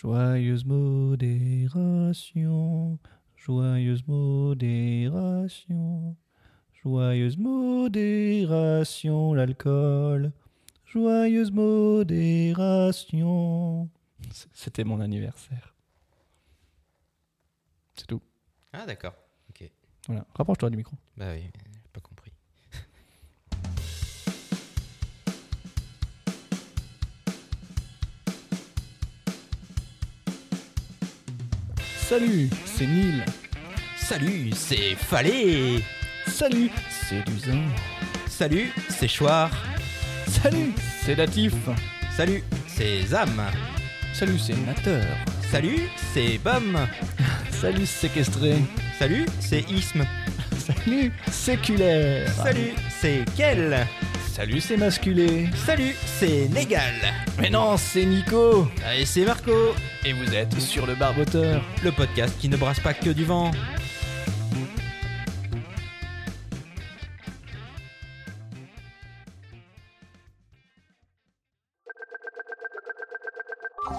Joyeuse modération, joyeuse modération, joyeuse modération, l'alcool, joyeuse modération. C- C'était mon anniversaire. C'est tout. Ah, d'accord. Ok. Voilà. Rapproche-toi du micro. Bah oui, j'ai pas compris. Salut, c'est Neil. Salut, c'est Fallé Salut, c'est Dusan. Salut, c'est Chouard Salut, c'est Datif. Salut, c'est Zam Salut, c'est Nateur. Salut, c'est Bam Salut, séquestré. Salut, c'est Isme Salut, séculaire. Salut, c'est Kel Salut, c'est masculé. Salut, c'est Négal Ah, Mais non, c'est Nico. Et c'est Marco Et vous êtes sur le barboteur. Le podcast qui ne brasse pas que du vent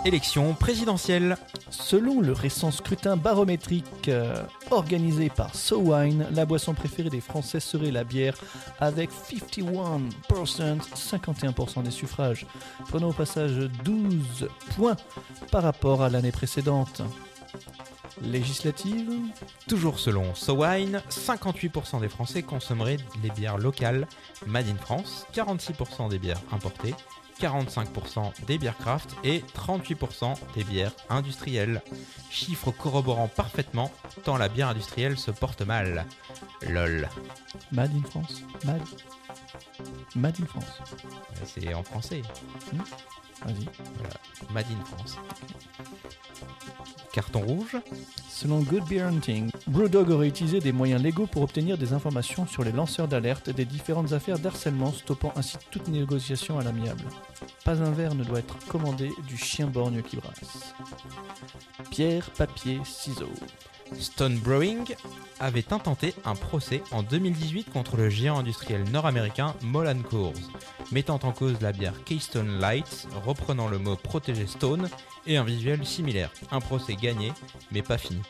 Élection présidentielle Selon le récent scrutin barométrique euh, organisé par SoWine, la boisson préférée des Français serait la bière avec 51%, 51% des suffrages. Prenons au passage 12 points par rapport à l'année précédente. Législative Toujours selon SoWine, 58% des Français consommeraient les bières locales Made in France, 46% des bières importées, 45% des bières craft et 38% des bières industrielles. Chiffre corroborant parfaitement tant la bière industrielle se porte mal. LOL. Mad in France Mad Mad in France. C'est en français. Vas-y. Made in France. Carton rouge. Selon Good Beer Hunting, Brewdog aurait utilisé des moyens légaux pour obtenir des informations sur les lanceurs d'alerte des différentes affaires d'harcèlement, stoppant ainsi toute négociation à l'amiable. Pas un verre ne doit être commandé du chien borgne qui brasse. Pierre, papier, ciseaux. Stone Brewing avait intenté un procès en 2018 contre le géant industriel nord-américain Molan Coors, mettant en cause la bière Keystone Lights, reprenant le mot protégé Stone et un visuel similaire. Un procès gagné, mais pas fini.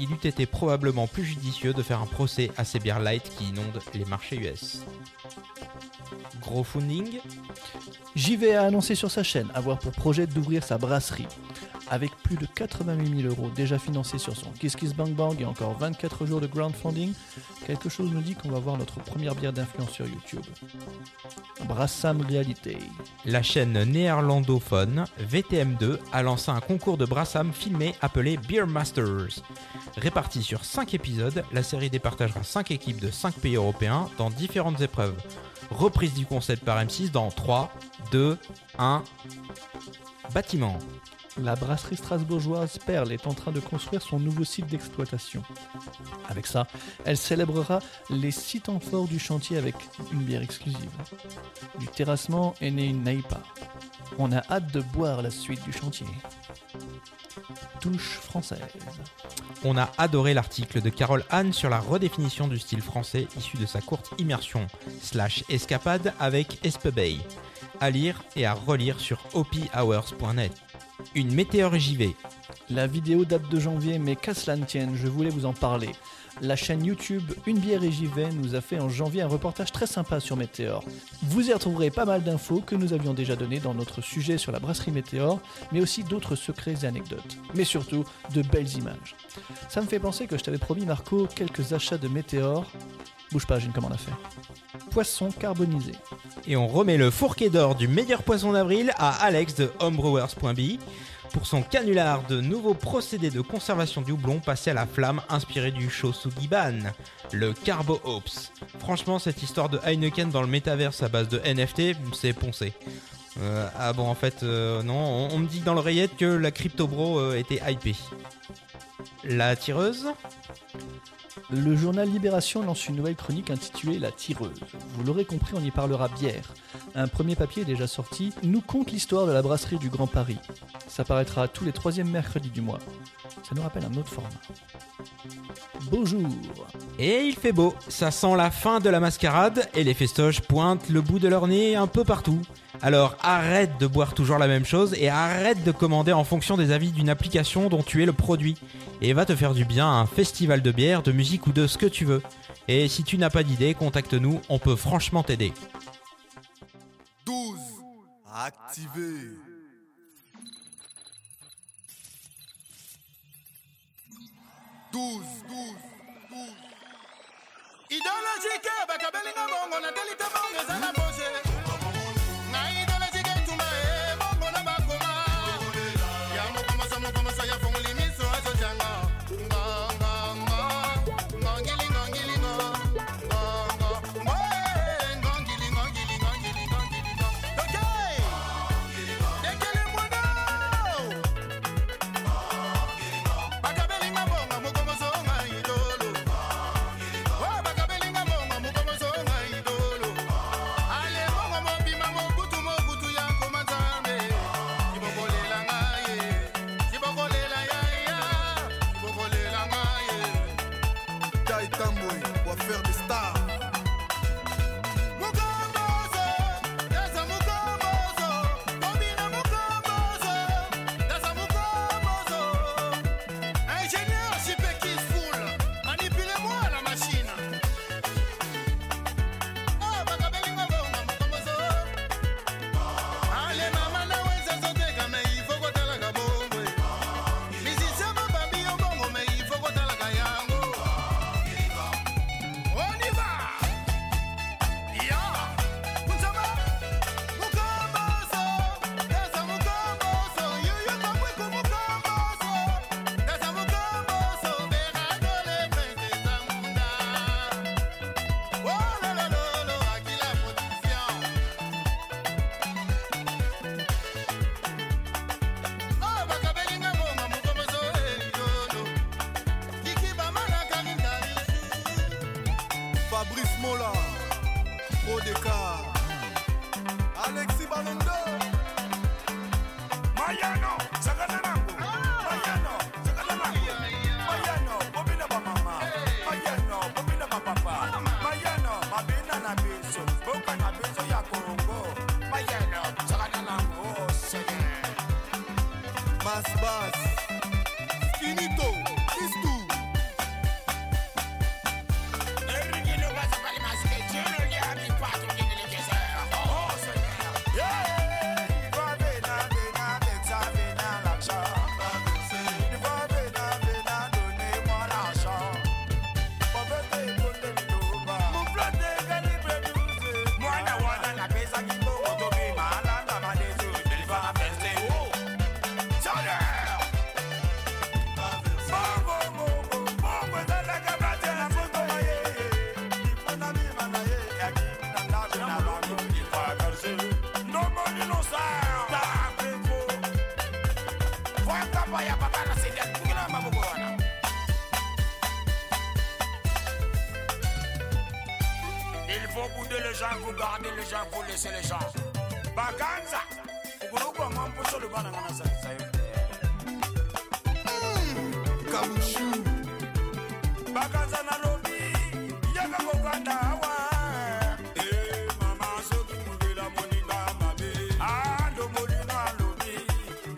Il eût été probablement plus judicieux de faire un procès à ces bières light qui inondent les marchés US. Gros funding, JV a annoncé sur sa chaîne avoir pour projet d'ouvrir sa brasserie. Avec plus de 88 000 euros déjà financés sur son Kiss Kiss Bang Bang et encore 24 jours de crowdfunding, quelque chose nous dit qu'on va voir notre première bière d'influence sur YouTube. Brassam Réalité. La chaîne néerlandophone VTM2 a lancé un concours de brassam filmé appelé Beer Masters. Réparti sur 5 épisodes, la série départagera 5 équipes de 5 pays européens dans différentes épreuves. Reprise du concept par M6 dans 3, 2, 1. Bâtiment. La brasserie strasbourgeoise Perle est en train de construire son nouveau site d'exploitation. Avec ça, elle célébrera les six temps forts du chantier avec une bière exclusive. Du terrassement est née une Naipa. On a hâte de boire la suite du chantier. Touche française. On a adoré l'article de Carole Hahn sur la redéfinition du style français issu de sa courte immersion slash escapade avec Espebay. À lire et à relire sur ophours.net. Une météore JV. La vidéo date de janvier, mais qu'à cela ne tienne, je voulais vous en parler. La chaîne YouTube Une bière et j'y vais nous a fait en janvier un reportage très sympa sur Météor. Vous y retrouverez pas mal d'infos que nous avions déjà données dans notre sujet sur la brasserie Météor, mais aussi d'autres secrets et anecdotes. Mais surtout, de belles images. Ça me fait penser que je t'avais promis, Marco, quelques achats de Météor. Bouge pas, j'ai une commande à faire. Poisson carbonisé. Et on remet le fourquet d'or du meilleur poisson d'avril à Alex de homebrewers.be pour son canular de nouveaux procédés de conservation du houblon passé à la flamme inspiré du Shosugiban, le Carbo Hops. Franchement, cette histoire de Heineken dans le métaverse à base de NFT, c'est poncé. Euh, ah bon, en fait, euh, non, on, on me dit dans l'oreillette que la crypto bro euh, était hypée. La tireuse Le journal Libération lance une nouvelle chronique intitulée La tireuse. Vous l'aurez compris, on y parlera bière. Un premier papier déjà sorti nous conte l'histoire de la brasserie du Grand Paris. Ça paraîtra tous les troisièmes mercredis du mois. Ça nous rappelle un autre format. Bonjour Et il fait beau, ça sent la fin de la mascarade et les festoches pointent le bout de leur nez un peu partout. Alors arrête de boire toujours la même chose et arrête de commander en fonction des avis d'une application dont tu es le produit. Et va te faire du bien à un festival de bière, de musique ou de ce que tu veux. Et si tu n'as pas d'idée, contacte-nous, on peut franchement t'aider. 12 activé Douze, douze, douze. idolojike bakabelinga bongo natalite bongo eza na boje ngai idolojike ntunda e bongo na bakoma ya mokomoso mokomoso ya fongoli miso azotanga ngongongo ngongilingongilingo ngongo moe ngongilingongilingongilingongilingo toke tekele mwana bakabelinga bongo mokomoso ngai idolo Tai Tambwe, wa faire des stars Ingénieur JP foule manipulez-moi la machine. Fabrice Mola Rodeka Alexis Balondo Mayano Zagalanango Mayano Zagalanango Mayano Bobina Bamama Mayano Bobina Bapapa Mayano Mabina na biso Boka na biso ya Congo Mayano Zagalanango Oh, Seigneur Mas Bas Finito Kistou Il faut bouder les gens, vous gardez les gens, vous laissez les gens. Baganza, vous pouvez m'en pousser le bon ananas à Kabuchu Baganza na lobi, yaga kokanda awa. Eh, mama soki mugela moninga mabe. Ah, lo molino a lobi,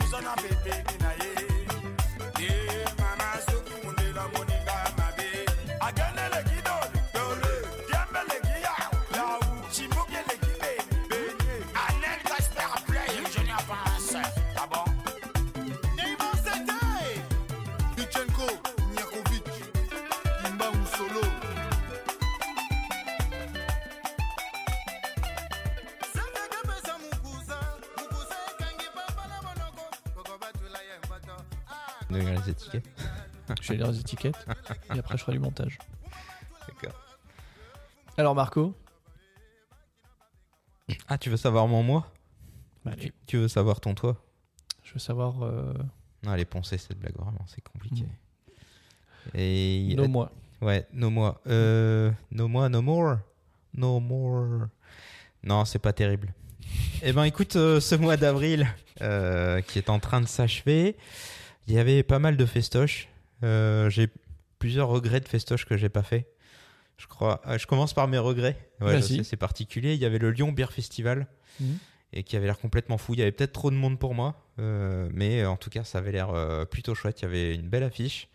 uzana bebe ni na ye. Eh, mama soki mugela moninga mabe. Aganele kidole, dole, diambele kiya, lau, chimukele kibe, bebe. Anel Gasper play, je n'y avance. Ah bon? Vichenko Nyakovic Kimbangu Solo Ah. Je vais lire les étiquettes et après je ferai du montage. D'accord. Alors Marco Ah, tu veux savoir mon moi Bah, Allez. Tu veux savoir ton toi Je veux savoir... euh, Hmm. Non, elle est poncée cette blague, vraiment, c'est compliqué. Et nos mois. Ouais, No More. Euh, no More, No More. No More. Non, c'est pas terrible. Eh ben, écoute, euh, ce mois d'avril euh, qui est en train de s'achever, il y avait pas mal de festoches. Euh, j'ai plusieurs regrets de festoches que j'ai pas fait. Je crois. euh, je commence par mes regrets. Ouais, je Vas-y. sais, c'est particulier. Il y avait le Lyon Beer Festival Mhm. et qui avait l'air complètement fou. Il y avait peut-être trop de monde pour moi, euh, mais euh, en tout cas, ça avait l'air euh, plutôt chouette. Il y avait une belle affiche.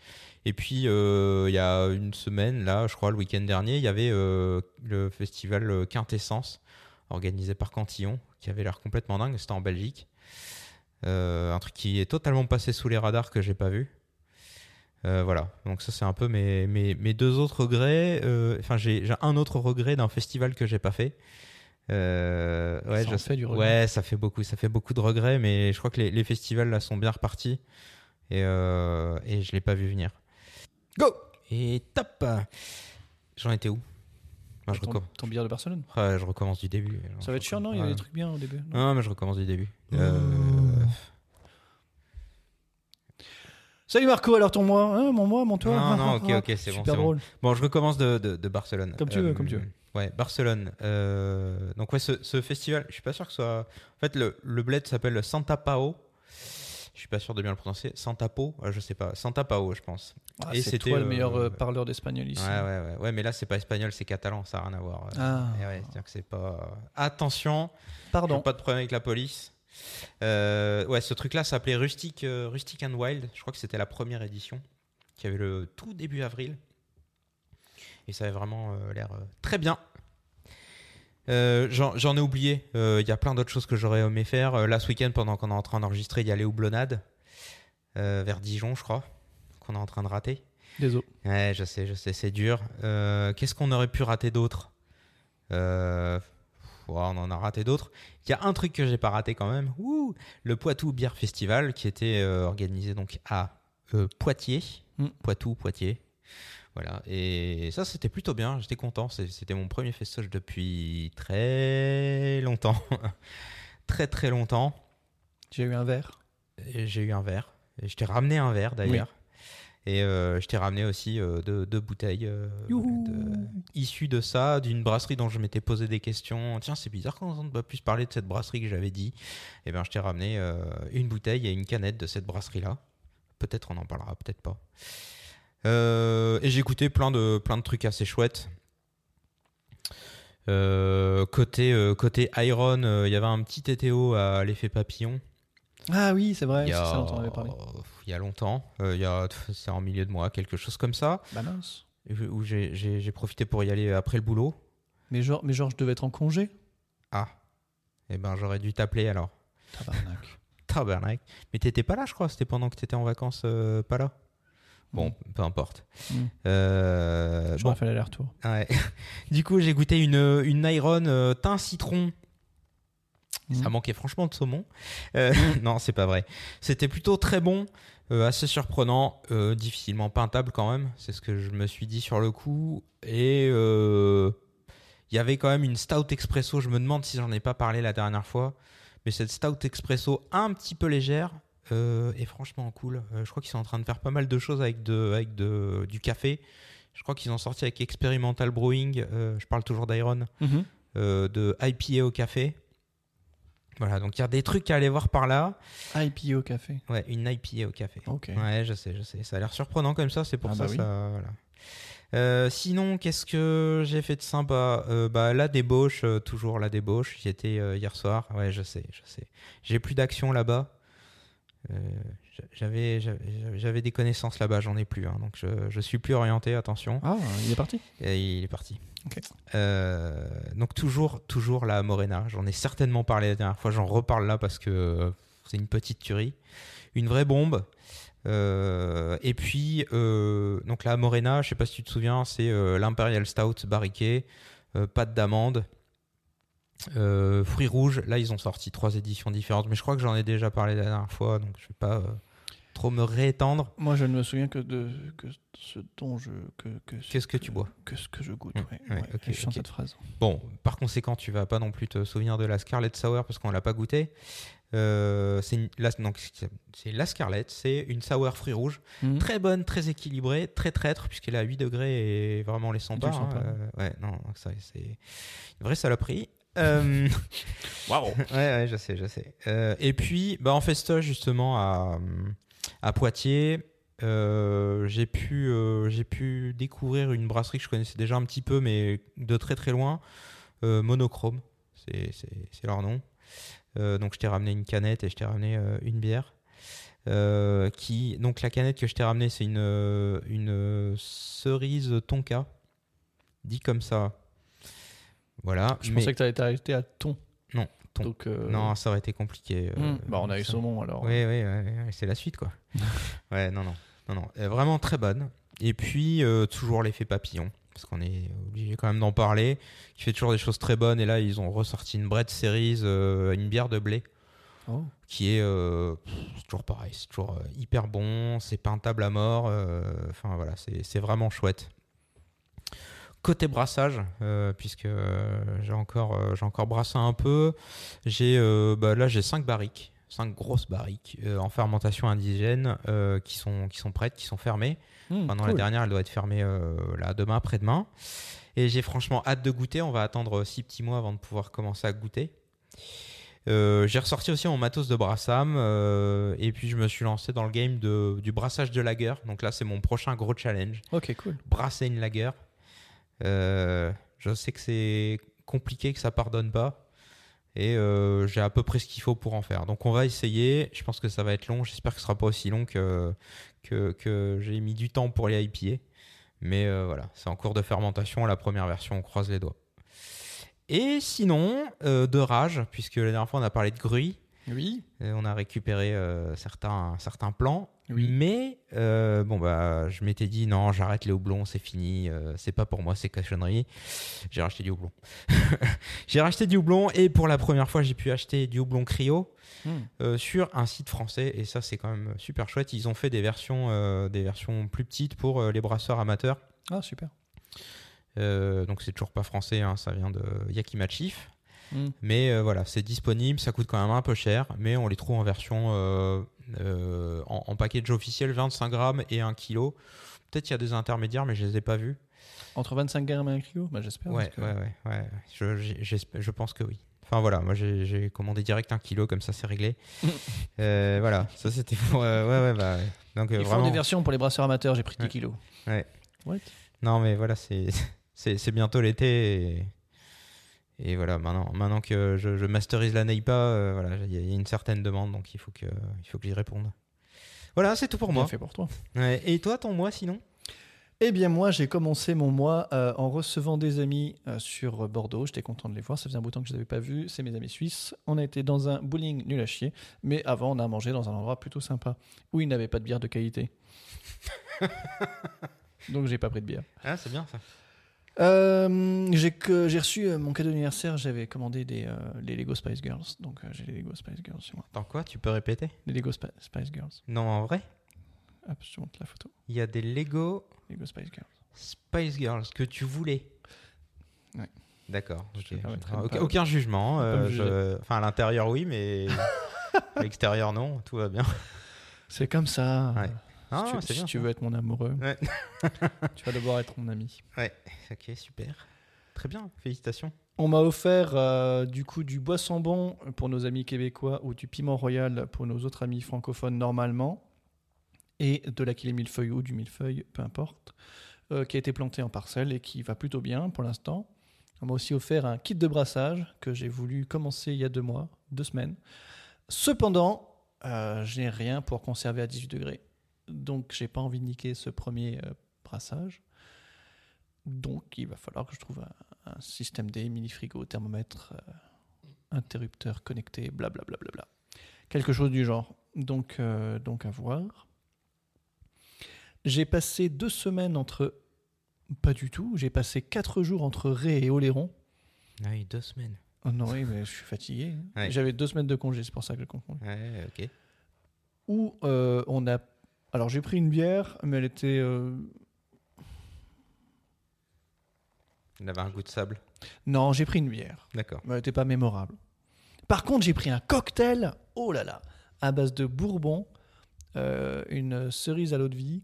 Et puis, euh, il y a une semaine, là, je crois, le week-end dernier, il y avait euh, le festival euh, Quintessence, organisé par Cantillon, qui avait l'air complètement dingue. C'était en Belgique. Euh, un truc qui est totalement passé sous les radars que j'ai pas vu. Euh, voilà, donc ça c'est un peu mes, mes, mes deux autres regrets. Euh, Enfin, j'ai j'ai un autre regret d'un festival que j'ai pas fait. Euh, ouais, Ça en je fait du regret. ouais, ça fait beaucoup, ça fait beaucoup de regrets, mais je crois que les, les festivals là sont bien repartis et, euh, et je l'ai pas vu venir. Go Et top J'en étais où Moi, je, ton, recomm- ton billard de Barcelone. Ah, je recommence du début. Alors, Ça va je Hein être chiant, non Il y a recomm- des Ouais. trucs bien au début. non Non, mais je recommence du début. Oh. Euh, Salut Marco, alors ton moi, hein, mon moi, mon toi. Non, ah, non, ah, ok, ah. ok, c'est bon, Super c'est bon. drôle. Bon, je recommence de, de, de Barcelone. Comme tu veux, comme tu veux. Ouais, Barcelone. Euh, donc ouais, ce, ce festival, je suis pas sûr que ce soit. En fait, le, le bled s'appelle Santa Pao. Je suis pas sûr de bien le prononcer. Santa Pao, euh, je sais pas. Santa Pao, je pense. Ah, Et c'est c'était, toi le euh, meilleur euh, parleur d'espagnol ici. Ouais, ouais, ouais, ouais. Mais là, c'est pas espagnol, c'est catalan, ça a rien à voir. Euh, Ah. et ouais, c'est-à-dire que c'est pas. euh, Attention, j'ai Pardon. pas de problème avec la police. Euh, ouais, ce truc-là s'appelait Rustic, euh, Rustic and Wild. Je crois que c'était la première édition, qui avait le tout début avril. Et ça avait vraiment euh, l'air euh, très bien. Euh, J'en j'en ai oublié. Euh, Il y a plein d'autres choses que j'aurais aimé faire. Euh, là, ce week-end, pendant qu'on est en train d'enregistrer, il y a les houblonades euh, vers Dijon, je crois, qu'on est en train de rater. Désolé. Ouais, je sais, je sais, c'est dur. Euh, Qu'est-ce qu'on aurait pu rater d'autre Euh, pff, ouais, On en a raté d'autres. Il y a un truc que j'ai pas raté quand même. Ouh, le Poitou Bière Festival qui était euh, organisé donc à euh, Poitiers, Mm. Poitou, Poitiers. Voilà, et ça c'était plutôt bien, j'étais content, C'est- c'était mon premier festoche depuis très longtemps. très très longtemps. J'ai eu un verre. Et J'ai eu un verre. Et je t'ai ramené un verre d'ailleurs. Et euh, je t'ai ramené aussi euh, deux, deux bouteilles euh, Youhou. de- issues de ça, d'une brasserie dont je m'étais posé des questions. Tiens, c'est bizarre qu'on ne pas plus parler de cette brasserie que j'avais dit. Et bien, je t'ai ramené euh, une bouteille et une canette de cette brasserie-là. Peut-être on en parlera, peut-être pas. Euh, et j'ai écouté plein de, plein de trucs assez chouettes. Euh, côté, euh, côté Iron, euh, il y avait un petit TTO à l'effet papillon. Ah oui, c'est vrai, Il y c'est a- ça dont on avait parlé. Il y a longtemps, euh, il y a, pff, c'est en milieu de mois, quelque chose comme ça, Bah mince. où j'ai- j'ai j'ai profité pour y aller euh, après le boulot. Mais genre, mais genre, je devais être en congé. Ah, eh ben j'aurais dû t'appeler alors. Tabarnak. Tabarnak. Mais t'étais pas là, je crois, c'était pendant que t'étais en vacances, euh, pas là. Bon, peu importe. Mm. Euh, J'aurais bon, fait l'aller-retour. ouais. du coup, j'ai goûté une, une Iron euh, thym citron. Mhm. Ça manquait franchement de saumon. Euh, non, c'est pas vrai. C'était plutôt très bon, euh, assez surprenant, euh, difficilement peintable quand même. C'est ce que je me suis dit sur le coup. Et euh, il y avait quand même une stout expresso. Je me demande si j'en ai pas parlé la dernière fois. Mais cette stout expresso un petit peu légère euh, est franchement cool. Euh, je crois qu'ils sont en train de faire pas mal de choses avec, de, avec de, du café. Je crois qu'ils ont sorti avec Experimental Brewing. euh, je parle toujours d'Iron Mhm. euh, de IPA au café. Voilà, donc il y a des trucs à aller voir par là. IPO au café. Ouais, une IPA au café. Ok. Ouais, je sais, je sais. Ça a l'air surprenant comme ça, c'est pour Ah ça. bah oui. ça- voilà. Euh, sinon, qu'est-ce que j'ai fait de sympa Euh, bah, La débauche, euh, toujours la débauche. J'y étais euh, hier soir. Ouais, je sais, je sais. J'ai plus d'action là-bas. Euh, j'a- j'avais, j'avais, j'avais des connaissances là-bas, j'en ai plus. hein. donc je, je suis plus orienté, attention. Ah, il est parti. Et il est parti. Ok. Euh, donc toujours, toujours la Morena. J'en ai certainement parlé la dernière fois. J'en reparle là parce que euh, c'est une petite tuerie, une vraie bombe. Euh, et puis euh, donc la Morena, je sais pas si tu te souviens, c'est euh, l'Imperial Stout barriqué, euh, pâte d'amande, euh, fruits rouges. Là ils ont sorti trois éditions différentes, mais je crois que j'en ai déjà parlé la dernière fois, donc je vais pas euh, trop me réétendre. Moi, je ne me souviens que de que ce dont je. Que, que, ce- Qu'est-ce que tu bois Que ce que je goûte. Mm, ouais, ouais, ouais. ok, Et je chante ok. cette phrase. Bon, par conséquent, tu vas pas non plus te souvenir de la Scarlet Sour parce qu'on l'a pas goûté. Euh, c'est une- la, non, qu'est-ce que c'est c'est la Scarlet, c'est une sour fruits rouges, Mm. très bonne, très équilibrée, très traître puisqu'elle est à 8 degrés et vraiment on les sent Tu pas. le sens hein, pas. euh, ouais, non, donc ça c'est une vraie saloperie. Euh, Waouh! ouais, ouais, je sais, je sais. Euh, et puis, bah, en festoche justement à, euh, à Poitiers, euh, j'ai pu, euh, j'ai pu découvrir une brasserie que je connaissais déjà un petit peu, mais de très très loin, euh, Monochrome, c'est c'est- c'est leur nom. Euh, donc je t'ai ramené une canette et je t'ai ramené euh, une bière. Euh, qui, donc la canette que je t'ai ramenée, c'est une, euh, une euh, cerise tonka, dit comme ça. Voilà. Je mais- pensais que tu allais t'arrêter à ton. Non, ton. Donc, euh, Non, ça aurait été compliqué. euh, mm. Bah, on a eu ça. saumon alors. Oui, oui, oui, oui, c'est la suite, quoi. ouais, non, non. non, non. Euh, vraiment très bonne. Et puis, euh, toujours l'effet papillon, parce qu'on est obligé quand même d'en parler, qui fait toujours des choses très bonnes. Et là, ils ont ressorti une bread series, euh, une bière de blé, Oh. qui est euh, pff, c'est toujours pareil, c'est toujours euh, hyper bon, c'est peintable à mort. euh, Enfin, voilà, c'est c'est vraiment chouette. Côté brassage, euh, puisque euh, j'ai encore, euh, j'ai encore brassé un peu, j'ai euh, bah, là j'ai cinq barriques, cinq grosses barriques euh, en fermentation indigène euh, qui sont qui sont prêtes, qui sont fermées. Mm, Pendant la cool. dernière, elle doit être fermée euh, là demain, après-demain. Et j'ai franchement hâte de goûter. On va attendre euh, six petits mois avant de pouvoir commencer à goûter. Euh, j'ai ressorti aussi mon matos de Brassam euh, et puis je me suis lancé dans le game de- du brassage de lager. Donc là, c'est mon prochain gros challenge Ok, cool. brasser une lager. Euh, je sais que c'est compliqué, que ça pardonne pas. Et euh, j'ai à peu près ce qu'il faut pour en faire. Donc on va essayer. Je pense que ça va être long. J'espère que ce sera pas aussi long que, que, que j'ai mis du temps pour les IPA. Mais euh, voilà, c'est en cours de fermentation. La première version, on croise les doigts. Et sinon, euh, de rage, puisque la dernière fois on a parlé de gruy, Oui. euh, on a récupéré euh, certains, certains plans. Oui. Mais euh, bon, bah, je m'étais dit non, j'arrête les houblons, c'est fini, euh, c'est pas pour moi, c'est cochonnerie. J'ai racheté du houblon. j'ai racheté du houblon et pour la première fois, j'ai pu acheter du houblon cryo Mm. euh, sur un site français. Et ça, c'est quand même super chouette. Ils ont fait des versions, euh, des versions plus petites pour euh, les brasseurs amateurs. Ah, super. Euh, donc c'est toujours pas français, hein, ça vient de Yakimachif. Mm. Mais euh, voilà, c'est disponible, ça coûte quand même un peu cher, mais on les trouve en version euh, euh, en, en package officiel 25 grammes et 1 kg. Peut-être qu'il y a des intermédiaires, mais je les ai pas vus. Entre 25 grammes et un kilo Bah, j'espère. Ouais, parce que- ouais, ouais, ouais. Je, j'ai- j'esp- je pense que oui. Enfin voilà, moi j'ai j'ai commandé direct un kilo, comme ça c'est réglé. Euh, voilà, ça c'était pour. euh, ouais, ouais, bah ouais. Donc, euh, Ils font vraiment, des versions pour les brasseurs amateurs, j'ai pris 10 Ouais. kilos. Ouais. What Non, mais voilà, c'est c'est c'est bientôt l'été. Et, et voilà, maintenant, maintenant que je, je masterise la NEIPA, euh, voilà, il y, a- il y a une certaine demande, donc il faut que, il faut que j'y réponde. Voilà, c'est tout pour Bien moi. fait pour toi. Ouais, et toi, ton mois, sinon Eh bien, moi, j'ai commencé mon mois euh, en recevant des amis euh, sur Bordeaux. J'étais content de les voir. Ça faisait un bout de temps que je ne les avais pas vus. C'est mes amis suisses. On a été dans un bowling nul à chier. Mais avant, on a mangé dans un endroit plutôt sympa où ils n'avaient pas de bière de qualité. Donc, j'ai pas pris de bière. Ah, c'est bien ça. Euh, j'ai que- j'ai reçu euh, mon cadeau d'anniversaire. J'avais commandé des, euh, les Lego Spice Girls. Donc, euh, j'ai les Lego Spice Girls chez moi. Attends, quoi Tu peux répéter Les Lego Spi- Spice Girls. Non, en vrai, Hop, je te montre la photo. il y a des Lego Lego Spice Girls. Spice Girls que tu voulais. Ouais. D'accord. Je ok. te permettrai de Aucun- pas- aucun jugement. de pas me euh, je- Enfin, à l'intérieur, oui, mais à l'extérieur, non. Tout va bien. C'est comme ça. Ouais. Ah, si tu, c'est si bien. tu veux être mon amoureux, Ouais. tu vas devoir être mon ami. Ok, super. Très bien, félicitations. On m'a offert euh, du coup du boisson bon pour nos amis québécois ou du piment royal pour nos autres amis francophones normalement et de la millefeuille ou du millefeuille, peu importe, euh, qui a été planté en parcelle et qui va plutôt bien pour l'instant. On m'a aussi offert un kit de brassage que j'ai voulu commencer il y a deux mois, deux semaines. Cependant, euh, je n'ai rien pour conserver à 18 degrés. Donc, j'ai pas envie de niquer ce premier euh, brassage. Donc, il va falloir que je trouve un, un système D, mini-frigo, thermomètre, euh, interrupteur connecté, blablabla. Bla bla bla. Quelque chose du genre. Donc, euh, donc à voir. J'ai passé deux semaines entre. Pas du tout. J'ai passé quatre jours entre Ré et Oléron. Ah oui, deux semaines. Oh non, oui, mais je suis fatigué. hein. Ouais. J'avais deux semaines de congé, c'est pour ça que je confonds. Ouais, ok. où euh, on a. Alors j'ai pris une bière, mais elle était. euh, Il avait un goût de sable. Non, j'ai pris une bière. D'accord. mais elle n'était pas mémorable. Par contre, j'ai pris un cocktail, oh là là, à base de bourbon, euh, une cerise à l'eau de vie,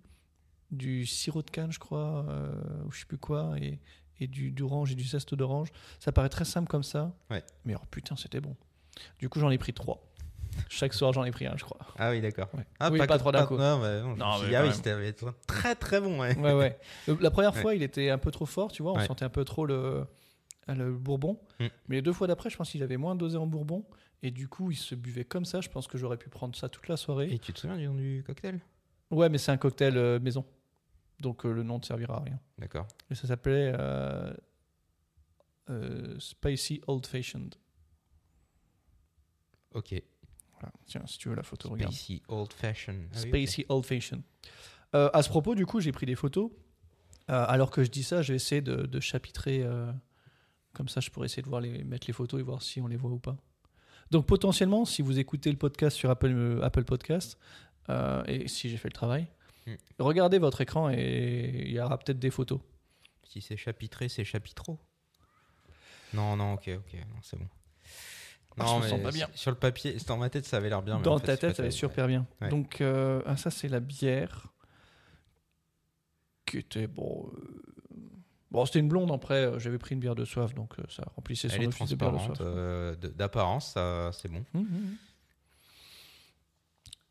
du sirop de canne, je crois, euh, ou je sais plus quoi, et, et du d'orange et du zeste d'orange. Ça paraît très simple comme ça, Ouais. mais oh putain, c'était bon. Du coup, j'en ai pris trois. Chaque soir, j'en ai pris un, je crois. Ah oui, d'accord. Ouais. Ah, Oui, pas trop d'un coup. Non, mais, non, Non, je me suis mais dit, ah quand oui, même. c'était c'était très très bon. Ouais. Ouais, ouais. Le- La première fois, il était un peu trop fort, tu vois, on Ouais. sentait un peu trop le, le bourbon. Mm. Mais les deux fois d'après, je pense qu'il avait moins dosé en bourbon. Et du coup, il se buvait comme ça. Je pense que j'aurais pu prendre ça toute la soirée. Et tu te souviens du nom du cocktail Ouais, mais c'est un cocktail euh, maison. Donc euh, le nom ne servira à rien. D'accord. Et ça s'appelait euh, euh, Spicy Old Fashioned. Ok. Voilà. Tiens, si tu veux la photo, regarde. Spacey Old Fashioned. Ah oui, ok. Spacey Old Fashioned. Euh, à ce propos, du coup, j'ai pris des photos. Euh, alors que je dis ça, je vais essayer de, de chapitrer. euh, comme ça, je pourrais essayer de voir les, mettre les photos et voir si on les voit ou pas. Donc, potentiellement, si vous écoutez le podcast sur Apple, euh, Apple Podcast, euh, et si j'ai fait le travail, Mm. regardez votre écran et il y aura peut-être des photos. Si c'est chapitré, c'est chapitreau. Non, non, ok, ok, non, c'est bon. Ah, je me sens pas bien. s- Sur le papier, dans ma tête, ça avait l'air bien. mais Dans en fait, ta c'est pas tête, elle est terrible. super bien. Ouais. Donc, euh, ah, ça, c'est la bière. Qui était bon. euh, Bon, c'était une blonde après. euh, J'avais pris une bière de soif, donc euh, ça remplissait son Elle est office de bière de soif. transparente, euh, de- d'apparence, ça, c'est bon. Hum, hum, hum.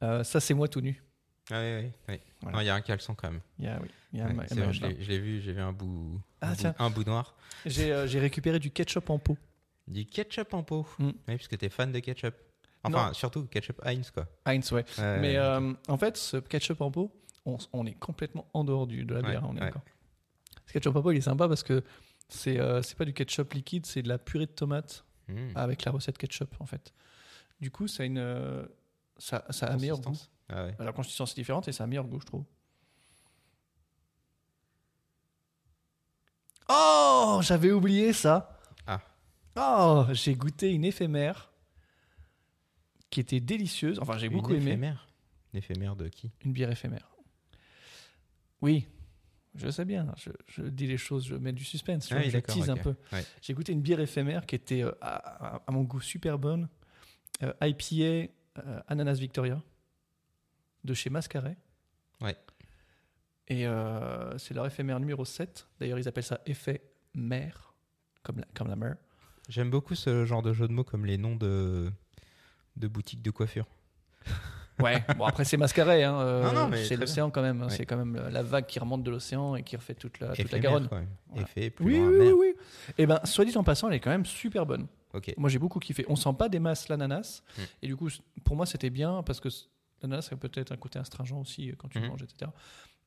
Euh, ça, c'est moi tout nu. Ah oui, oui, oui. Voilà. Non, il y a un caleçon quand même. Il y a- oui, il y a un Ouais, ma- un c'est vrai, je machin. l'ai- je l'ai vu, j'ai vu un bout, bah, Ah, un, bout- tiens. un bout noir. J'ai euh, j'ai récupéré du ketchup en pot. Du ketchup en pot. Mm. Oui, parce que t'es fan de ketchup. Enfin, surtout ketchup Heinz, quoi. Heinz, ouais. Ouais, Mais ouais, euh, en fait, ce ketchup en pot, on, s- on est complètement en dehors du, de la Ouais, bière. hein, on est ouais. d'accord. Ce ketchup en pot, il est sympa parce que c'est euh, c'est pas du ketchup liquide, c'est de la purée de tomate Mm. avec la recette ketchup en fait. Du coup, ça a une. euh, ça, ça a un meilleur goût. Consistance. Ah ouais. La consistance est différente et ça a un meilleur goût, je trouve. Oh J'avais oublié ça Ah. Oh J'ai goûté une éphémère qui était délicieuse. Enfin, j'ai Une beaucoup aimé. éphémère. Une éphémère de qui Une bière éphémère. Oui, je sais bien. Je, je dis les choses, je mets du suspense. tu Ah vois, oui, je d'accord, tease ok. un peu. Ouais. J'ai goûté une bière éphémère qui était euh, à, à- à mon goût super bonne. Euh, IPA euh, Ananas Victoria de chez Mascaret. Ouais. Et euh, c'est leur éphémère numéro 7. D'ailleurs, ils appellent ça effet mer, comme la, comme la mer. J'aime beaucoup ce genre de jeu de mots comme les noms de, de boutiques de coiffure. Ouais, bon après c'est Mascaret, hein, euh, Non, non, mais c'est très l'océan quand même. hein, Ouais. C'est quand même la- la vague qui remonte de l'océan et qui refait toute la, toute la Éphémère, Garonne. quand même. Voilà. Effet plus Oui, loin, oui, oui, merde. oui. Et ben, soit dit en passant, elle est quand même super bonne. Ok. Moi, j'ai beaucoup kiffé. On sent pas des masses l'ananas. Mm. Et du coup, c- pour moi, c'était bien parce que c- l'ananas a peut-être un côté astringent aussi euh, quand tu Mhm. manges, etc.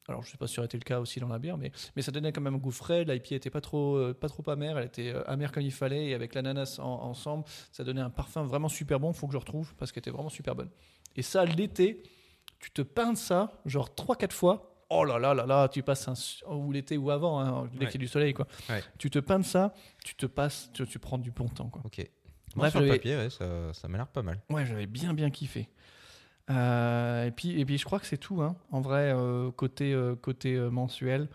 Alors, je sais pas si ça aurait été le cas aussi dans la bière, mais, mais ça donnait quand même un goût frais. L'IPA était pas trop, euh, pas trop amère. Elle était euh, amère comme il fallait. Et avec l'ananas en- ensemble, ça donnait un parfum vraiment super bon. Faut que je retrouve parce qu'elle était vraiment super bonne. Et ça, l'été, tu te peins ça, genre 3-4 fois. Oh là là là là, tu passes un. su- Ou l'été ou avant, hein, dès Ouais. qu'il y a du soleil, quoi. Ouais. Tu te peins ça, tu te passes, tu, tu prends du bon temps, quoi. Ok. Bon, Bref, sur le j'avais- papier, ouais, ça, ça m'a l'air pas mal. Ouais, j'avais bien bien kiffé. Euh, et puis et puis je crois que c'est tout. hein. En vrai, euh, côté euh, côté euh, mensuel,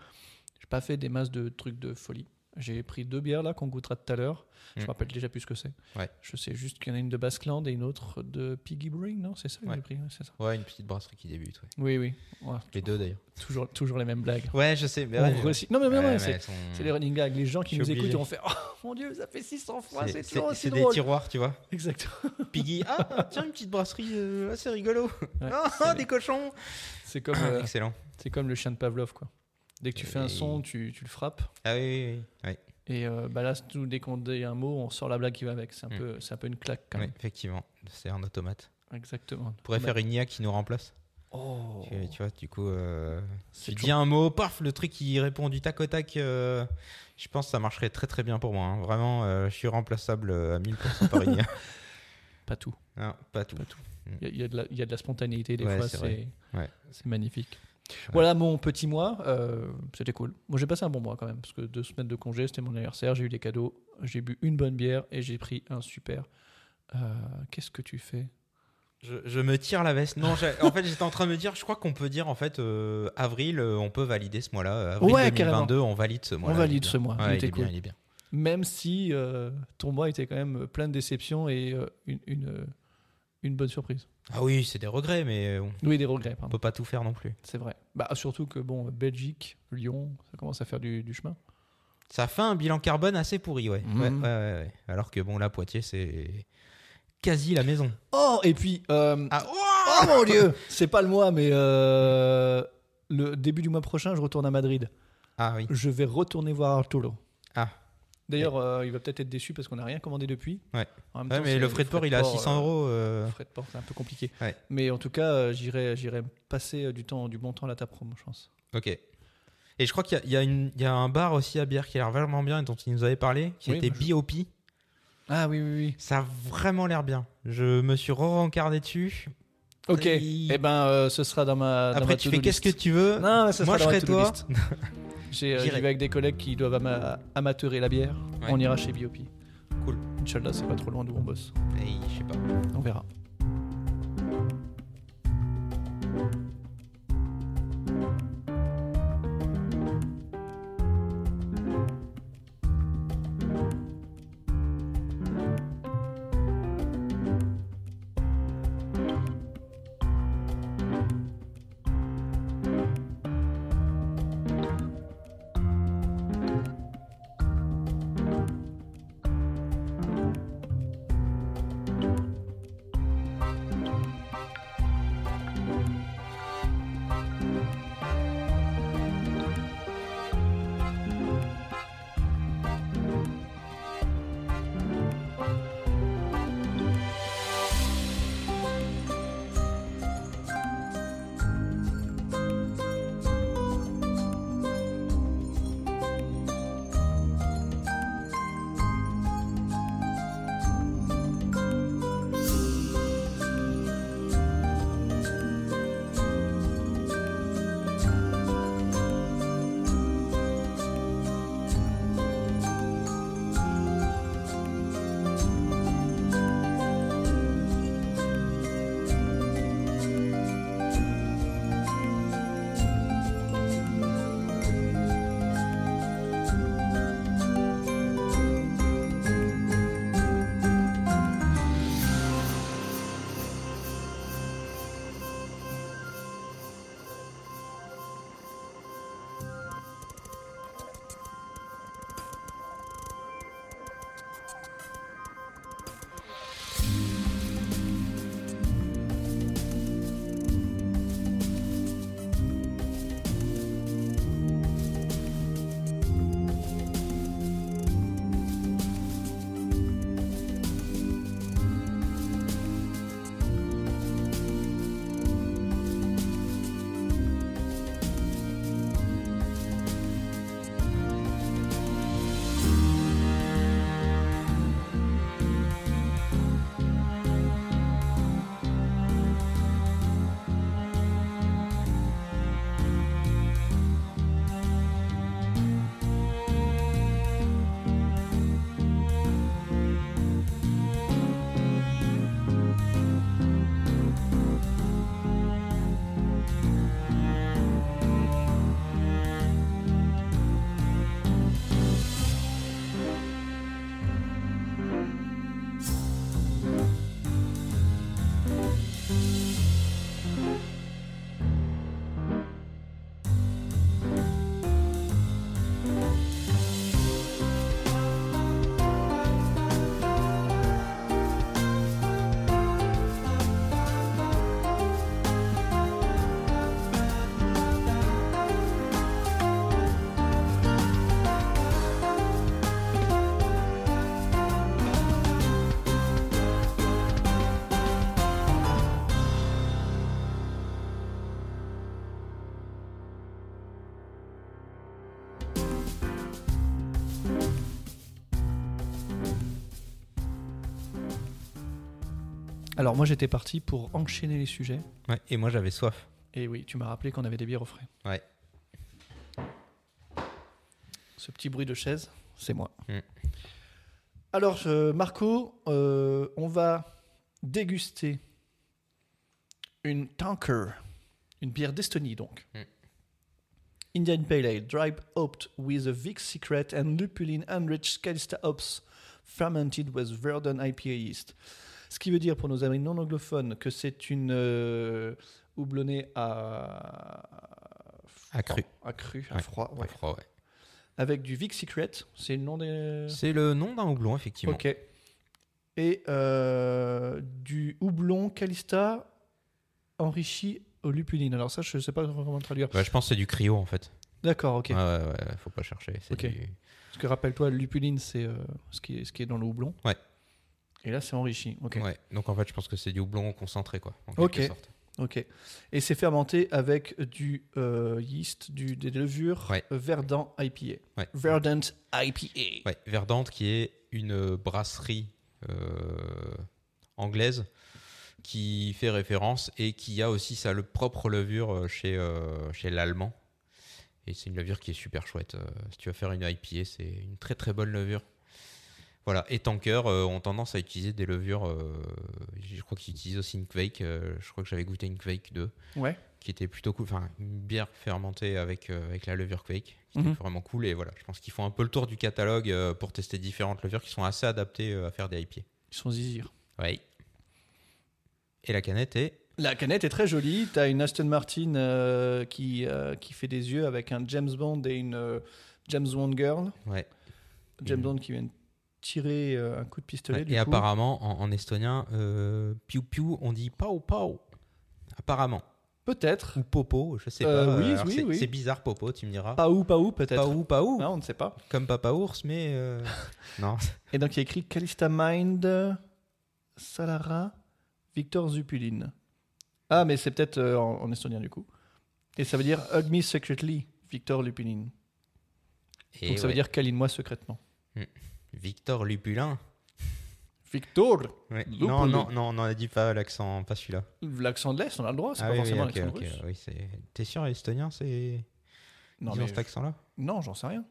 j'ai pas fait des masses de trucs de folie. J'ai pris deux bières là qu'on goûtera tout à l'heure. Je Mm. me rappelle déjà plus ce que c'est. Ouais. Je sais juste qu'il y en a une de Basqueland et une autre de Piggy Brewing, non C'est ça que Ouais. j'ai pris, ouais, c'est ça. Ouais, une petite brasserie qui débute. Oui, ouais. oui. Ouais, Les deux d'ailleurs. toujours, toujours les mêmes blagues. Ouais, je sais. Mais On ouais, ouais. recycle- Non, mais, non, Ouais, non, mais Oh, c'est elles sont- c'est les running gags. Les gens Je qui suis nous écoutent, obligé. ils vont faire Oh mon dieu, ça fait 600 fois, c'est c'est- toujours c'est- aussi c'est des drôle. tiroirs, tu vois. Exactement. Piggy, ah, tiens, une petite brasserie, euh, ah, c'est rigolo. Ouais, Ah, c'est- des cochons. C'est comme, Ah, euh, Excellent. c'est comme le chien de Pavlov, quoi. Dès que tu fais un Et- son, tu, tu le frappes. Ah oui, oui, oui. Ouais, Et euh, bah là, tout- dès qu'on dit un mot, on sort la blague qui va avec. C'est un, Mm. peu, c'est un peu une claque, quand ouais, même. effectivement, c'est un automate. Exactement. On pourrait Bah, faire une IA qui nous remplace. Oh, Tu, tu vois, du coup, euh, c'est tu toujours- dis un mot, paf, le truc qui répond du tac au tac. euh, je pense que ça marcherait très très bien pour moi. hein. Vraiment, euh, je suis remplaçable euh, à 1000% par une IA. Pas tout. Non, pas tout. Pas tout. Il y a- il y, a de la- il y a de la spontanéité, des Ouais, fois, c'est c'est, vrai. Ouais. c'est magnifique. Voilà mon petit mois, euh, c'était cool. Moi j'ai passé un bon mois quand même, parce que deux semaines de congé, c'était mon anniversaire, j'ai eu des cadeaux, j'ai bu une bonne bière et j'ai pris un super. euh, qu'est-ce que tu fais Je, je me tire la veste. Non, j'ai- en fait, j'étais en train de me dire, je crois qu'on peut dire en fait euh, avril, euh, on peut valider ce mois-là. Euh, Avril Ouais, 2022, on valide ce mois-là. On valide il est ce bien. mois, il Ouais, il, était est bien, cool. il est bien. Même si euh, ton mois était quand même plein de déceptions et euh, une, une, euh, une bonne surprise. Ah oui, c'est des regrets, mais on Oui, des regrets, on pardon. peut pas tout faire non plus. C'est vrai. Bah, surtout que, bon, Belgique, Lyon, ça commence à faire du, du chemin. Ça fait un bilan carbone assez pourri, ouais. Mhm. Ouais, ouais, ouais, ouais. Alors que bon, là, Poitiers, c'est quasi la maison. Oh, et puis. euh, Ah, oh mon dieu C'est pas le mois, mais euh, le début du mois prochain, je retourne à Madrid. Ah oui. Je vais retourner voir Arturo. Ah. D'ailleurs, euh, il va peut-être être déçu parce qu'on n'a rien commandé depuis. Ouais. En même Ouais, temps, mais c'est- le frais de port, il est à port, 600 euh, euros. euh, Le frais de port, c'est un peu compliqué. Ouais. Mais en tout cas, euh, j'irai, j'irai passer euh, du temps, du bon temps là, ta promo, je pense. Ok. Et je crois qu'il y a- il y, a une- il y a un bar aussi à bière qui a l'air vraiment bien et dont il nous avait parlé, qui Oui, était bah, je- BOP. Ah oui, oui, oui. Ça a vraiment l'air bien. Je me suis re-rencardé dessus. Ok. Et- Eh ben, euh, ce sera dans ma. dans ma Après, tu to-do fais qu'est-ce que list. tu veux. Non, mais ça Moi, je sera dans ma ferai to-do toi. list. J'ai, euh, j'y J'irai. vais avec des collègues qui doivent ama- amateurer la bière. Ouais. On ira chez Biop. Cool. Inch'Allah, c'est pas trop loin d'où on bosse. Et je sais pas. On verra. Alors, moi, j'étais parti pour enchaîner les sujets. Ouais, et moi, j'avais soif. Et oui, tu m'as rappelé qu'on avait des bières au frais. Ouais. Ce petit bruit de chaise, c'est moi. Mm. Alors, euh, Marco, euh, on va déguster une tanker, une bière d'Estonie donc. Mm. Indian Pale Ale, dry hopped with a Vic Secret and Lupulin Enriched Calista Hops, fermented with Verdun IPA yeast. Ce qui veut dire pour nos amis non anglophones que c'est une euh, houblonnée à... À cru. À cru, à Ouais, froid, ouais. à froid, ouais. Avec du Vic Secret, c'est le nom des... C'est le nom d'un houblon, effectivement. Ok. Et euh, du houblon Calista enrichi au lupuline. Alors ça, je ne sais pas comment le traduire. Bah, je pense que c'est du cryo, en fait. D'accord, ok. Ouais, ouais, ouais, faut pas chercher. C'est Ok. du- Parce que rappelle-toi, le lupuline, c'est euh, ce, qui est, ce qui est dans le houblon. Ouais. Et là, c'est enrichi. Ok. ouais. Donc, en fait, je pense que c'est du houblon concentré, quoi. En Ok. quelque sorte. Ok. Et c'est fermenté avec du euh, yeast, du, des levures Ouais. euh, Verdant IPA. Ouais. Verdant IPA. Ouais, Verdante, qui est une brasserie euh, anglaise qui fait référence et qui a aussi sa le- propre levure euh, chez, euh, chez l'allemand. Et c'est une levure qui est super chouette. Euh, si tu vas faire une IPA, c'est une très très bonne levure. Voilà, et Tanker euh, ont tendance à utiliser des levures. euh, je crois qu'ils utilisent aussi une Quake. euh, je crois que j'avais goûté une Quake 2 Ouais. qui était plutôt cool. Enfin, une bière fermentée avec, euh, avec la levure Quake, qui Mhm. était vraiment cool. Et voilà, je pense qu'ils font un peu le tour du catalogue euh, pour tester différentes levures qui sont assez adaptées euh, à faire des IPA. Ils sont zizir. Oui. Et la canette est. La canette est très jolie. T'as une Aston Martin euh, qui, euh, qui fait des yeux avec un James Bond et une euh, James Bond girl. Ouais. James Une- Bond qui vient de tirer euh, un coup de pistolet. Ouais, du Et coup. apparemment, en, en estonien, euh, piou piou, on dit pao pao. Apparemment. Peut-être. Ou popo, je sais Euh, pas. oui, Alors, oui, c'est, oui. c'est bizarre, popo, tu me diras. Pas ou, pas ou, peut-être. Paou, paou. Ah, on ne sait pas. Comme papa ours, mais. euh, non. Et donc il y a écrit Calista Mind, Salara, Victor Zupulin. Ah, mais c'est peut-être euh, en, en estonien du coup. Et ça veut dire Hug me secretly, Victor Lupulin. Et donc ça veut ouais. dire câline-moi secrètement. Victor Lupulin. Victor Ouais. Lupulin. Non, non, non, non, ne dis pas l'accent, pas celui-là. L'accent de l'Est, on a le droit, c'est Ah pas oui, oui, forcément ok, l'accent ok, russe. oui, c'est- T'es sûr, estonien, c'est. Non, Ils ont mais cet accent-là Non, j'en sais rien.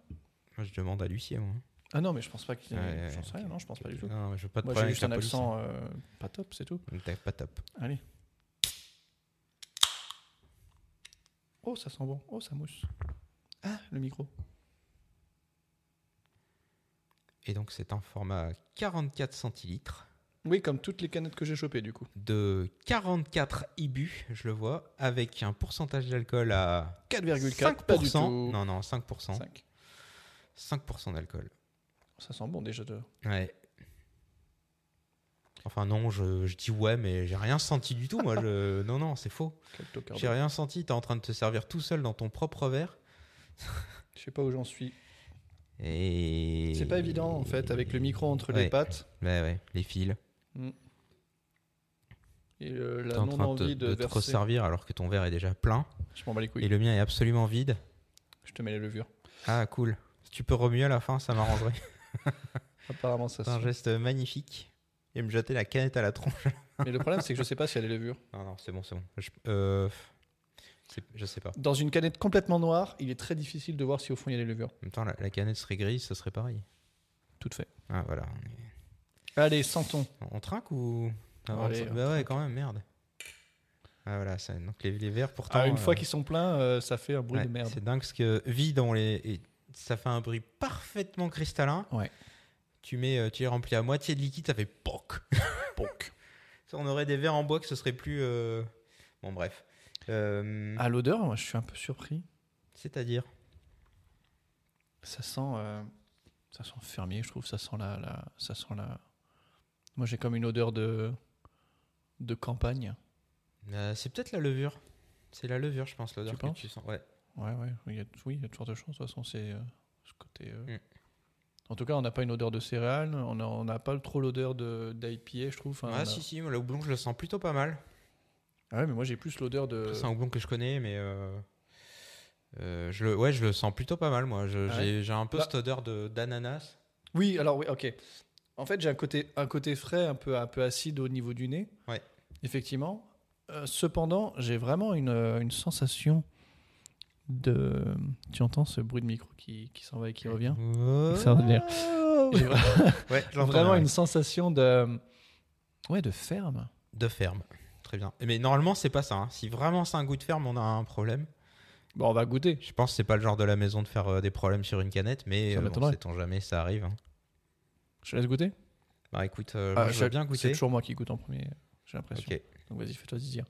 Moi, Je demande à l'huissier, moi. Ah non, mais je pense pas qu'il. Ouais, j'en sais ok. rien, non, je pense pas du tout. Non, mais je veux pas de Moi, j'ai problème juste un avec la police, accent euh, pas top, c'est tout. hein. T'es pas top. Allez. Oh, ça sent bon. Oh, ça mousse. Ah, le micro. Et donc, c'est un format 44 centilitres Oui, comme toutes les canettes que j'ai chopées, du coup. de 44 IBU, je le vois, avec un pourcentage d'alcool à 4,4, pas du 5%. tout. Non, non, 5%. 5. 5% d'alcool. Ça sent bon déjà. De... Ouais. Enfin, non, je, je dis ouais, mais j'ai rien senti du tout, moi. je- Non, non, c'est faux. Quel tocard J'ai de- rien senti. T'es en train de te servir tout seul dans ton propre verre. Je sais pas où j'en suis. Et... C'est pas évident, en fait, avec le micro entre les Ouais. pattes Ouais, ouais, les fils. et euh, T'es la en train de, non-envie de, de te verser. resservir alors que ton verre est déjà plein Je m'en bats les couilles. et le mien est absolument vide. Je te mets les levures. Ah, cool. Si tu peux remuer à la fin, ça m'arrangerait. Apparemment, ça C'est un sent. geste magnifique. Et me jeter la canette à la tronche. Mais le problème, c'est que je sais pas s'il y a les levures. Non, non, c'est bon, c'est bon. Je, euh, c'est- je sais pas. Dans une canette complètement noire, il est très difficile de voir si au fond il y a les levures. En même temps, la, la canette serait grise, ça serait pareil. Tout fait. Ah, voilà. on est- Allez, sentons. On, trinque ou. avant Allez, de- on bah ouais, quand même, merde. Ah, voilà, ça- donc les, les verres pourtant. Ah, une fois euh, qu'ils sont pleins, euh, ça fait un bruit Ouais, de merde. C'est dingue parce que vide, on les, et ça fait un bruit parfaitement cristallin. Ouais. Tu, mets, euh, tu les remplis à moitié de liquide, ça fait POC. Ponk. Ça, on aurait des verres en bois que ce serait plus. euh, Bon, bref. Euh, À l'odeur, moi, je suis un peu surpris. C'est-à-dire. Ça sent, euh, ça sent fermier, je trouve. Ça sent la, la- ça sent la. Moi, j'ai comme une odeur de, de campagne. Euh, c'est peut-être la levure. C'est la levure, je pense, l'odeur Tu que penses tu sens. Ouais. Ouais, ouais. Il y a, oui, il y a de fortes chances. De toute façon, c'est euh, ce côté. euh. Mm. En tout cas, on n'a pas une odeur de céréales. On n'a on n'a pas trop l'odeur de d'IPA, je trouve. Enfin, bah. on ah, a- si, si, le houblon, je le sens plutôt pas mal. Ah ouais, mais moi, j'ai plus l'odeur de. C'est un houblon que je connais, mais. euh, euh, je le, ouais, je le sens plutôt pas mal, moi. Je- Ah ouais j'ai- J'ai un peu Bah- cette odeur de- d'ananas. Oui, alors oui, ok. En fait, j'ai un côté, un côté frais, un peu, un peu acide au niveau du nez. Ouais. Effectivement. Euh, cependant, j'ai vraiment une, euh, une sensation de. Tu entends ce bruit de micro qui, qui s'en va et qui revient Ça revient. J'ai vra- Ouais, je l'entends vraiment bien, une ouais. sensation de. Ouais, de ferme. De ferme. très bien. Mais normalement, c'est pas ça. hein. Si vraiment c'est un goût de ferme, on a un problème. Bon, on va goûter. Je pense que c'est pas le genre de la maison de faire euh, des problèmes sur une canette, mais Ça euh, bon, m'étonnerait. sait-on jamais, ça arrive. hein. Je te laisse goûter Bah écoute, euh, moi, je c'est- veux bien Ah, C'est goûter. toujours moi qui goûte en premier, j'ai l'impression. Ok. Donc vas-y, fais-toi dire.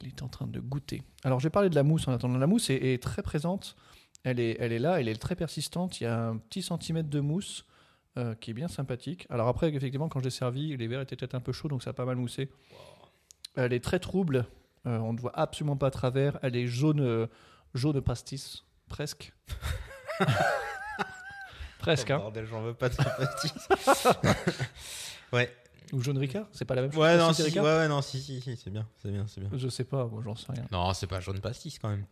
Il est en train de goûter. Alors j'ai parlé de la mousse en attendant. La mousse est, est très présente. Elle est, elle est là, elle est très persistante. Il y a un petit centimètre de mousse euh, qui est bien sympathique. Alors après, effectivement, quand je l'ai servi, les verres étaient peut-être un peu chauds, donc ça a pas mal moussé. Elle est très trouble. Euh, on ne voit absolument pas à travers. Elle est jaune, euh, jaune pastis, presque. presque, Oh, hein. bordel, j'en veux pas de sympathie. ouais. Ou jaune Ricard, c'est pas la même chose. Ouais, que non, c'est si, ouais, Ricard ouais, non, si, si, si, c'est bien, c'est bien, c'est bien. Je sais pas, moi j'en sais rien. Non, c'est pas jaune pastis quand même.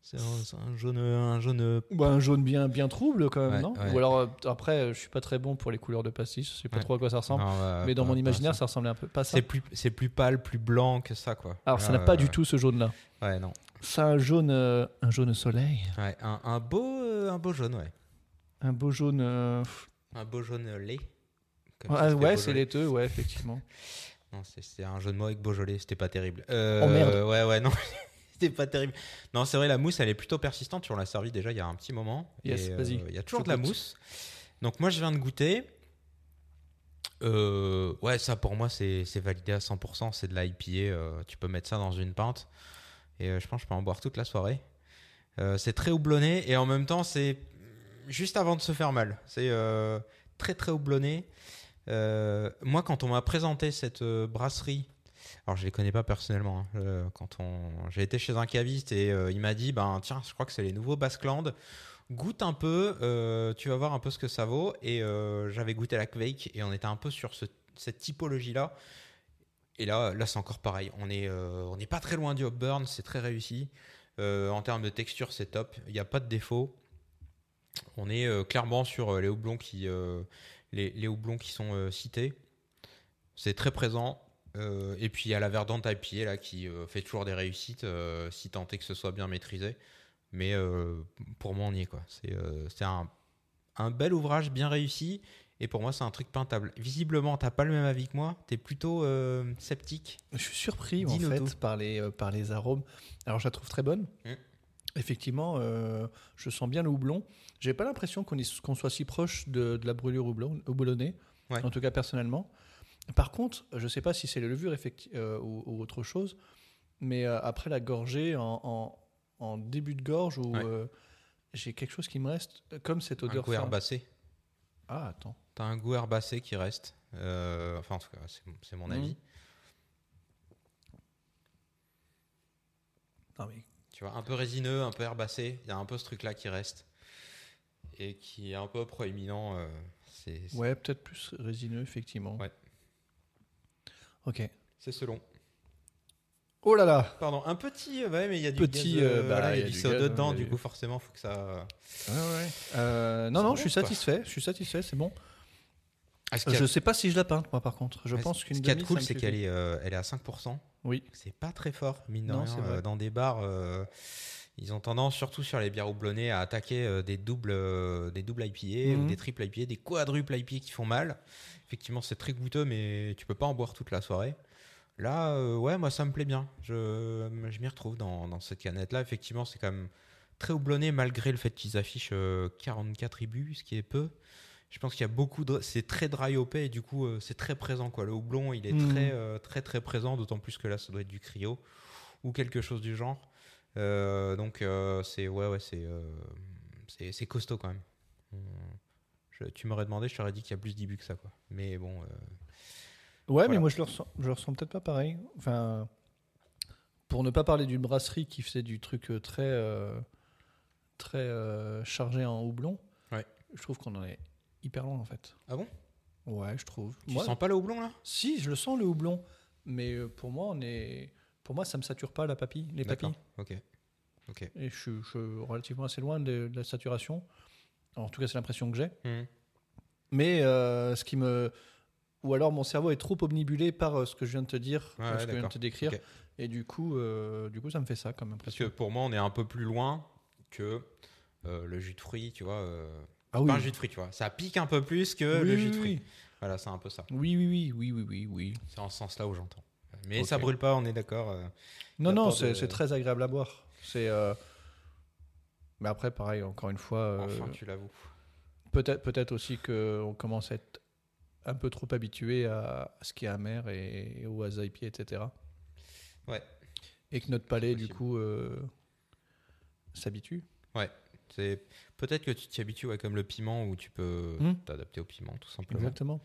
C'est un, c'est un jaune, un jaune. Bah, un jaune bien, bien trouble quand même, Ouais, non ouais. Ou alors euh, après, euh, je suis pas très bon pour les couleurs de pastis, je sais pas Ouais. trop à quoi ça ressemble. Non, bah, mais dans pas- mon pas imaginaire, ça. ça ressemblait un peu pas à ça. c'est plus, c'est plus pâle, plus blanc que ça, quoi. Alors ça Là, n'a pas euh, du tout ce jaune-là. Ouais, non. Ça a un jaune, euh, un jaune soleil, Ouais, un, un beau, euh, un beau jaune, ouais. un beau jaune. euh, Un beau jaune euh, lait. Comme ah, si c'était ouais, c'est Beaujolais. laiteux, ouais, effectivement. Non, c'est- c'est un jeu de mots avec Beaujolais, c'était pas terrible. Euh, Oh, merde. Ouais, ouais, non, c'était pas terrible. Non, c'est vrai, la mousse, elle est plutôt persistante. Tu en l'as servi déjà il y a un petit moment. Yes, Et, euh, vas-y, Il y a toujours je de la goûte. mousse. Donc, moi, je viens de goûter. Euh, ouais, ça pour moi, c'est c'est validé à 100%. C'est de la IPA. euh, tu peux mettre ça dans une pinte. Et euh, je pense que je peux en boire toute la soirée. Euh, c'est très houblonné. Et en même temps, c'est juste avant de se faire mal. C'est euh, très, très houblonné. Euh, moi, quand on m'a présenté cette euh, brasserie, alors je les connais pas personnellement. hein, euh, quand on, j'ai été chez un caviste et euh, il m'a dit, ben tiens, je crois que c'est les nouveaux Basqueland. Goûte un peu, euh, tu vas voir un peu ce que ça vaut. Et euh, j'avais goûté la Quake et on était un peu sur ce- cette typologie là. Et là, là c'est encore pareil. On est, euh, on n'est pas très loin du Hopburn. C'est très réussi. Euh, en termes de texture, c'est top. Il n'y a pas de défaut. On est euh, clairement sur euh, les houblons qui, euh, les, les houblons qui sont euh, cités. C'est très présent. Euh, et puis il y a la verdante IPA là, qui euh, fait toujours des réussites, euh, si tant est que ce soit bien maîtrisé. Mais euh, pour moi, on y est. quoi. C'est euh, c'est un, un bel ouvrage bien réussi. Et pour moi, c'est un truc peintable. Visiblement, t'as pas le même avis que moi. T'es plutôt euh, sceptique. Je suis surpris en Dis-nous fait tout. par les, euh, par les arômes. Alors je la trouve très bonne. Mm. Effectivement, euh, je sens bien le houblon. J'ai pas l'impression qu'on est- qu'on soit si proche de, de la brûlure houblon, houblonnée, Ouais. en tout cas personnellement. Par contre, je sais pas si c'est les levures effecti- euh, ou, ou autre chose, mais euh, après la gorgée en, en- en début de gorge où Ouais. euh, j'ai quelque chose qui me reste, euh, comme cette Un odeur. goût ferme. herbacé. Ah attends, T'as un goût herbacé qui reste. Euh, enfin, en tout cas, c'est- c'est mon Mhm. avis. non mais Tu vois, un peu résineux, un peu herbacé. Il y a un peu ce truc-là qui reste. Et qui est un peu proéminent. euh, c'est c'est- ouais peut-être plus résineux effectivement. Ouais. Ok. c'est selon. Oh là là. Pardon, un petit. euh, Ouais, mais il y a du Petit, gaz, euh, euh, bah, voilà, il y a, du du gaz, CO2 dedans. hein, il y a Du coup, du- forcément, faut que ça. Euh, non, C'est non, bon, je suis quoi. satisfait. Je suis satisfait, c'est bon. Ah, ce qui a- Euh, Je sais pas si je la peins, moi, par contre. Je ouais, pense ce- qu'une Ce qui est demi, cool, ça me c'est qu'elle suffit. est, euh, elle est à 5%. Oui. C'est pas très fort, mine de Non, rien, c'est vrai. euh, dans des bars, euh, ils ont tendance, surtout sur les bières houblonnées, à attaquer euh, des doubles, euh, des doubles IPA ou Mhm. des triples IPA, des quadruples IPA qui font mal. Effectivement, c'est très goûteux, mais tu peux pas en boire toute la soirée. Là, euh, ouais, moi, ça me plaît bien. Je, je m'y retrouve dans, dans cette canette-là. Effectivement, c'est quand même très houblonné, malgré le fait qu'ils affichent euh, 44 IBU, ce qui est peu. Je pense qu'il y a beaucoup de. C'est très dry hopé et du coup, euh, c'est très présent. Quoi. Le houblon, il est Mhm. très, euh, très, très présent, d'autant plus que là, ça doit être du cryo ou quelque chose du genre. Euh, donc, euh, c'est. Ouais, ouais, c'est. euh, c'est c'est costaud quand même. On- je- tu m'aurais demandé, je t'aurais dit qu'il y a plus d'IBU que ça. Quoi. Mais bon. euh, Ouais, mais Voilà. moi, je le ressens, je le ressens peut-être pas pareil. Enfin, pour ne pas parler d'une brasserie qui faisait du truc euh, très, euh, très euh, chargé en houblon, Ouais. je trouve qu'on en est hyper loin, en fait. Ah bon Ouais, je trouve. Tu Moi, sens pas le houblon là Si, je le sens, le houblon. Mais euh, pour moi, on est... pour moi ça me sature pas la papille, les papilles. D'accord, Ok. Et je suis, je suis relativement assez loin de, de la saturation. En tout cas, c'est l'impression que j'ai. Mais euh, ce qui me. Ou alors mon cerveau est trop omnibulé par euh, ce que je viens de te dire, Ouais, euh, ouais, ce que je viens de d'accord. te décrire. Ok. Et du coup, euh, du coup, ça me fait ça comme Parce que impression. pour moi, on est un peu plus loin que euh, le jus de fruits, tu vois. euh, Ah oui. Pas un jus de fruits, tu vois. Ça pique un peu plus que oui, le oui, jus de fruits. oui, Voilà, c'est un peu ça. oui, oui, oui, oui, oui, oui, oui. C'est en ce sens-là où j'entends. Mais ça Ok. brûle pas, on est d'accord. euh. Non, Y a non, pas c'est de- c'est très agréable à boire. C'est. euh, Mais après, pareil, encore une fois, euh, Enfin, tu l'avoues. peut-être peut-être aussi qu'on commence à être un peu trop habitué à à ce qui est amer et, et au azaipier, etc. Ouais. Et que notre palais, du Possible. coup, euh, s'habitue. C'est peut-être que tu t'y habitues ouais, comme le piment où tu peux Hmm. t'adapter au piment tout simplement. Exactement.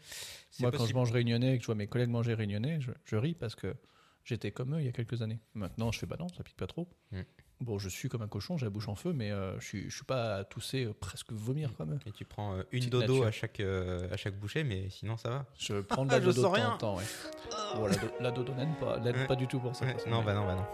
C'est Moi, quand je possible. mange réunionnais et que je vois mes collègues manger réunionnais, je, je ris parce que j'étais comme eux il y a quelques années. Maintenant, je fais bah non, ça pique pas trop. Mm. Bon, je suis comme un cochon, j'ai la bouche en feu, mais euh, je, suis, je suis pas à tousser, euh, presque vomir comme eux. Et tu prends euh, une Petite dodo nature. à chaque euh, à chaque bouchée, mais sinon ça va. Je prends de la Je dodo de sens temps rien. en temps. ouais. Bon, la, do- la dodo n'aide pas, n'aide Ouais. pas du tout pour ça. de Ouais, toute façon, non, mais- bah non, bah non.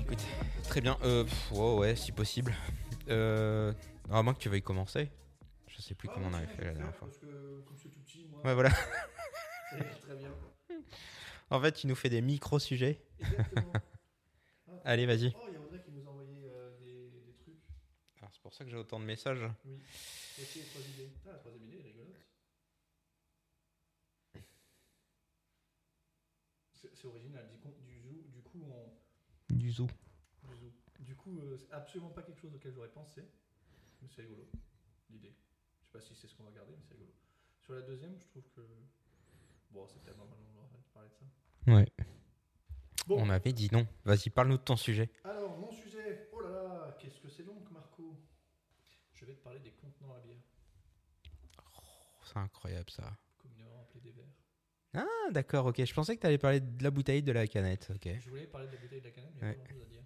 Écoute, très bien. Euh, pff, ouais, ouais, si possible. Euh, à moins que tu veuilles commencer. Je sais plus Ah, comment on avait fait la dernière fois. Ouais, voilà. En fait, tu nous fais des micro-sujets. Allez, vas-y. Oh, il y en a qui nous envoyaient euh, des, des trucs. Alors, C'est pour ça que j'ai autant de messages. Oui. Voici les trois idées. Ah, la troisième idée, elle est rigolote. C'est c'est original. Du, con- du, zoo- du coup, on. Du zoo. Du, zoo. Du coup, euh, c'est absolument pas quelque chose auquel j'aurais pensé. Mais c'est rigolo, l'idée. Je sais pas si c'est ce qu'on va garder, mais c'est rigolo. Sur la deuxième, je trouve que. Bon, c'est peut-être normal, on va parler de ça. Ouais. Bon. On avait dit non. Vas-y, parle-nous de ton sujet. Alors, mon sujet. Oh là là, qu'est-ce que c'est donc, Marco Je vais te parler des contenants à bière, Oh, C'est incroyable ça. communément appelés des verres. Ah, d'accord, ok. Je pensais que tu allais parler de la bouteille de la canette. Ok. Je voulais parler de la bouteille de la canette, mais il y a Eh Ouais. pas grand chose à dire.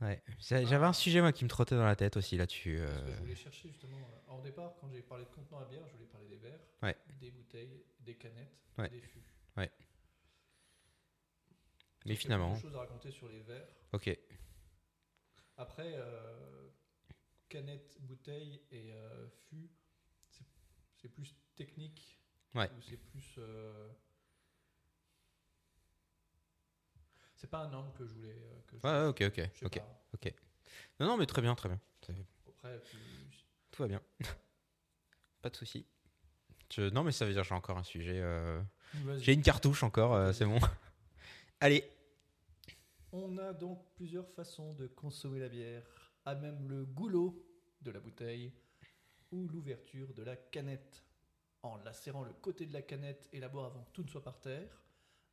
Ouais. Ça- J'avais un sujet, moi, qui me trottait dans la tête aussi là-dessus. euh. Parce que je voulais chercher justement. euh, En départ, quand j'ai parlé de contenant à bière, je voulais parler des verres, Ouais. des bouteilles, des canettes, Ouais. des fûts. Mais finalement. J'ai choses à raconter sur les verres. Ok. Après, euh, canettes, bouteilles et euh, fûts, c'est- c'est plus technique. Ouais. Ou c'est plus. euh, C'est pas un angle que je voulais. euh, que je Ouais, voulais- ouais, ok, ok. je sais ok. pas. Non, non, mais très bien, très bien. C'est- Après, tu- Tout va bien. Pas de souci. Je- Non, mais ça veut dire que j'ai encore un sujet. euh, J'ai une cartouche encore, euh, c'est bon. Allez, On a donc plusieurs façons de consommer la bière, à même le goulot de la bouteille ou l'ouverture de la canette, en lacérant le côté de la canette et la boire avant que tout ne soit par terre,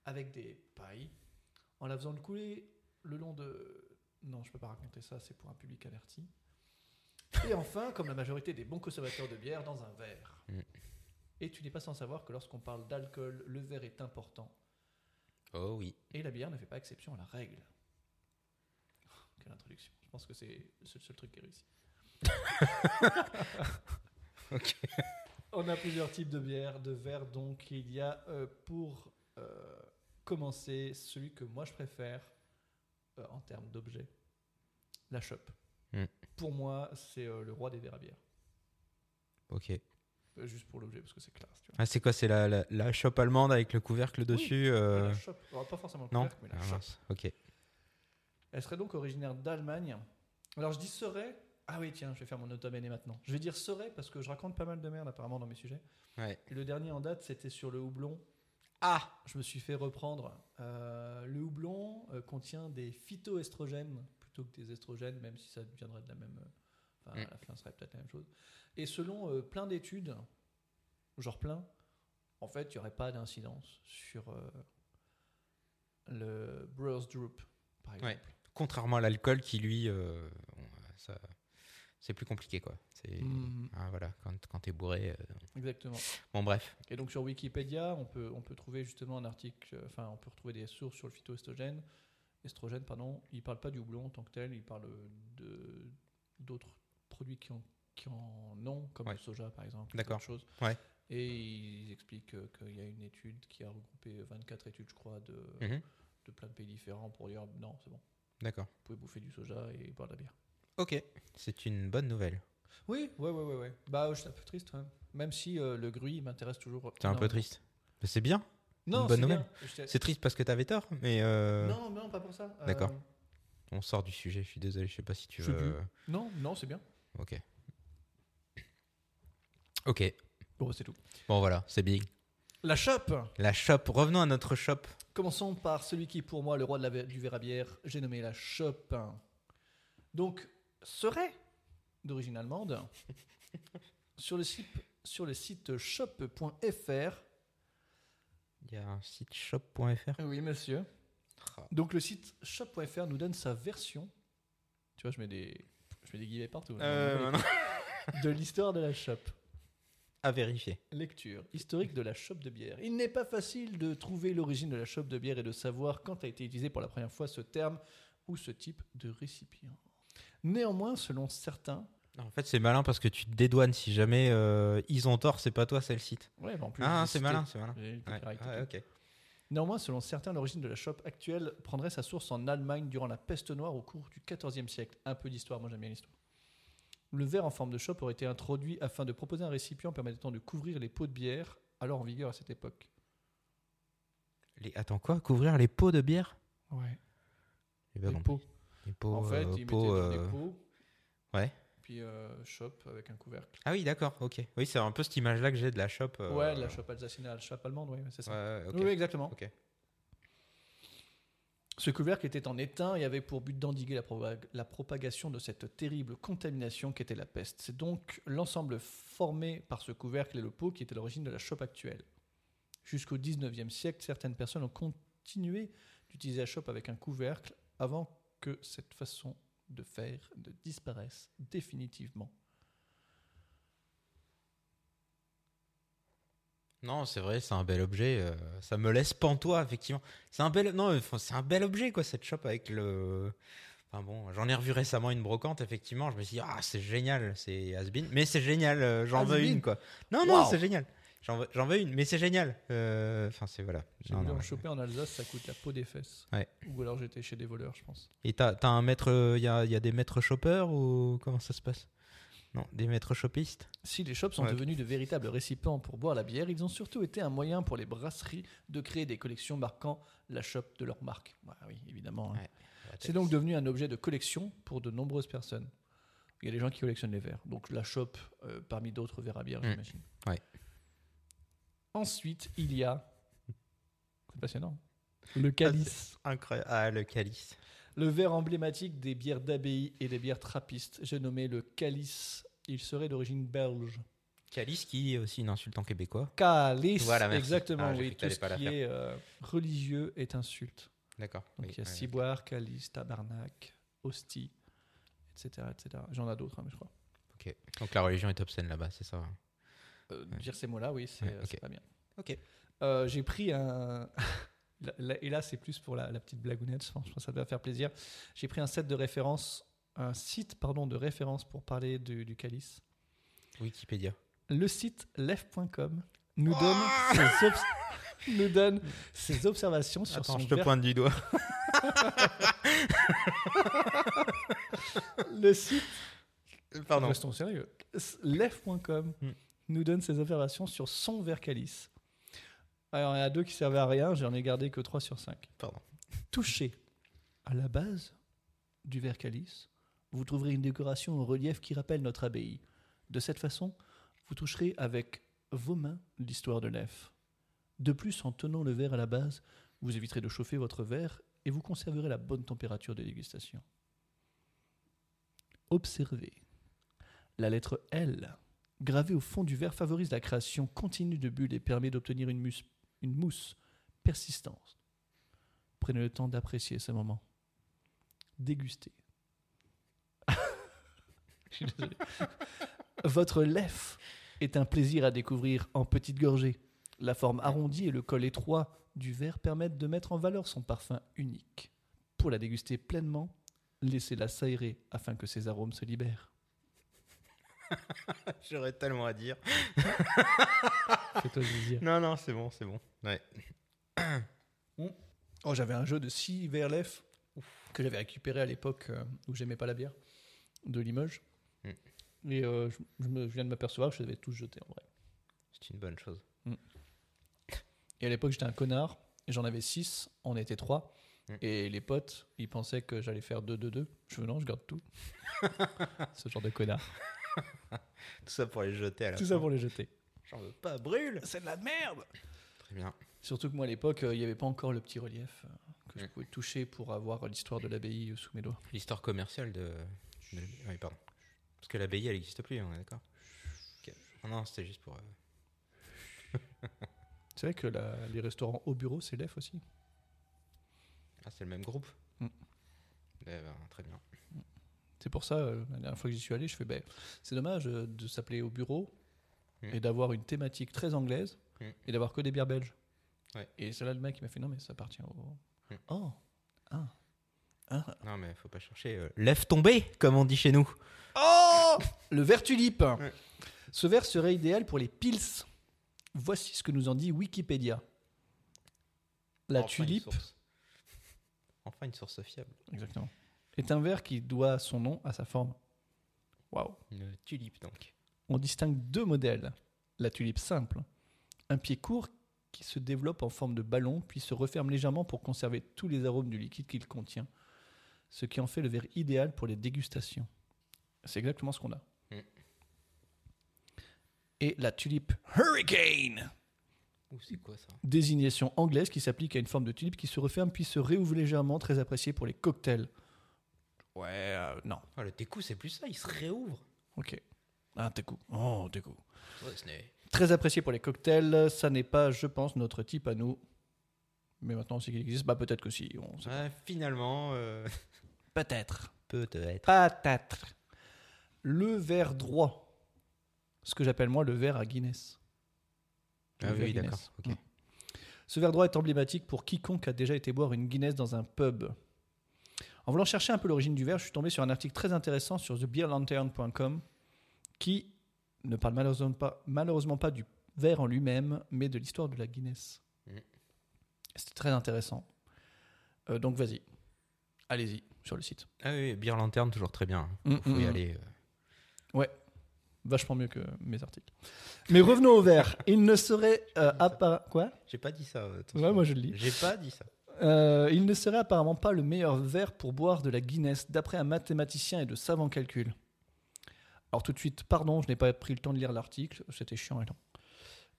avec des pailles, en la faisant couler le long de... Non, je peux pas raconter ça, c'est pour un public averti. Et enfin, comme la majorité des bons consommateurs de bière, dans un verre. Mm. Et tu n'es pas sans savoir que lorsqu'on parle d'alcool, le verre est important. Oh oui. Et la bière ne fait pas exception à la règle. Oh, Quelle introduction. Je pense que c'est c'est le seul truc qui est réussi. Ok. On a plusieurs types de bières, de verres. Donc, il y a euh, pour euh, commencer celui que moi je préfère euh, en termes d'objet la chope. Mm. Pour moi, c'est euh, le roi des verres à bière. Ok. Euh, juste pour l'objet, parce que c'est classe. Tu vois. Ah, c'est quoi C'est la, la, la chope allemande avec le couvercle dessus euh, La chope. Alors, pas forcément le Non couvercle, mais la Ah, chope. mince. Ok. Elle serait donc originaire d'Allemagne. Alors je dis serait. Ah oui, tiens, je vais faire mon automne maintenant. Je vais dire serait parce que je raconte pas mal de merde apparemment dans mes sujets. Ouais. Et le dernier en date, c'était sur le houblon. Ah Je me suis fait reprendre. Euh, le houblon euh, contient des phytoestrogènes plutôt que des estrogènes, même si ça deviendrait de la même. euh, Enfin, Mm. à la fin, ce serait peut-être la même chose. Et selon euh, plein d'études, genre plein, en fait, il n'y aurait pas d'incidence sur euh, le Brewer's Droop, par exemple. Ouais. Contrairement à l'alcool qui, lui, euh, bon, ça- c'est plus compliqué, quoi. C'est. Mm. Ah, voilà, quand, quand t'es bourré. euh, Exactement. Bon, bref. Et donc sur Wikipédia, on peut, on peut trouver justement un article, euh, enfin on peut retrouver des sources sur le phytoestrogène. Estrogène, pardon. Il ne parle pas du houblon en tant que tel, il parle de, d'autres produits qui en, qui en ont, comme Ouais. le soja par exemple. D'accord. d'autres choses. Ouais. Et ils expliquent euh, qu'il y a une étude qui a regroupé 24 études, je crois, de, Mhm. de plein de pays différents pour dire non, c'est bon, vous D'accord. pouvez bouffer du soja et boire de la bière. Ok. C'est une bonne nouvelle. Oui, ouais, ouais, ouais. ouais. Bah, je suis un peu triste, hein. même si euh, le gruy m'intéresse toujours. C'est un peu énormément. triste. Mais c'est bien. Non, Une bonne c'est nouvelle. bien. Je- C'est triste parce que t'avais tort, mais Euh, euh, Non, non, pas pour ça. Euh, D'accord. on sort du sujet. Je suis désolé, je sais pas si tu C'est veux. euh, plus. non, non, c'est bien. Ok. Ok. Bon, c'est tout. Bon, voilà, c'est big. La chope La chope. Revenons à notre chope. Commençons par celui qui est pour moi le roi de la, ver- du verre à bière. J'ai nommé la chope. Donc, serait d'origine allemande. sur, le site, sur le site shop.fr. Il y a un site shop.fr. Oui, monsieur. Ah, Donc, le site shop.fr nous donne sa version. Tu vois, je mets des, je mets des guillemets partout. hein. de l'histoire de la chope. à vérifier. Lecture historique de la chope de bière. Il n'est pas facile de trouver l'origine de la chope de bière et de savoir quand a été utilisé pour la première fois ce terme ou ce type de récipient. Néanmoins, selon certains, En fait, c'est malin parce que tu te dédouanes si jamais euh, ils ont tort, c'est pas toi, c'est le site. ouais, bah en plus, Ah, j'ai c'est cité- malin, c'est malin. j'ai été Ouais, correct et ouais, tout. ok. Néanmoins, selon certains, l'origine de la chope actuelle prendrait sa source en Allemagne durant la peste noire au cours du XIVe siècle. Un peu d'histoire, moi j'aime bien l'histoire. Le verre en forme de chope aurait été introduit afin de proposer un récipient permettant de couvrir les pots de bière alors en vigueur à cette époque. Les- Attends, quoi Couvrir les pots de bière Ouais. J'ai pas Les compris. pots. Les pots. en fait, euh, ils pots, mettaient dans euh, des pots. ouais. Puis euh, chope avec un couvercle. Ah oui, d'accord, ok. Oui, c'est un peu cette image-là que j'ai de la chope. euh, Ouais, la chope alsacienne, la chope allemande, oui, c'est Ouais, ça. ouais, ok. Oui, oui, exactement. Ok. Ce couvercle était en étain et avait pour but d'endiguer la, proba- la propagation de cette terrible contamination qu'était la peste. C'est donc l'ensemble formé par ce couvercle et le pot qui était l'origine de la chope actuelle. Jusqu'au 19e siècle, certaines personnes ont continué d'utiliser la chope avec un couvercle avant que cette façon de faire ne disparaisse définitivement. Non, c'est vrai, c'est un bel objet. euh, ça me laisse pantois, effectivement. C'est un bel, non, enfin, c'est un bel objet quoi, cette chope avec le. Enfin bon, j'en ai revu récemment une brocante, effectivement. Je me suis dit, ah, c'est génial, c'est has-been. mais c'est génial, euh, j'en veux Has-been une quoi. Non, non, Wow. c'est génial. J'en veux, j'en veux une, mais c'est génial. Euh, Enfin, c'est voilà. J'ai Non, voulu non, en ouais. choper en Alsace, ça coûte la peau des fesses. Ouais. Ou alors j'étais chez des voleurs, je pense. Et t'as, t'as un maître, euh, il y a, il y a des maîtres choppeurs ou comment ça se passe Non, des maîtres chopistes Si les shops sont Ouais. devenus de véritables récipients pour boire la bière, ils ont surtout été un moyen pour les brasseries de créer des collections marquant la shop de leur marque. Ouais, oui, évidemment. hein. Ouais. C'est donc devenu un objet de collection pour de nombreuses personnes. Il y a des gens qui collectionnent les verres. Donc la shop euh, parmi d'autres verres à bière, Mm. j'imagine. Ouais. Ensuite, il y a. C'est passionnant. Le calice. Incroyable. Ah, le calice. Le verre emblématique des bières d'abbaye et des bières trappistes. J'ai nommé le calice. Il serait d'origine belge. Calice qui est aussi une insulte en québécois. Calice. Voilà, merci. Exactement, Ah, j'ai oui. cru que Tout t'allais ce pas la qui est euh, religieux est insulte. D'accord. Donc Oui, il y a ouais. Ciboire, Calice, Tabarnak, Hostie, etc. etc. J'en ai d'autres, hein, mais je crois. Ok. Donc la religion est obscène là-bas, c'est ça. hein. Euh, Dire ces mots-là, oui, c'est Ouais, euh, ok. c'est pas bien. Ok. Euh, J'ai pris un. là- là- Et là, c'est plus pour la, la petite blagounette, je pense je pense que ça va faire plaisir. J'ai pris un set de références, un site pardon, de référence pour parler du, du calice. Wikipédia. Le site lef.com nous Ah donne, ses, obs- nous donne ses observations sur Attends, son je te verre- pointe du doigt. le site Pardon. Restons sérieux. Lef.com Hmm. nous donne ses observations sur son verre calice. Alors, il y en a deux qui servaient à rien, j'en ai gardé que 3 sur 5. Pardon. Touché à la base du verre calice, vous trouverez une décoration en relief qui rappelle notre abbaye. De cette façon, vous toucherez avec vos mains l'histoire de Lef. De plus, en tenant le verre à la base, vous éviterez de chauffer votre verre et vous conserverez la bonne température de dégustation. Observez. La lettre L, gravée au fond du verre, favorise la création continue de bulles et permet d'obtenir une, mus- une mousse persistante. Prenez le temps d'apprécier ce moment. Dégustez. Je suis désolé. Votre lef est un plaisir à découvrir en petites gorgées. La forme arrondie et le col étroit du verre permettent de mettre en valeur son parfum unique. Pour la déguster pleinement, laissez-la s'aérer afin que ses arômes se libèrent. J'aurais tellement à dire. Fais-toi plaisir. Non, non, c'est bon, c'est bon. Ouais. Oh, j'avais un jeu de 6 VRLF que j'avais récupéré à l'époque euh, où j'aimais pas la bière de Limoges. Mm. Et euh, je, je me- je viens de m'apercevoir que je les avais tous jetés en vrai. C'est une bonne chose. Et à l'époque, j'étais un connard. et J'en avais 6, on était 3. Mm. Et les potes, ils pensaient que j'allais faire 2-2-2. Je veux non, je garde tout. Ce genre de connard. Tout ça pour les jeter à la Tout fin. ça pour les jeter. J'en veux pas, brûle C'est de la merde Très bien. Surtout que moi, à l'époque, euh, il n'y avait pas encore le petit relief euh, que je Mm. pouvais toucher pour avoir l'histoire de l'abbaye euh, sous mes doigts. L'histoire commerciale de. de- Oui, pardon. Parce que l'abbaye, elle n'existe plus, on est d'accord Ok. Non, Non, c'était juste pour. euh, C'est vrai que la- les restaurants au bureau, c'est l'EF aussi. Ah, c'est le même groupe Mm. Eh ben, très bien. C'est pour ça, euh, la dernière fois que j'y suis allé, je fais ben, c'est dommage euh, de s'appeler au bureau Mm. et d'avoir une thématique très anglaise Mm. et d'avoir que des bières belges. Ouais. Et c'est là le mec qui m'a fait non, mais ça appartient au. Mm. Oh Ah Ah. Non, mais faut pas chercher. euh, Lève tomber, comme on dit chez nous. Oh Le verre tulipe Ouais. Ce verre serait idéal pour les pils. Voici ce que nous en dit Wikipédia. La Enfin, une tulipe source. Enfin, une source fiable. exactement, est un verre qui doit son nom à sa forme. Waouh Une tulipe, donc. on distingue deux modèles. La tulipe simple, un pied court qui se développe en forme de ballon puis se referme légèrement pour conserver tous les arômes du liquide qu'il contient, ce qui en fait le verre idéal pour les dégustations. C'est exactement ce qu'on a. Mm. Et la tulipe Hurricane, Ouh, c'est quoi ça désignation anglaise qui s'applique à une forme de tulipe qui se referme puis se réouvre légèrement, très appréciée pour les cocktails. Ouais, euh, non, Ah, le técou, c'est plus ça, il se réouvre. ok. Ah, t'es cool. Oh, t'es cool. Ouais, ce n'est- Très apprécié pour les cocktails, ça n'est pas, je pense, notre type à nous. Mais maintenant, c'est qu'il existe, bah peut-être que si. on sait pas. Ouais, finalement, euh, Peut-être. peut-être. Peut-être. Le verre droit. Ce que j'appelle moi le verre à Guinness. Le Ah verre oui, Guinness. d'accord. ok. Mm. Ce verre droit est emblématique pour quiconque a déjà été boire une Guinness dans un pub. En voulant chercher un peu l'origine du verre, je suis tombé sur un article très intéressant sur thebeerlantern.com qui ne parle malheureusement pas, malheureusement pas du verre en lui-même, mais de l'histoire de la Guinness. Mhm. C'était très intéressant. Euh, donc vas-y, allez-y sur le site. Ah oui, bière lanterne, toujours très bien. hein. Mm, Faut y mm, mm. aller. euh, Vachement mieux que mes articles. Mais revenons au verre. Il ne serait euh, appa- Quoi J'ai pas dit ça. euh, Ouais, moi je le lis. J'ai pas dit ça. Euh, il ne serait apparemment pas le meilleur verre pour boire de la Guinness, d'après un mathématicien et de savants calculs. Alors tout de suite, pardon, je n'ai pas pris le temps de lire l'article, c'était chiant et long.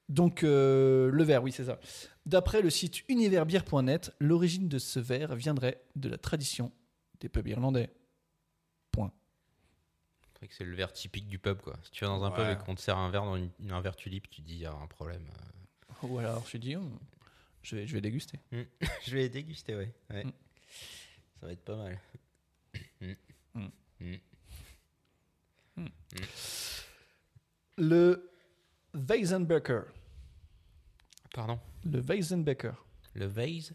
Donc, euh, le verre, oui, c'est ça. D'après le site universbière.net, l'origine de ce verre viendrait de la tradition des pubs irlandais. C'est vrai que c'est le verre typique du pub, quoi. Si tu vas dans un pub Ouais. et qu'on te sert un verre dans une, un verre tulipe, tu te dis, il y a un problème. euh. Ou alors, je suis dit, oh, je, vais, je vais déguster. Je vais déguster, ouais. Mm. Ça va être pas mal. Le Weizenbecker. Pardon Le Weizenbecker. Le Vase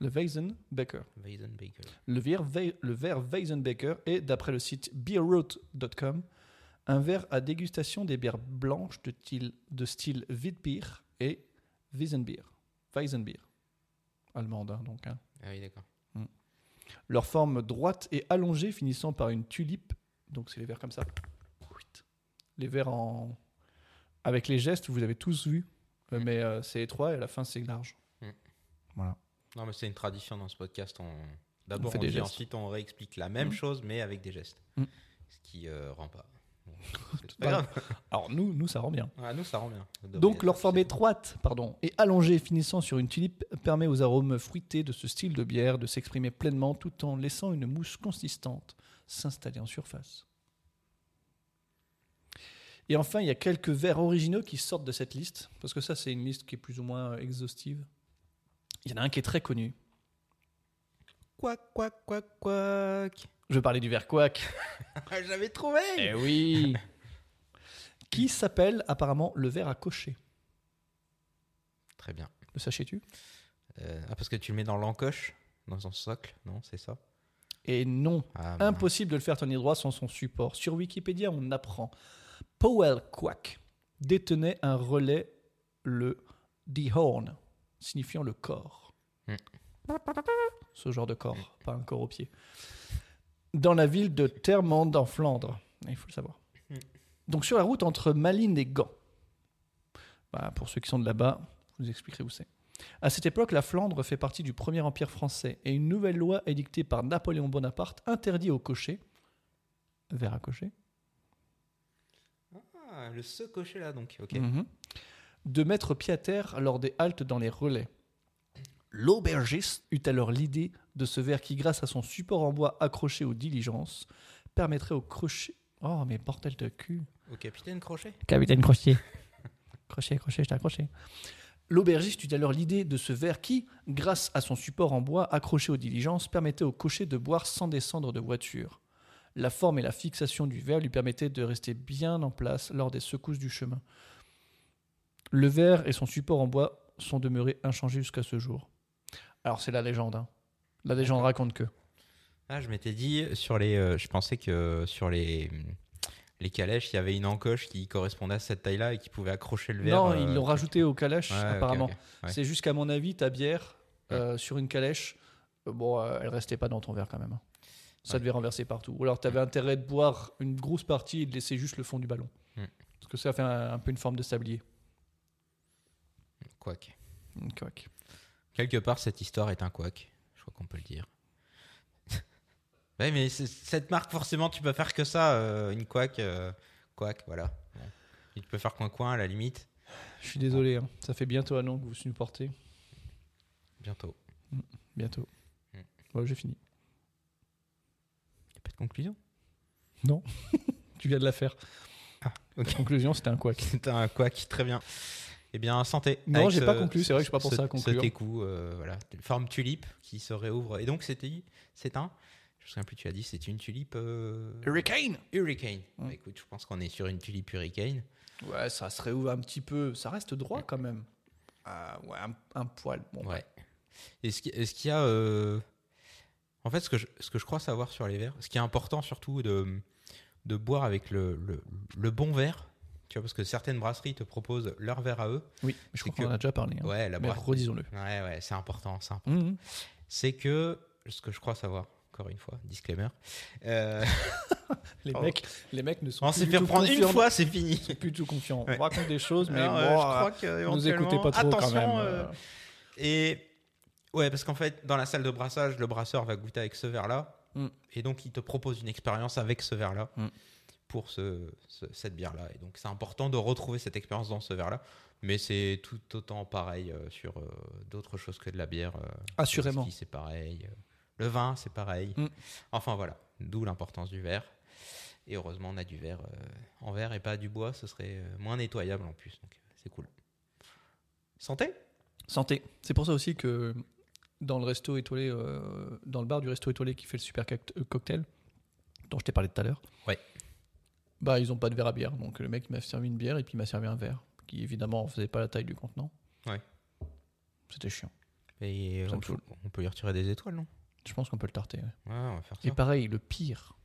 Le Weizenbecker. Weizenbaker. Le verre, Wei- le verre Weizenbecker est, d'après le site beerroot.com, un verre à dégustation des bières blanches de, til- de style Witbier et Weizenbier. Weizenbier. Allemande, hein, donc. hein. Ah oui, d'accord. Leur forme droite et allongée finissant par une tulipe. Donc, c'est les verres comme ça. Les verres en. Avec les gestes, vous avez tous vu. Euh, Mais euh, c'est étroit et à la fin, c'est large. Mm. Voilà. Non, mais c'est une tradition dans ce podcast. On... On D'abord, fait on, des dit, gestes. ensuite, on réexplique la même Mm. chose, mais avec des gestes. Mm. Ce qui euh, rend pas. Bon, c'est Bah, pas grave. Alors, nous, nous, ça rend bien. Ah, nous, ça rend bien. Ça devrait Donc être- leur forme c'est- étroite pardon, et allongée finissant sur une tulipe permet aux arômes fruités de ce style de bière de s'exprimer pleinement tout en laissant une mousse consistante s'installer en surface. Et enfin, il y a quelques verres originaux qui sortent de cette liste, parce que ça c'est une liste qui est plus ou moins euh, exhaustive. Il y en a un qui est très connu. Quack, quack, quack, quack. Je veux parler du verre couac. Ah, J'avais trouvé oui Qui s'appelle apparemment le verre à cocher. Très bien. Le sachais-tu Euh, ah, parce que tu le mets dans l'encoche, dans son socle, non C'est ça Et non, Ah, merde. Impossible de le faire tenir droit sans son support. Sur Wikipédia, on apprend. Powell Quack détenait un relais, le The Horn, signifiant le corps. Mm. Ce genre de corps, pas un corps au pied. Dans la ville de Termande en Flandre. Il faut le savoir. Donc sur la route entre Malines et Gand. Bah, pour ceux qui sont de là-bas, je vous expliquerai où c'est. À cette époque, la Flandre fait partie du Premier Empire français et une nouvelle loi édictée par Napoléon Bonaparte interdit aux cochers, vers à cocher, Ah, le se cocher là, donc. Ok. Mhm. de mettre pied à terre lors des haltes dans les relais. L'aubergiste eut alors l'idée de ce verre qui, grâce à son support en bois accroché aux diligences, permettrait aux crochets. Oh, mais bordel de cul! Au capitaine Crochet Capitaine Crochet. crochet, crochet, je t'ai accroché. L'aubergiste eut alors l'idée de ce verre qui, grâce à son support en bois accroché aux diligences, permettait au cocher de boire sans descendre de voiture. La forme et la fixation du verre lui permettaient de rester bien en place lors des secousses du chemin. Le verre et son support en bois sont demeurés inchangés jusqu'à ce jour. Alors c'est la légende. hein. La légende raconte que. Ah, je m'étais dit, sur les, euh, je pensais que sur les, mm, les calèches, il y avait une encoche qui correspondait à cette taille-là et qui pouvait accrocher le verre. non, euh, ils l'ont truc. rajouté aux calèches, Ouais, ok, apparemment. ok. Ouais. C'est juste qu'à mon avis, ta bière euh, sur une calèche, euh, bon, euh, elle restait pas dans ton verre quand même. hein. Ça Ouais. devait renverser partout. Ou alors tu avais intérêt de boire une grosse partie et de laisser juste le fond du ballon. Mm. Parce que ça fait un, un peu une forme de sablier. Quack. Quack. Quelque part, cette histoire est un quack. Je crois qu'on peut le dire. ouais, mais c'est- cette marque, forcément, tu peux faire que ça. euh, une quack, euh, quack, voilà. Bon. Et Tu peux faire coin-coin à la limite. Je suis désolé, hein. ça fait bientôt un an que vous supportez. Bientôt. Bientôt. Mm. Ouais, j'ai fini. Y a pas de conclusion Tu viens de la faire. Ah, ok. Conclusion, c'était un quack. C'est un quack, très bien. Eh bien, santé. Non, Avec j'ai ce- pas conclu, c'est vrai que j'ai pas pensé ce- à conclure. Cet écou, euh, voilà, forme tulipe qui se réouvre. Et donc, c'était, c'est un, je me souviens plus, tu as dit, c'est une tulipe. euh, Hurricane Hurricane. Mm. Bah, écoute, je pense qu'on est sur une tulipe hurricane. Ouais, ça se réouvre un petit peu. Ça reste droit quand même. Ah, ouais, un, un poil. Bon. Ouais. Et ce qui- est-ce qu'il y a. euh, En fait, ce que, je, ce que je crois savoir sur les verres, ce qui est important surtout de, de boire avec le, le, le bon verre, tu vois, parce que certaines brasseries te proposent leur verre à eux. Oui, je C'est crois qu'on que- en a déjà parlé. hein. Ouais, la Mais boire. redisons-le. Ouais, ouais, c'est important, c'est important. Mhm. c'est que ce que je crois savoir, encore une fois, disclaimer, euh, Les, Pardon. mecs, les mecs ne sont Oh. on plus s'est du fait tout reprendre confiants- une fois, c'est fini. plus du tout confiants. Ouais. On raconte des choses, mais Alors, bon, euh, je crois que nous éventuellement- écoutez pas trop quand attention, même. euh, euh. Et ouais, parce qu'en fait, dans la salle de brassage, le brasseur va goûter avec ce verre-là, Mm. et donc il te propose une expérience avec ce verre-là Mm. pour ce, ce- cette bière-là. Et donc, c'est important de retrouver cette expérience dans ce verre-là. Mais c'est tout autant pareil euh, sur euh, d'autres choses que de la bière. euh, Assurément. le whisky, c'est pareil. euh, Le vin, c'est pareil. Mm. Enfin, voilà. D'où l'importance du verre. Et heureusement, on a du verre euh, en verre et pas du bois. Ce serait euh, moins nettoyable en plus. Donc, euh, c'est cool. Santé Santé. C'est pour ça aussi que dans le resto étoilé, euh, dans le bar du resto étoilé qui fait le super cact- euh, cocktail, dont je t'ai parlé tout à l'heure, Ouais. bah ils ont pas de verre à bière. Donc le mec il m'a servi une bière et puis il m'a servi un verre, qui évidemment faisait pas la taille du contenant. Ouais. C'était chiant. Et Ça on, me saoule. on peut lui retirer des étoiles, non Je pense qu'on peut le tarter. hein. ouais. Ouais, on va faire ça. Et pareil, le pire,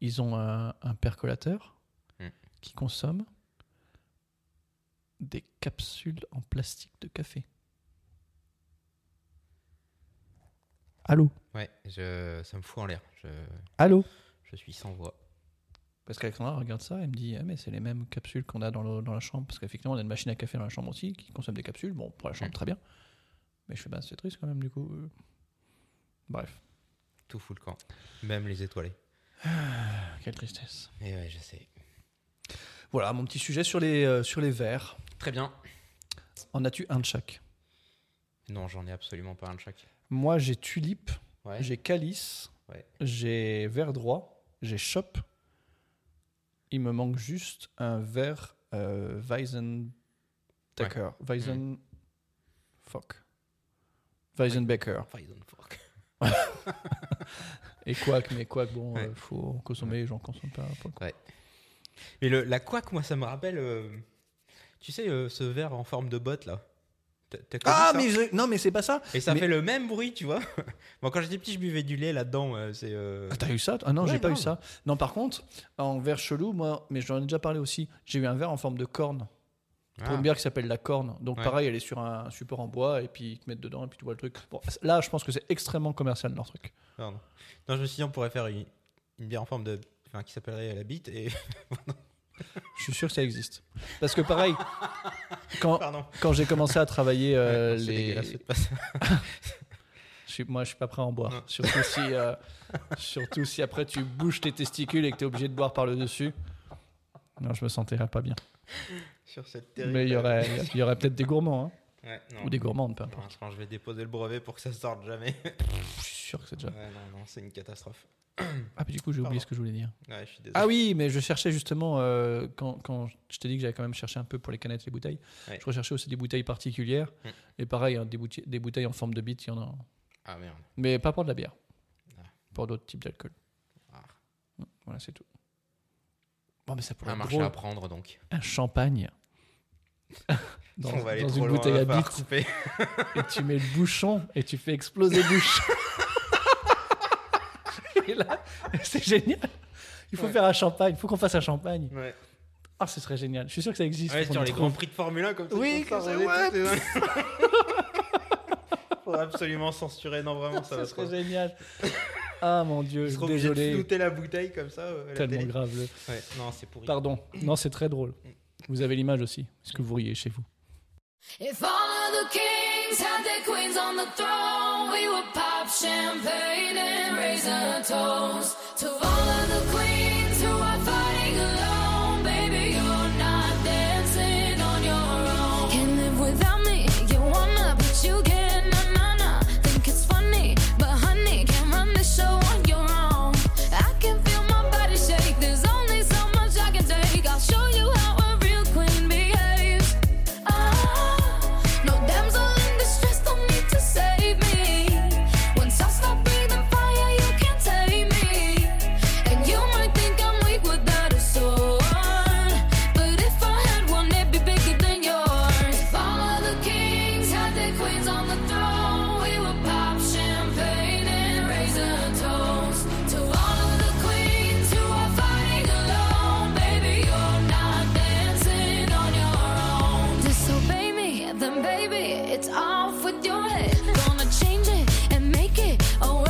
ils ont un, un percolateur Hmm. qui consomme des capsules en plastique de café. Allô Ouais, je- ça me fout en l'air. Je, Allô je suis sans voix. Parce qu'Alexandra regarde ça, elle me dit Ah, mais c'est les mêmes capsules qu'on a dans, le- dans la chambre. Parce qu'effectivement, on a une machine à café dans la chambre aussi qui consomme des capsules. Bon, pour la chambre, Hmm. très bien. Mais je fais Bah, c'est triste quand même, du coup. euh. Bref, Tout fout le camp. Même les étoilés. quelle tristesse. Mais ouais, je sais. Voilà mon petit sujet sur les, euh, sur les verres. Très bien. En as-tu un de chaque Non, j'en ai absolument pas un de chaque. Moi, j'ai tulipe, Ouais. j'ai calice, Ouais. j'ai verre droit, j'ai chope. Il me manque juste un verre euh, Weizen. D'accord. Weizen. Fuck. Weizenbecker. Poison fork. Et quack, mais quack, bon, Ouais. euh, faut en consommer, j'en consomme pas. pas quoi. Mais le, la couac, moi, ça me rappelle. euh, tu sais, euh, ce verre en forme de botte, là. T'as- t'as connu Ah, ça mais je- non, mais c'est pas ça. Et ça mais- fait le même bruit, tu vois. Moi, quand j'étais petit, je buvais du lait là-dedans. euh, c'est. euh, Ah, T'as eu ça Ah non, Ouais, j'ai pas eu grave. ça. Non, par contre, en verre chelou, moi, mais j'en ai déjà parlé aussi, j'ai eu un verre en forme de corne. pour ah, une bière qui s'appelle la corne. Donc Ouais. pareil, elle est sur un support en bois et puis ils te mettent dedans et puis tu vois le truc. Bon, là, je pense que c'est extrêmement commercial leur truc. pardon. Non, je me suis dit, on pourrait faire une, une bière en forme de. Enfin, qui s'appellerait la bite. Et. Je suis sûr que ça existe. Parce que pareil, quand, Pardon. quand j'ai commencé à travailler Oh, euh, Ouais, non, c'est les... dégueulasse, faites pas ça. Je suis- moi, je suis pas prêt à en boire. Non. Surtout si, euh, surtout si après tu bouges tes testicules et que tu es obligé de boire par le dessus. Non, je me sentirais pas bien. Sur cette terrible. Mm. Mais il y aurait, il y aurait peut-être des gourmands, hein. Ouais, non. ou des gourmandes, peu Non, importe. attends, je vais déposer le brevet pour que ça sorte jamais. Je suis sûr que c'est déjà. ouais, non, non, c'est une catastrophe. Ah, puis du coup, j'ai oublié Pardon. ce que je voulais dire. Ouais, je suis désolé. Ah oui, mais je cherchais justement, euh, quand, quand je t'ai dit que j'avais quand même cherché un peu pour les canettes, les bouteilles, Ouais. je recherchais aussi des bouteilles particulières. Mm. Et pareil, hein, des, bouti- des bouteilles en forme de bite, il y en a. Ah merde. Mais pas pour de la bière, Ah. pour d'autres types d'alcool. Ah. Mm, Voilà, c'est tout. Bon, mais ça pourrait Un être marché drôle. à prendre donc. un champagne. dans on va aller dans trop une loin, bouteille on à va falloir bite, couper. et tu mets le bouchon, et tu fais exploser le bouchon. et là, c'est génial. Il faut Ouais. faire un champagne, il faut qu'on fasse un champagne. Ouais, Ah, ce serait génial. Je suis sûr que ça existe. Ouais, faut qu'on sur le les trouve. grands prix de Formule 1 comme ça. Oui, ils font comme ça, rôder ouais. tous les uns. Faudrait absolument censurer, non vraiment ça, Ça va serait trop. génial. Ah mon dieu, Ils seront obligés de désolé. flouter la bouteille comme ça. euh, à la Tellement télé. grave. le- Ouais, non, c'est pourri. Pardon. Non, c'est très drôle. Vous avez l'image aussi. Est-ce que vous riez chez vous If all of the kings had their queens on the throne, we would pop champagne and raise a toast to all of the queens who are fighting alone. Baby, you're not dancing on your own. Can live without me, you wanna, but you can. Na na na, think it's funny, but honey, can't run this show on your own. I can feel my body shake. There's only so much I can take. I'll show you how a real queen behaves. Ah, No damsel in distress don't need to save me. Once I stop breathing fire, you can't take me. Oh,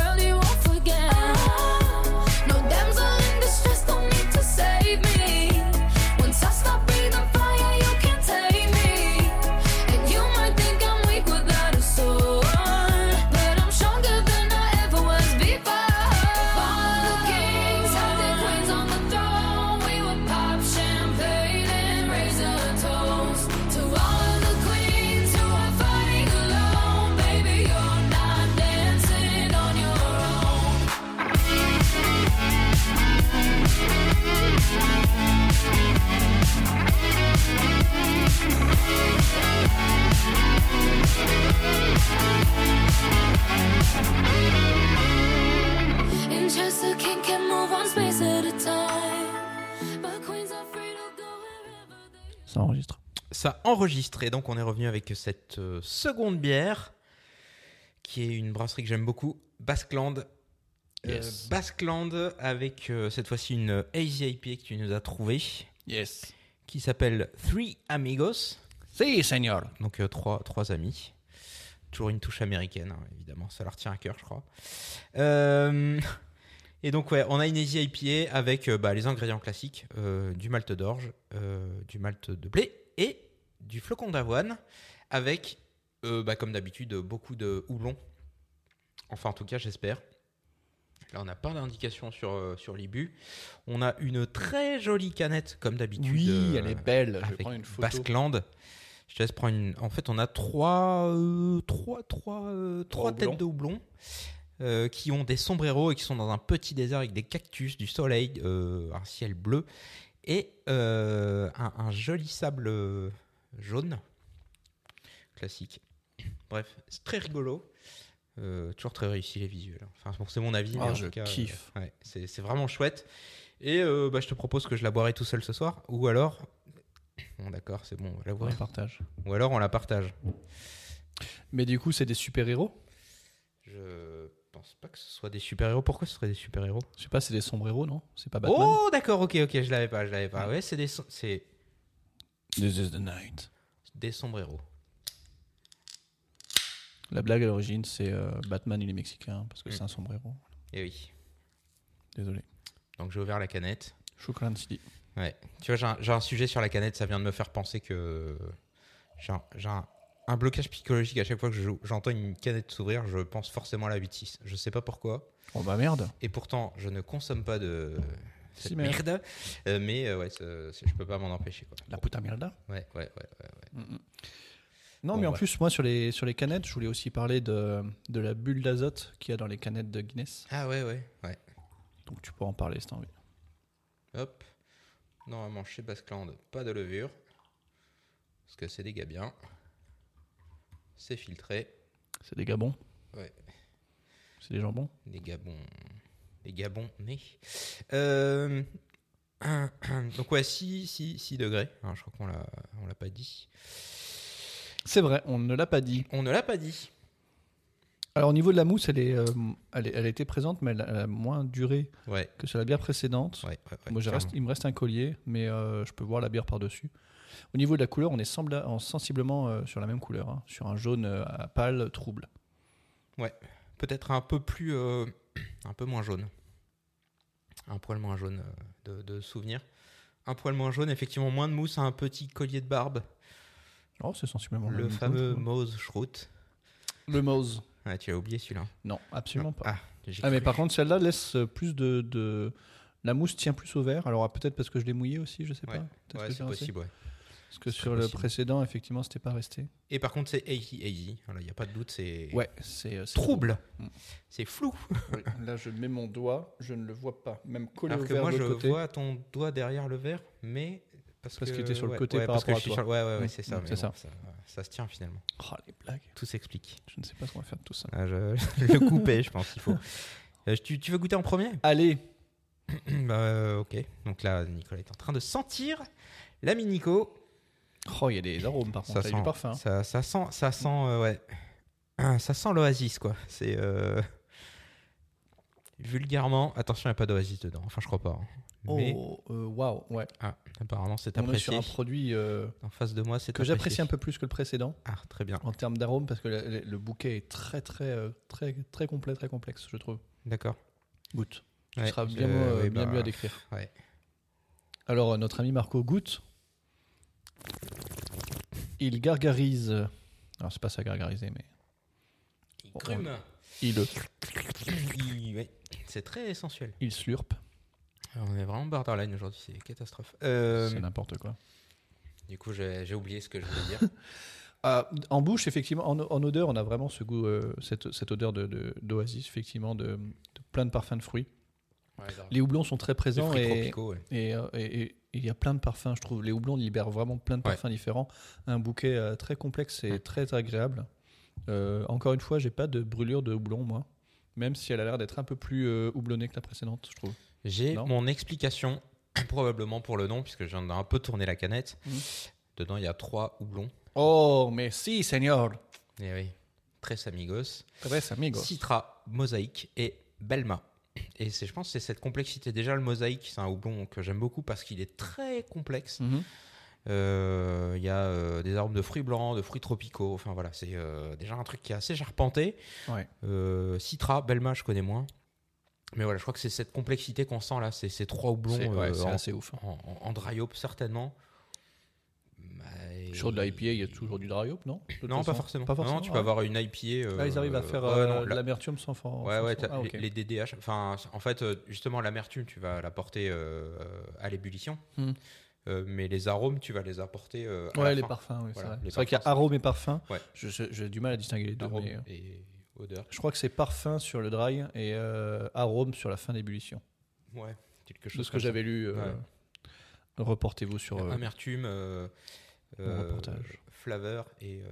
space at a time. But queens are free to go wherever they Ça enregistre. Ça enregistre et donc on est revenu avec cette euh, seconde bière qui est une brasserie que j'aime beaucoup, Basqueland. Euh, Yes. Basqueland avec euh, cette fois-ci une Easy IPA E que tu nous as trouvée Yes. qui s'appelle Three Amigos. Si, señor. Donc euh, trois, trois amis. Toujours une touche américaine, hein, évidemment. Ça leur tient à cœur, je crois. Euh, Et donc, ouais, on a une Easy IPA avec euh, bah, les ingrédients classiques euh, du malt d'orge, euh, du malt de blé et du flocon d'avoine avec, euh, bah, comme d'habitude, beaucoup de houblon. Enfin, en tout cas, j'espère. Là, on n'a pas d'indication sur, euh, sur l'IBU. On a une très jolie canette, comme d'habitude. Oui, euh, elle est belle. Je vais avec prendre une photo. Basqueland. Je te laisse prendre une. En fait, on a trois, euh, trois, trois, euh, Trois trois têtes de houblon euh, qui ont des sombreros et qui sont dans un petit désert avec des cactus, du soleil, euh, un ciel bleu et euh, un, un joli sable euh, jaune classique. Bref, c'est très rigolo. Euh, toujours très réussi les visuels. Enfin, bon, c'est mon avis. Ah, mais en je tout cas, euh, kiffe. ouais, c'est c'est vraiment chouette. Et euh, bah, je te propose que je la boirai tout seul ce soir. Ou alors. Bon, d'accord, c'est bon, on va la boire. Ouais, partage. Ou alors on la partage. Mais du coup, c'est des super-héros Je pense pas que ce soit des super-héros. Pourquoi ce serait des super-héros Je sais pas, c'est des sombreros, non C'est pas Batman Oh, d'accord, ok, ok, je l'avais pas, je l'avais pas. Ouais, c'est des, so- c'est This is the night. des sombreros. La blague à l'origine, c'est euh, Batman, il est mexicain, parce que Mm. c'est un sombrero. Et Eh oui. Désolé. Donc j'ai ouvert la canette. Shukran Sidi. Ouais. Tu vois, j'ai un, j'ai un sujet sur la canette, ça vient de me faire penser que j'ai un, j'ai un- un blocage psychologique à chaque fois que je- j'entends une canette s'ouvrir, je pense forcément à la 8-6. Je sais pas pourquoi. Oh bah merde. Et pourtant, je ne consomme pas de Si, cette mais- merde. Euh, mais euh, ouais, c'est- c'est- je peux pas m'en empêcher. Quoi. La puta mierda. Ouais, ouais, ouais, ouais, ouais. Non, Bon, mais en voilà. plus, moi, sur les, sur les canettes, je voulais aussi parler de, de la bulle d'azote qu'il y a dans les canettes de Guinness. Ah ouais, ouais, ouais. Donc tu pourras en parler si t'as envie. Hop. Normalement, chez Basqueland, pas de levure. Parce que c'est des gars bien. C'est filtré. C'est des gabons Ouais. C'est des jambons Des gabons. Des gabons nés. Euh, donc, ouais, 6, degrés. hein, je crois qu'on l'a- on l'a pas dit. C'est vrai, on ne l'a pas dit. On ne l'a pas dit. Alors au niveau de la mousse, elle, est, euh, elle, est- elle était présente, mais elle a, elle a moins duré Ouais. que sur la bière précédente. Ouais, ouais, ouais, Moi, je reste, clairement. il me reste un collier, mais euh, je peux voir la bière par-dessus. Au niveau de la couleur, on est sembla- en- sensiblement euh, sur la même couleur, hein, sur un jaune euh, à pâle trouble. Peut-être un peu plus. euh, un peu moins jaune. Un poil moins jaune euh, de, de souvenir. Un poil moins jaune, effectivement, moins de mousse, un petit collier de barbe. Oh, c'est sensiblement la Le même fameux couleur. Mose Schroot. le Mose. Ah, tu as oublié celui-là. Non, absolument pas. Ah, j'ai Ah, mais cru. par contre, celle-là laisse euh, plus de, de- La mousse tient plus au vert. Alors, ah, peut-être parce que je l'ai mouillé aussi, je sais pas. Ouais, Peut-être Ouais, que c'est j'ai rincé. possible, ouais. Parce que C'est sur le possible. précédent, effectivement, c'était pas resté. Et par contre, c'est Eiji Eiji. Il n'y a pas de doute, c'est Ouais, c'est. euh, c'est trouble. Mm. C'est flou. trouble. Oui. Là, je mets mon doigt, je ne le vois pas. Même collé Alors au que vert moi, de je l'autre côté. vois ton doigt derrière le verre, mais. Parce, Parce que, qu'il était sur le ouais, côté ouais, par parce que rapport je suis à sur- Ouais, ouais, ouais, Mm. c'est ça. Mm, mais c'est ça. bon, ça. ça se tient finalement. Oh, les blagues. Tout s'explique. Je ne sais pas ce qu'on va faire de tout ça. Ah, je... je le couper, je pense. Il faut. Euh, tu, tu veux goûter en premier Allez, Bah, euh, ok. Donc là, Nicolas est en train de sentir l'ami Nico. Oh, il y a des arômes par contre, il y a du parfum. hein. Ça, ça sent, ça sent, euh, ouais, Ah, ça sent l'oasis quoi. C'est euh, vulgairement, attention, il n'y a pas d'oasis dedans. Enfin, je crois pas. hein. Mais Oh, euh, waouh, ouais. ah, apparemment, c'est On est apprécié. sur un produit euh, En face de moi, c'est que j'apprécie un peu plus que le précédent Ah, très bien. en termes d'arômes parce que le, le bouquet est très, très, euh, très, très complet, très complexe, je trouve. D'accord. Goûte. Ce Ouais, sera bien, euh, mieux, euh, oui, bien bah, mieux à décrire. ouais. Alors, euh, notre ami Marco goûte. Il gargarise. Alors, c'est pas ça gargariser, mais. Il On- grume. Il, euh, Il- ouais. C'est très sensuel. il slurpe. Alors, on est vraiment borderline aujourd'hui, c'est catastrophe. Euh, C'est n'importe quoi. du coup, j'ai j'ai oublié ce que je voulais dire. Euh, en bouche, effectivement, en, en odeur, on a vraiment ce goût, euh, cette, cette odeur de- de- d'oasis, effectivement, de, de plein de parfums de fruits. Ouais, grave. Les houblons sont très Des présents fruits et tropicaux, ouais. et, euh, et- et- et il y a plein de parfums, je trouve. Les houblons libèrent vraiment plein de parfums différents. Un bouquet euh, très complexe et Mm. très agréable. Euh, encore une fois, j'ai pas de brûlure de houblon, moi. Même si elle a l'air d'être un peu plus euh, houblonnée que la précédente, je trouve. J'ai Non. mon explication, probablement pour le nom, puisque j'en ai un peu tourné la canette. Mhm. Dedans, il y a trois houblons. Oh, merci, Seigneur. Eh oui, Tres Amigos. Tres amigos. Citra, Mosaïque et Belma. Et c'est, je pense que c'est cette complexité. Déjà, le Mosaïque, c'est un houblon que j'aime beaucoup parce qu'il est très complexe. Mhm. Euh, Il y a euh, des arômes de fruits blancs, de fruits tropicaux. Enfin voilà, c'est euh, déjà un truc qui est assez charpenté. Ouais. Euh, Citra, Belma, je connais moins. Mais voilà, je crois que c'est cette complexité qu'on sent là. C'est ces trois houblons C'est ouais, euh, c'est en, assez ouf. hein. en- en- en dry hop, certainement. Bah, et- Sur de l'IPA, il y a toujours du dry hop, non De toute Non, pas façon forcément. Pas Non, forcément. non, tu ah peux avoir une IPA. ouais. Ah, ils arrivent à euh, faire ouais, euh, non, de la- l'amertume sans for- Ouais, sans ouais, son- t'as- Ah, les- ok. les, DDH, enfin, c- en fait, euh, justement, l'amertume, tu vas l'apporter euh, à l'ébullition, Hmm. Euh, mais les arômes, tu vas les apporter euh, à Ouais, la les fin. parfums, oui, Voilà, c'est vrai. les C'est vrai qu'il y a parfums, arôme et parfum. Ouais. Je- je- J'ai du mal à distinguer les deux. Arômes mais, euh, et odeur. je crois que c'est parfum sur le dry et euh, arôme sur la fin d'ébullition. Ouais, quelque chose De ce que comme ça. j'avais lu, euh, Ouais. Ah, reportez-vous sur euh, Amertume, euh, Bon reportage. flavor et. euh,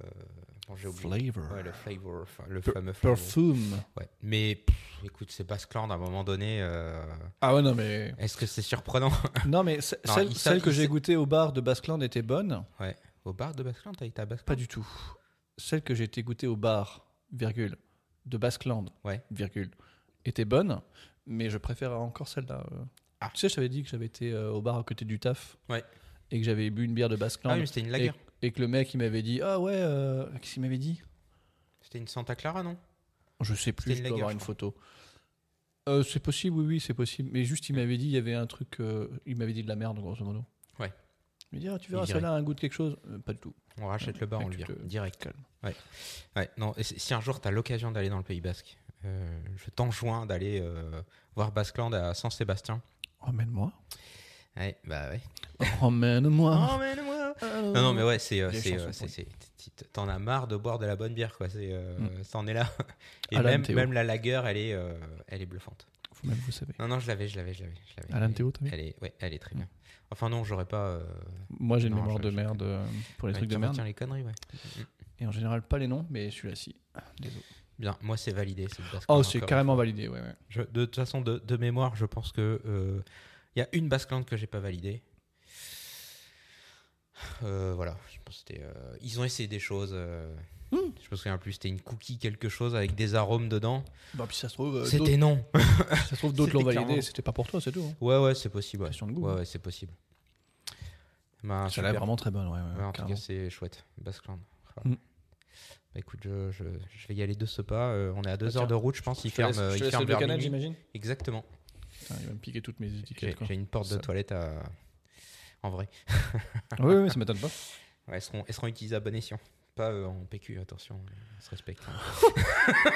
bon, j'ai oublié. Flavor. Ouais, le flavor, enfin, le Per- fameux flavor. Perfume. Ouais. Mais pff, écoute, c'est Baskland à un moment donné. euh, Ah ouais, non, mais. Est-ce que c'est surprenant Non, mais ce- Non, celle, il sa- celle que il j'ai sa- goûtée au bar de Basqueland était bonne. Au bar de Baskland, t'as été à Baskland Pas du tout. Celle que j'ai été goûtée au bar, virgule, de Basqueland, Ouais. virgule, était bonne, mais je préfère encore celle-là. euh. Ah. Tu sais, je t'avais dit que j'avais été euh, au bar à côté du taf. Ouais. Et que j'avais bu une bière de Basqueland. Ah oui, mais c'était une et, lager. et que le mec, il m'avait dit Ah ouais, euh, qu'est-ce qu'il m'avait dit C'était une Santa Clara, non Je sais plus, C'était je dois une lager, avoir je une crois. photo. Euh, c'est possible, oui, oui, c'est possible. Mais juste, il m'avait dit, il y avait un truc. euh, il m'avait dit de la merde, grosso modo. Ouais. Il me dit, ah, tu verras, Il dirait. celle-là a un goût de quelque chose. Euh, pas du tout. On rachète Ouais, le bar, mais on le Ah, tu vire. te- Direct. calmes. Ouais. Ouais, non, et si si un jour tu as l'occasion d'aller dans le Pays Basque, euh, je t'enjoins d'aller euh, voir Basqueland à San-Sébastien. Emmène-moi. Ouais, bah ouais. Emmène-moi. Emmène-moi Non, non, mais ouais, c'est. euh, Ah. Les c'est, chansons euh, pourries. Mm. c'est- c'est- t- T'en as marre de boire de la bonne bière, quoi. C'est, euh, C'en est là. Et Alan même, Théo. même la lagueur, elle est, euh, elle est bluffante. Vous-même, vous savez. Non, non, je l'avais, je l'avais, je l'avais. je l'avais. Alan Théo, t'as vu Elle est, ouais, elle est très bien. Enfin, non, j'aurais pas. euh, Moi, j'ai une Non, mémoire je- de je- merde euh, pour les ouais, trucs de tu retiens merde. les conneries, ouais. Et en général, pas les noms, mais celui-là, si. Désolé. Bien, moi, c'est validé. c'est le Basqueland Oh, c'est encore. carrément validé, ouais, ouais. Je- de toute façon, de, de mémoire, je pense que euh, il y a une Basquelande que j'ai pas validée. Euh, voilà, je pense que c'était, euh, ils ont essayé des choses. euh, Je me souviens plus, c'était une cookie quelque chose avec des arômes dedans. Bah, puis ça se trouve, euh, d'autres- c'était non. ça se trouve, d'autres l'ont c'était validé, clairement- c'était pas pour toi, c'est tout. hein. Ouais, ouais, c'est possible. Ouais, Question de goût, Ouais, hein. ouais, c'est possible. Bah, Celle-là est super. vraiment très bonne, ouais, ouais, Ouais, en tout carrément. cas, c'est chouette, Basqueland. Mm. Bah, écoute, je, je- je vais y aller de ce pas. euh, on est à deux Ah, tiens. heures de route, je pense. Il Je te laisse- ferme, euh, je te il laisse ferme le vers canal, minuit. j'imagine. Exactement. Putain, il va me piquer toutes mes J'ai étiquettes. quoi. j'ai une porte de Ça- toilette à- en vrai. Ah oui, oui, ça m'étonne pas. Ouais, elles, seront, elles seront utilisées à bon escient. Pas euh, en PQ, attention, on se respecte. hein.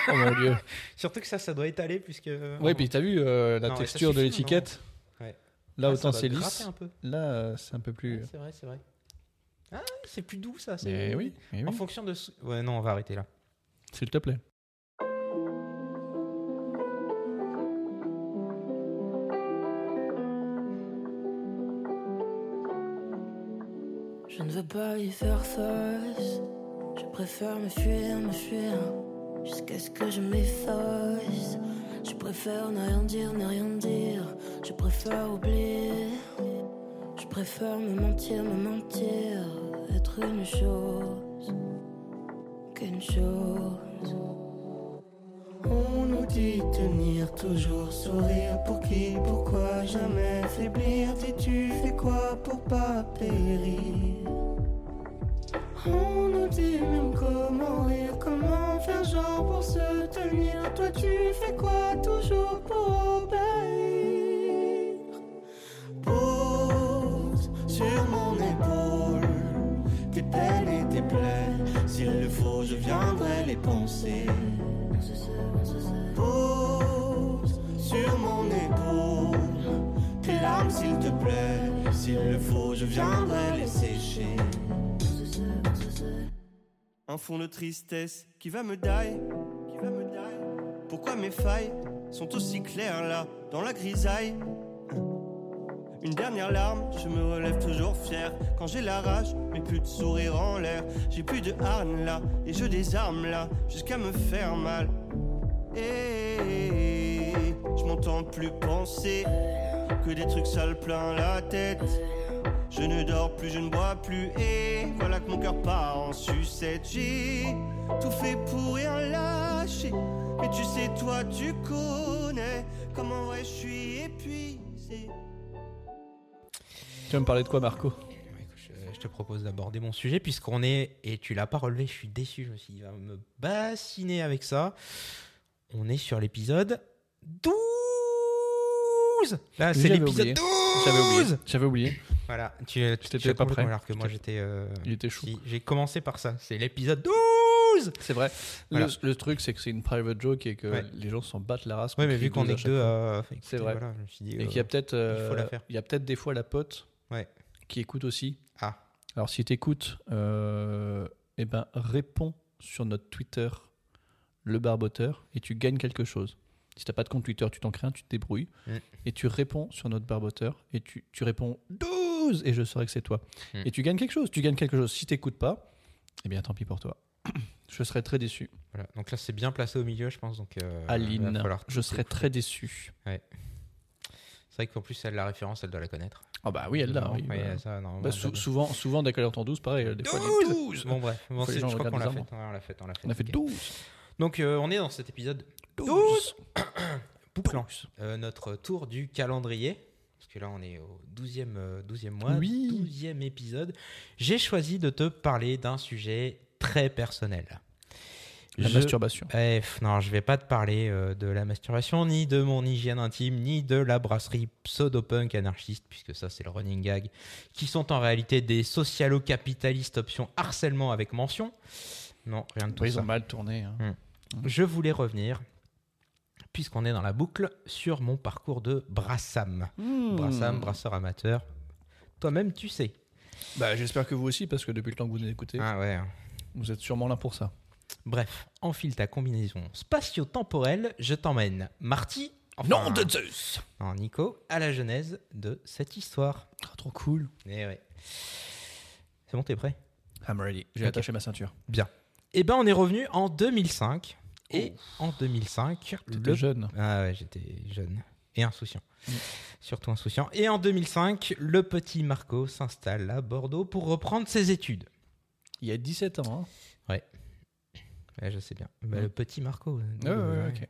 Oh mon dieu. Surtout que ça, ça doit étaler puisque. Ouais, puis t'as vu euh, la Non, mais ça texture de suffit, l'étiquette Ouais. Ah, Là, autant c'est lisse. un peu. Là, euh, c'est un peu Ouais, plus. c'est vrai, c'est vrai. Ah, c'est plus doux ça. c'est- Mais oui, mais En oui. fonction de. ce- Ouais, non, on va arrêter là. s'il te plaît. Je ne veux pas y faire face. Je préfère me fuir, me fuir. Jusqu'à ce que je m'efface. Je préfère ne rien dire, ne rien dire. Je préfère oublier. Je préfère me mentir, me mentir. Être une chose qu'une chose. On nous dit tenir toujours sourire pour qui, pourquoi jamais faiblir. Dis tu fais quoi pour pas périr On nous dit même comment rire, comment faire genre pour se tenir. Toi tu fais quoi toujours pour obéir Pose sur mon épaule tes peines et tes plaies. S'il le faut, je viendrai les penser. Pose sur mon épaule tes larmes, s'il te plaît. S'il le faut, je viendrai les sécher. Un fond de tristesse qui va me die. Qui va me die. Pourquoi mes failles sont aussi claires là, dans la grisaille Une dernière larme, je me relève toujours fier. Quand j'ai la rage, mais plus de sourire en l'air. J'ai plus de harne là, et je désarme là, jusqu'à me faire mal. Et Eh, je m'en longtemps plus penser que des trucs sales plein la tête. Je ne dors plus, je ne bois plus, et voilà que mon cœur part en sucette. J'ai tout fait pour rien lâcher, mais tu sais, toi, tu connais comment ouais, je suis épuisé. Tu vas me parler de quoi, Marco Je te propose d'aborder mon sujet puisqu'on est, et tu l'as pas relevé, je suis déçu, je me suis dit, il va me bassiner avec ça. On est sur l'épisode 12 Là, c'est J'avais l'épisode oublié. 12 J'avais oublié. J'avais oublié. Voilà, tu, tu- J'étais tu as pas complètement- prêt. Alors que moi, j'étais... euh, Il était chaud. si, J'ai commencé par ça, c'est l'épisode 12 C'est vrai. Voilà. Le, le truc, c'est que c'est une private joke et que Ouais. les gens s'en battent la race. Ouais, qu'on mais crie vu qu'on douze à est que chaque deux, fois. euh, écoutez, C'est vrai. voilà, je me suis dit, Et euh, qu'il y a peut-être faut la euh, faire. il y a peut-être des fois la pote Ouais. qui écoute aussi. Ah. Alors si t'écoutes, euh, eh ben réponds sur notre Twitter le barboteur et tu gagnes quelque chose. Si t'as pas de compte Twitter, tu t'en crées un, tu te débrouilles Mm. et tu réponds sur notre barboteur et tu, tu réponds 12 et je saurai que c'est toi. Mm. Et tu gagnes quelque chose, tu gagnes quelque chose. Si t'écoutes pas, eh bien tant pis pour toi. Je serais très déçu. Voilà. Donc là, c'est bien placé au milieu, je pense. Donc, euh, il va Aline, falloir je tout serais écouter. très déçu. C'est vrai qu'en plus, elle la référence, elle doit la connaître. Ah bah oui, elle l'a. Ouais, oui, bah. ouais, ça, normalement, Bah, elle sou- doit- souvent, souvent, dès qu'elle entend 12, pareil. Des fois, elle dit 12 Bon, bref, Bon, Faut les c'est- gens je crois qu'on l'a regardent fait. les Ouais, on l'a fait. On l'a fait. On a fait ok. 12 Donc, euh, on est dans cet épisode 12 Pouplan. Euh, notre tour du calendrier. Parce que là, on est au 12e, euh, 12e mois, Oui. 12e épisode. J'ai choisi de te parler d'un sujet très personnel. La Je- masturbation. Eh, pff, non, je vais pas te parler euh, de la masturbation, ni de mon hygiène intime, ni de la brasserie pseudo-punk anarchiste, puisque ça c'est le running gag, qui sont en réalité des socialo-capitalistes option harcèlement avec mention. Non, rien de tout Ils ça. ont mal tourné. hein. Je voulais revenir, puisqu'on est dans la boucle, sur mon parcours de brassam. Hmm. Brassam, brasseur amateur. Toi-même, tu sais. Bah, J'espère que vous aussi, parce que depuis le temps que vous nous écoutez, Ah ouais. vous êtes sûrement là pour ça. Bref, enfile ta combinaison spatio-temporelle, je t'emmène. Marty enfin, Zeus en Nico à la genèse de cette histoire. Ah, Trop cool. Eh ouais. C'est bon, t'es prêt I'm ready. J'ai Ok. attaché ma ceinture. Bien. Eh ben, on est revenu en 2005. Et en 2005, T'étais le- jeune. Mm. Ah ouais, j'étais jeune et insouciant. Surtout insouciant. Et en 2005, le petit Marco s'installe à Bordeaux pour reprendre ses études. Il y a 17 ans. hein. Ouais, je sais bien. Bah, Ouais. Le petit Marco. euh, Mm. Ouais, ouais, euh, ouais, ok.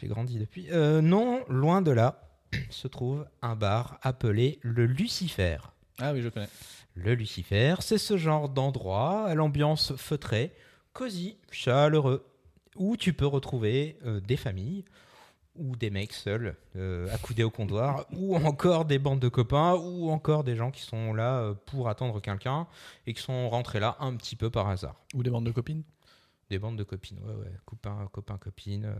J'ai grandi depuis. Euh, non, loin de là, se trouve un bar appelé le Lucifer. Ah oui, je connais. Le Lucifer, c'est ce genre d'endroit à l'ambiance feutrée, cosy, chaleureux, où tu peux retrouver euh, des familles ou des mecs seuls euh, accoudés au comptoir, ou encore des bandes de copains, ou encore des gens qui sont là euh, pour attendre quelqu'un et qui sont rentrés là un petit peu par hasard. Ou des bandes de copines. Des bandes de copines, ouais, ouais, copains, copains, copines. euh,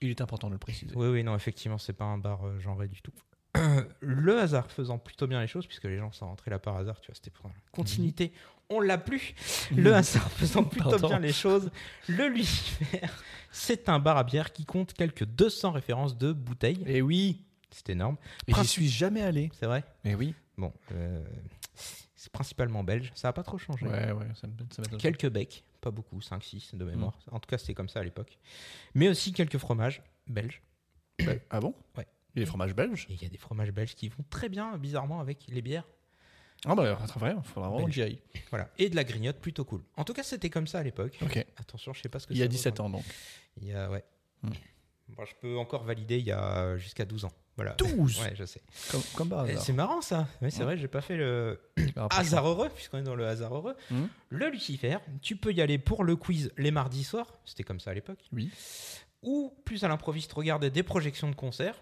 Il est important de le préciser. Oui, oui, non, effectivement, c'est pas un bar euh, genré du tout. le hasard faisant plutôt bien les choses, puisque les gens sont rentrés là par hasard, tu vois, c'était pour la continuité. On l'a plus. Le hasard faisant plutôt Pardon. bien les choses, le Lucifer, c'est un bar à bière qui compte quelques 200 références de bouteilles. Et Eh oui C'est énorme. Et j'y Princi- suis jamais allé. C'est vrai Et oui Bon, euh, c'est principalement belge, ça n'a pas trop changé. Ouais, ouais, ça me- ça m'étonne. Quelques becs, pas beaucoup, 5-6 de mémoire. Mm. En tout cas, c'était comme ça à l'époque. Mais aussi quelques fromages belges. Bel- Ah bon Ouais. Il y a des fromages belges Et il y a des fromages belges qui vont très bien, bizarrement, avec les bières. Ah bah, à travers, faudra vraiment que Belge. j'y aille. Voilà. Et de la grignote plutôt cool. En tout cas, c'était comme ça à l'époque. Ok. Attention, je sais pas ce que Il y a ça vaut 17 maintenant. ans donc. Il y a, ouais. Hmm. Bon, je peux encore valider il y a euh, jusqu'à 12 ans. Voilà. 12 Ouais, je sais. Comme, comme par Eh, hasard. Ah, C'est marrant ça. Ouais, Hein c'est vrai, j'ai pas fait le Par rapport à- hasard heureux, puisqu'on est dans le hasard heureux. Hmm. Le Lucifer, tu peux y aller pour le quiz les mardis soirs, c'était comme ça à l'époque. Oui. Ou plus à l'improviste, regarder des projections de concerts.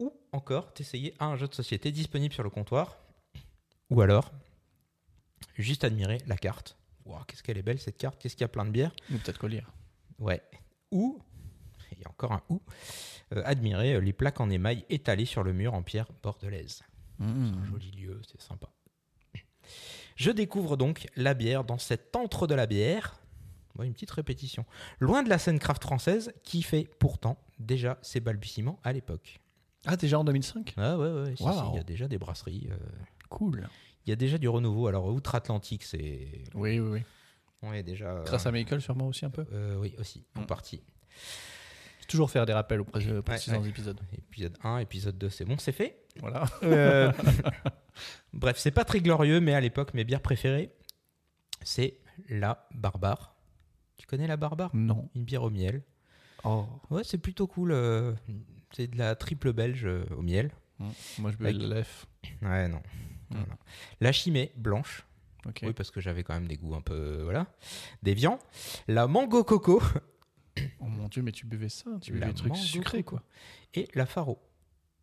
Ou encore t'essayer à un jeu de société disponible sur le comptoir. Ou alors, juste admirer la carte. Waouh, qu'est-ce qu'elle est belle cette carte, qu'est-ce qu'il y a plein de bières. Ou peut-être collier. Ouais. Ou, il y a encore un ou, euh, admirer euh, les plaques en émail étalées sur le mur en pierre bordelaise. Mm, Un joli lieu, c'est sympa. Je découvre donc la bière dans cet antre de la bière. Ouais, une petite répétition. Loin de la scène craft française qui fait pourtant déjà ses balbutiements à l'époque. Ah, déjà en 2005 Ah ouais, ouais, si, si, il Waouh. y a déjà des brasseries. euh, Cool. il y a déjà du renouveau. Alors, outre-Atlantique, c'est. Oui, oui, oui. On est déjà. euh, Grâce à Michael, sûrement aussi un peu. euh, oui, aussi, en Mm. partie. Toujours faire des rappels aux pré- précédents ouais. épisodes. Épisode 1, épisode 2, c'est bon, c'est fait. Voilà. Euh, Bref, c'est pas très glorieux, mais à l'époque, mes bières préférées, c'est la Barbare. Tu connais la Barbare Non. Une bière au miel. Oh. Ouais, c'est plutôt cool. euh, C'est de la triple belge euh, au miel. Mm. Moi, je bois bois de de Ouais, non. Mm. Non, non. La chimée blanche. Ok. Oui, parce que j'avais quand même des goûts un peu. Voilà. Déviants. La mango coco. Oh mon dieu, mais tu buvais ça. Tu La buvais des trucs mango sucrés, quoi. Et la faro.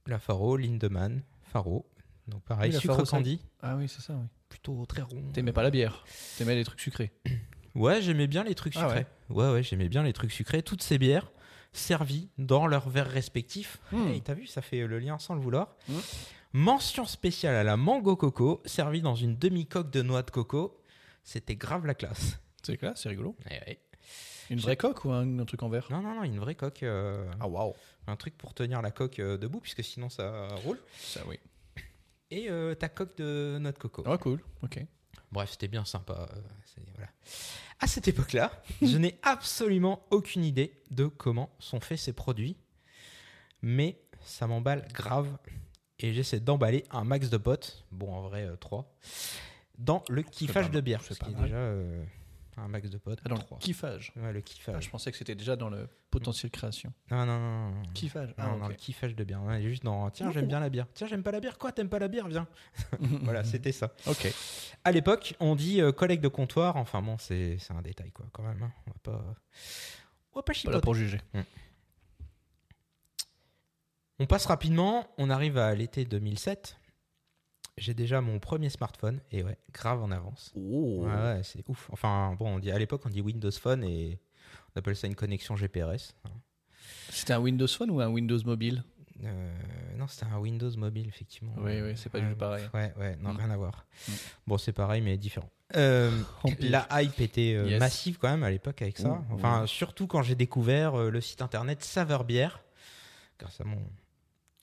La faro, Lindemann, faro. Donc pareil, Oui, la sucre Faro, ça- candy. Ah oui, c'est ça, oui. Plutôt très rond. T'aimais pas la bière. T'aimais les trucs sucrés. Ouais, j'aimais bien les trucs Ah sucrés. ouais, ouais, j'aimais bien les trucs sucrés. Toutes ces bières servies dans leurs verres respectifs. Hmm. Hey, T'as vu, ça fait le lien sans le vouloir. Hmm. Mention spéciale à la mango coco, servie dans une demi-coque de noix de coco. C'était grave la classe. C'est clair, c'est rigolo. Eh ouais. Une vraie coque ou un, un truc en verre Non, non, non, une vraie coque. euh, Ah waouh. un truc pour tenir la coque euh, debout, puisque sinon ça roule. Ça, oui. Et euh, ta coque de noix de coco. Ah cool. Ok. Bref, c'était bien sympa. euh, c'est- voilà. À cette époque-là, je n'ai absolument aucune idée de comment sont faits ces produits, mais ça m'emballe grave et j'essaie d'emballer un max de potes, bon en vrai 3, dans le kiffage mal, de bière. c'est parce pas qu'il y a mal. déjà euh, un max de potes, Ah, dans trois. le kiffage. Ouais, le Ah, kiffage. je pensais que c'était déjà dans le potentiel création. Non, non, non, non, non. Kiffage. Non, Ah, non, ok. le kiffage de bière. On est juste dans tiens, Non, j'aime non. bien la bière. Tiens, j'aime pas la bière. Quoi, t'aimes pas la bière Viens. Mhm. voilà, c'était ça. Ok. À l'époque, on dit euh, collègue de comptoir. Enfin bon, c'est c'est un détail quoi, quand même. hein. On va pas, on va pas Pas là chipoter. pour juger. On passe rapidement. On arrive à l'été 2007. J'ai déjà mon premier smartphone et ouais, grave en avance. Oh. Ouais, ouais, c'est ouf. Enfin bon, on dit à l'époque on dit Windows Phone et on appelle ça une connexion GPRS. hein. C'était un Windows Phone ou un Windows Mobile Euh, non, c'était un Windows mobile, effectivement. Oui, oui, c'est pas du tout pareil. Ouais, ouais, non, Mm. rien à voir. Mm. Bon, c'est pareil, mais différent. Euh, Empire. la hype était euh, Yes. massive quand même à l'époque avec ça. Ouh, enfin, surtout quand j'ai découvert euh, le site internet Saveur Bière, grâce à mon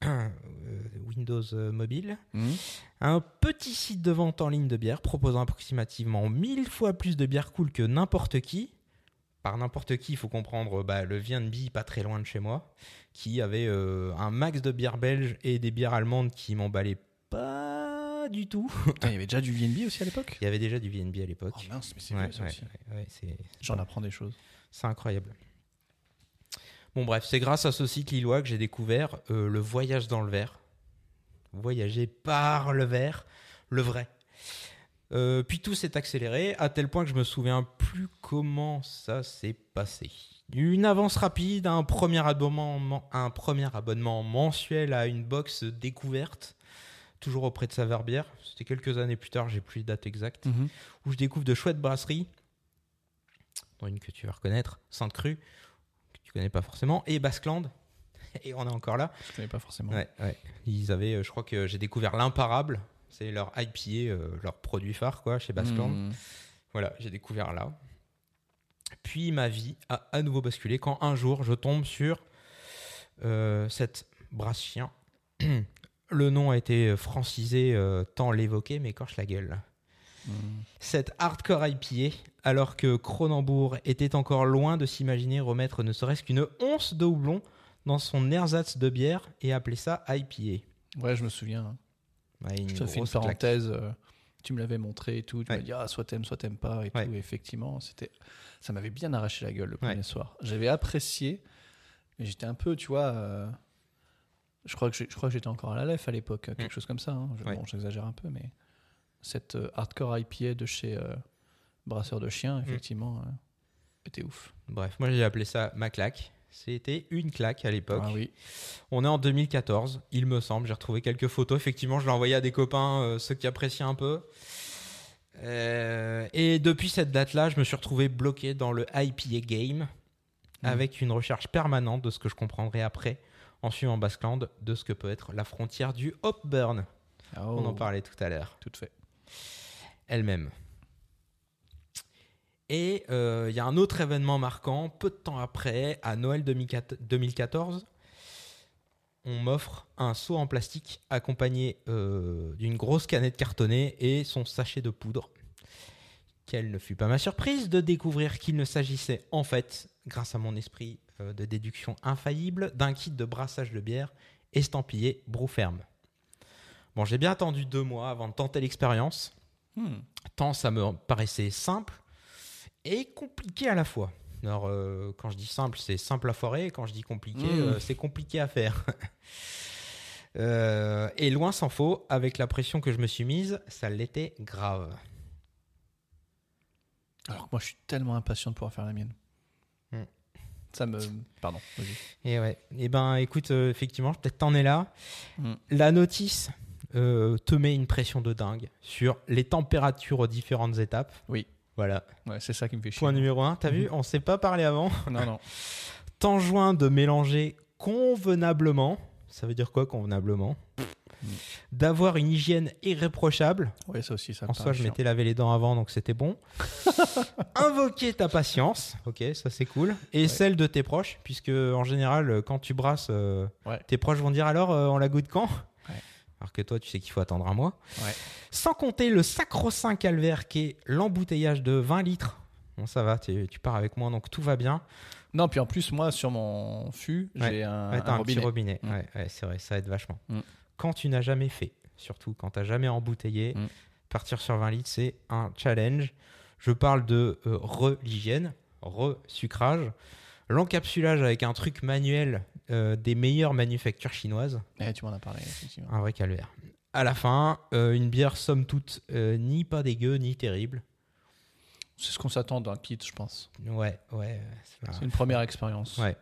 euh, Windows euh, mobile. Un petit site de vente en ligne de bière proposant approximativement 1000 fois plus de bières cool que n'importe qui. Par n'importe qui, il faut comprendre bah, le V&B pas très loin de chez moi, qui avait euh, un max de bières belges et des bières allemandes qui m'emballaient pas du tout. Putain, il y avait déjà du VNB aussi à l'époque Il y avait déjà du V&B à l'époque. Oh mince, mais c'est Ouais, vieux, ça ouais, aussi. ouais, ouais, c'est- J'en apprends des choses. c'est incroyable. Bon, bref, c'est grâce à ce site lillois que j'ai découvert euh, le voyage dans le verre. Voyager par le verre, le vrai. Euh, puis tout s'est accéléré à tel point que je me souviens plus comment ça s'est passé. Une avance rapide, un premier abonnement, un premier abonnement mensuel à une box découverte, toujours auprès de sa verbière. C'était quelques années plus tard, j'ai plus les dates exactes Mhm. où je découvre de chouettes brasseries, dont une que tu vas reconnaître, Sainte Crue, que tu connais pas forcément, et Basqueland. Et on est encore là. Je connais pas forcément. Ouais, ouais. Ils avaient, euh, je crois que j'ai découvert l'imparable, c'est leur IPA, euh, leur produit phare quoi, chez Basqueland. Hmm. Voilà, j'ai découvert là. Puis ma vie a à nouveau basculé quand un jour je tombe sur euh, cette brasse chien. Le nom a été francisé euh, tant l'évoquer m'écorche la gueule. Hmm. Cette hardcore IPA, alors que Cronenbourg était encore loin de s'imaginer remettre ne serait-ce qu'une once de houblon dans son ersatz de bière et appeler ça IPA. Ouais, je me souviens. hein. Ouais, une Je te fais une grosse claque. parenthèse. euh, Tu me l'avais montré et tout. Tu Ouais. m'as dit, ah, soit t'aimes, soit t'aimes pas et Ouais. tout. Et effectivement, c'était, ça m'avait bien arraché la gueule le Ouais. premier soir. J'avais apprécié, mais j'étais un peu, tu vois, euh, je crois que j'ai- je crois que j'étais encore à la LEF à l'époque, quelque Mm. chose comme ça. hein. Je- Ouais. Bon, j'exagère un peu, mais cette euh, hardcore IPA de chez euh, Brasseur de Mm. Chiens, effectivement, euh, était ouf. Bref, moi j'ai appelé ça ma claque. C'était une claque à l'époque. Ah oui. On est en 2014, il me semble. J'ai retrouvé quelques photos. Effectivement, je l'ai envoyé à des copains, euh, ceux qui apprécient un peu. Euh, et depuis cette date-là, je me suis retrouvé bloqué dans le IPA game avec une recherche permanente de ce que je comprendrai après en suivant Basqueland de ce que peut être la frontière du hop burn. On en Oh, parlait tout à l'heure Tout fait. elle-même. Et euh, il y a un autre événement marquant, peu de temps après, à Noël 2004 2014, on m'offre un seau en plastique accompagné euh, d'une grosse canette cartonnée et son sachet de poudre. Quelle ne fut pas ma surprise de découvrir qu'il ne s'agissait en fait, grâce à mon esprit euh, de déduction infaillible d'un kit de brassage de bière estampillé Brouferme. Bon, j'ai bien attendu deux mois avant de tenter l'expérience, Hmm. tant ça me paraissait simple et compliqué à la fois. Alors, euh, quand je dis simple, c'est simple à foirer, et quand je dis compliqué, Mmh. euh, c'est compliqué à faire. Euh, et loin s'en faut, avec la pression que je me suis mise, ça l'était grave. Alors que moi, je suis tellement impatient de pouvoir faire la mienne. Hmm. Ça me. Pardon, vas-y. Et ouais. Et ben, écoute, euh, effectivement, peut-être t'en es là. Mm. La notice euh, te met une pression de dingue sur les températures aux différentes étapes. Oui. Voilà. Ouais, c'est ça qui me fait chier. Point numéro un. T'as vu, on s'est pas parlé avant. Non, non. T'enjoins de mélanger convenablement. Ça veut dire quoi convenablement Mm. D'avoir une hygiène irréprochable. Ouais, ça aussi, ça me En soi, paraît je chiant. m'étais lavé les dents avant, donc c'était bon. Invoquer ta patience, ok, ça c'est cool. Et celle de tes proches, puisque en général, euh, quand tu brasses, euh, Ouais. tes proches vont dire alors euh, on la goûte quand Ouais. Alors que toi, tu sais qu'il faut attendre un mois. Ouais. Sans compter le sacro-saint calvaire qui est l'embouteillage de 20 litres. Bon, ça va, tu, tu pars avec moi, donc tout va bien. Non, puis en plus, moi, sur mon fût, Ouais. j'ai un, Ouais, un t'as un robinet. petit robinet. Mm. Ouais, ouais, c'est vrai, ça aide vachement. Mm. Quand tu n'as jamais fait, surtout quand tu n'as jamais embouteillé, Mm. partir sur 20 litres, c'est un challenge. Je parle de euh, re-l'hygiène, re-sucrage, l'encapsulage avec un truc manuel euh, des meilleures manufactures chinoises, Eh, tu m'en as parlé, effectivement. un vrai calvaire. À la fin, euh, une bière somme toute euh, ni pas dégueu ni terrible. C'est ce qu'on s'attend d'un kit, je pense. Ouais, ouais. euh, c'est pas- C'est une première expérience. Ouais.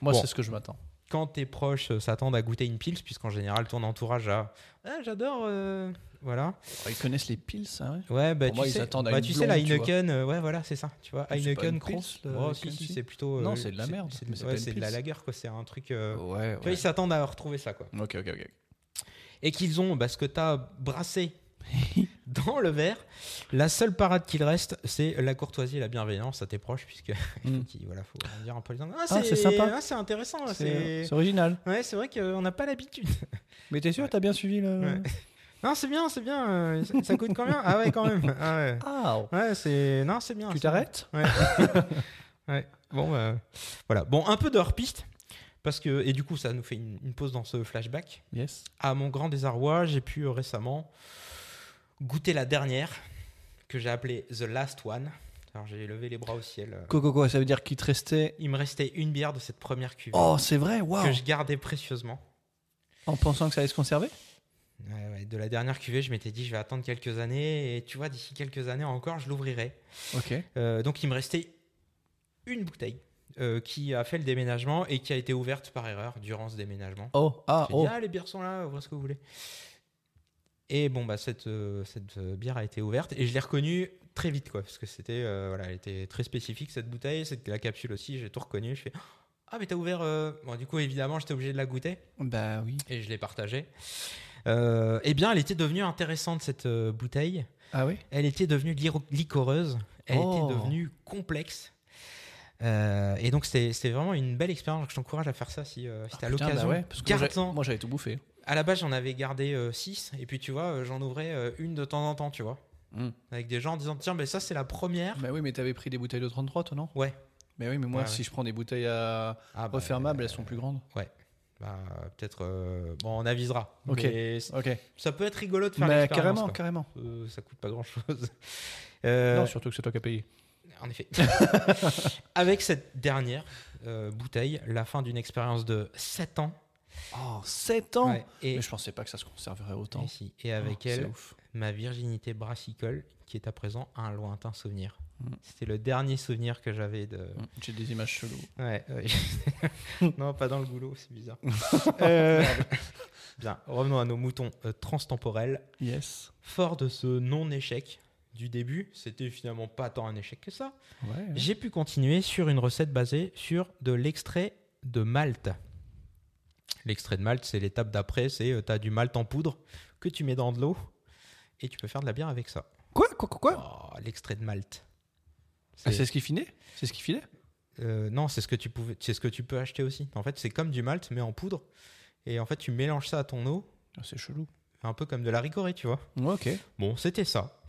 Moi, Bon. c'est ce que je m'attends. quand tes proches euh, s'attendent à goûter une pils, puisqu'en général ton entourage a Ah, j'adore euh, voilà Ah, Ils connaissent les piles, ça, ouais ouais bah Pour tu moi, ils sais s'attendent à bah, une tu sais blonde, la tu vois. Heineken euh, ouais voilà c'est ça tu vois Mais c'est pas Heineken une Kruls pils, la oh, si, Heineken, si, si. c'est plutôt Non, euh, c'est de la merde, c'est mais c'est ouais, pas une c'est de la pils. lager quoi c'est un truc euh, Ouais, tu vois ils s'attendent à retrouver ça quoi Ok, ok, ok. et qu'ils ont bah, ce que t'as brassé dans le verre la seule parade qu'il reste c'est la courtoisie et la bienveillance à tes proches puisque Mm. qui, voilà faut dire un peu les gens, ah, Ah, c'est c'est sympa. ah, c'est intéressant là, C'est euh, c'est c'est original. ouais c'est vrai qu'on n'a pas l'habitude Mais t'es sûr, t'as bien suivi le. Ouais. Non, c'est bien, c'est bien. euh, ça- ça coûte combien Ah ouais, quand même. Ah ouais. Ah, oh. Ouais, c'est. Non, c'est bien. tu c'est bien. t'arrêtes Ouais. Ouais. Bon, bah, voilà. Bon, un peu de hors-piste. Parce que, et du coup, ça nous fait une, une pause dans ce flashback. Yes. À mon grand désarroi, j'ai pu euh, récemment goûter la dernière que j'ai appelée The Last One. Alors, j'ai levé les bras au ciel. euh. Quoi, quoi, quoi, ça veut dire qu'il te restait. Il me restait une bière de cette première cuvée Oh, c'est vrai, waouh que je gardais précieusement. En pensant que ça allait se conserver Ouais, ouais, De la dernière cuvée, je m'étais dit, je vais attendre quelques années. Et tu vois, d'ici quelques années encore, je l'ouvrirai. Ok. Euh, donc il me restait une bouteille euh, qui a fait le déménagement et qui a été ouverte par erreur durant ce déménagement. Oh, ah, J'ai dit, oh. ah, les bières sont là, ouvrez ce que vous voulez. Et bon, bah, cette, euh, cette euh, bière a été ouverte et je l'ai reconnue très vite, quoi, parce que c'était, euh, voilà, elle était très spécifique, cette bouteille, c'était la capsule aussi, j'ai tout reconnu. Je fais, ah, mais t'as ouvert. euh, Bon, du coup, évidemment, j'étais obligé de la goûter Bah oui. et je l'ai partagée. Euh, eh bien, elle était devenue intéressante, cette euh, bouteille. Ah oui Elle était devenue liro- licoreuse, elle Oh. était devenue complexe. Euh, et donc c'est c'est vraiment une belle expérience. Donc, Je t'encourage à faire ça si, euh, si t'as Putain, l'occasion. bah ouais, parce que moi, j'avais- Garde-en. moi, j'avais tout bouffé. À la base j'en avais gardé 6 et puis tu vois euh, j'en ouvrais euh, une de temps en temps, tu vois, Mm. avec des gens en disant tiens mais ça c'est la première. Bah oui, mais t'avais pris des bouteilles de 33, toi, non Ouais. Mais oui, mais moi, Ouais, si je prends des bouteilles à... Ah, bah, refermables, elles sont plus grandes. bah, peut-être euh, bon on avisera. Ok. Mais c- Ok. ça peut être rigolo de faire Mais l'expérience. carrément, quoi. carrément. Euh, ça coûte pas grand chose. Euh, Non, surtout que c'est toi qui as payé. En effet. Avec cette dernière euh, bouteille, la fin d'une expérience de 7 ans. Oh, 7 ans Ouais, et, Mais je pensais pas que ça se conserverait autant. et si, et avec Oh, c'est elle, ouf. ma virginité brassicole, qui est à présent un lointain souvenir. Mm. C'était le dernier souvenir que j'avais de. Mm, J'ai des images cheloues. Ouais, ouais. non, pas dans le goulot, c'est bizarre. Euh, Bien, revenons à nos moutons euh, transtemporels. Yes. Fort de ce non-échec du début, c'était finalement pas tant un échec que ça. Ouais. hein. J'ai pu continuer sur une recette basée sur de l'extrait de malt. L'extrait de malt, c'est l'étape d'après, c'est tu as du malt en poudre que tu mets dans de l'eau et tu peux faire de la bière avec ça. Quoi Quoi Quoi, quoi Oh, l'extrait de malt. Ah, C'est ce qui finit C'est ce qui filait Euh, non, c'est ce que tu pouvais, c'est ce que tu peux acheter aussi. En fait, c'est comme du malt mais en poudre et en fait, tu mélanges ça à ton eau. Ah, C'est chelou. un peu comme de la ricorée, tu vois. Ok. Bon, c'était ça.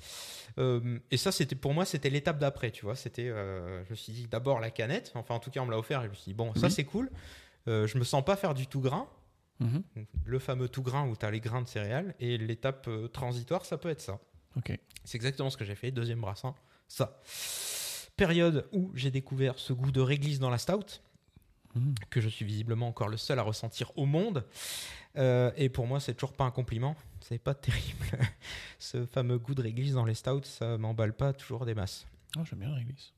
Euh, et ça, c'était pour moi, c'était l'étape d'après, tu vois. C'était, euh, je me suis dit d'abord la canette. Enfin, en tout cas, on me l'a offert. Et je me suis dit bon, ça Oui. c'est cool. Euh, je me sens pas faire du tout grain, Mhm. le fameux tout grain où t'as les grains de céréales. Et l'étape euh, transitoire, ça peut être ça. Ok. C'est exactement ce que j'ai fait. Deuxième brassin, ça. Période où j'ai découvert ce goût de réglisse dans la stout, Mhm. que je suis visiblement encore le seul à ressentir au monde. Euh, et pour moi, c'est toujours pas un compliment. C'est pas terrible. ce fameux goût de réglisse dans les stouts, ça m'emballe pas toujours des masses. Oh, j'aime bien la réglisse.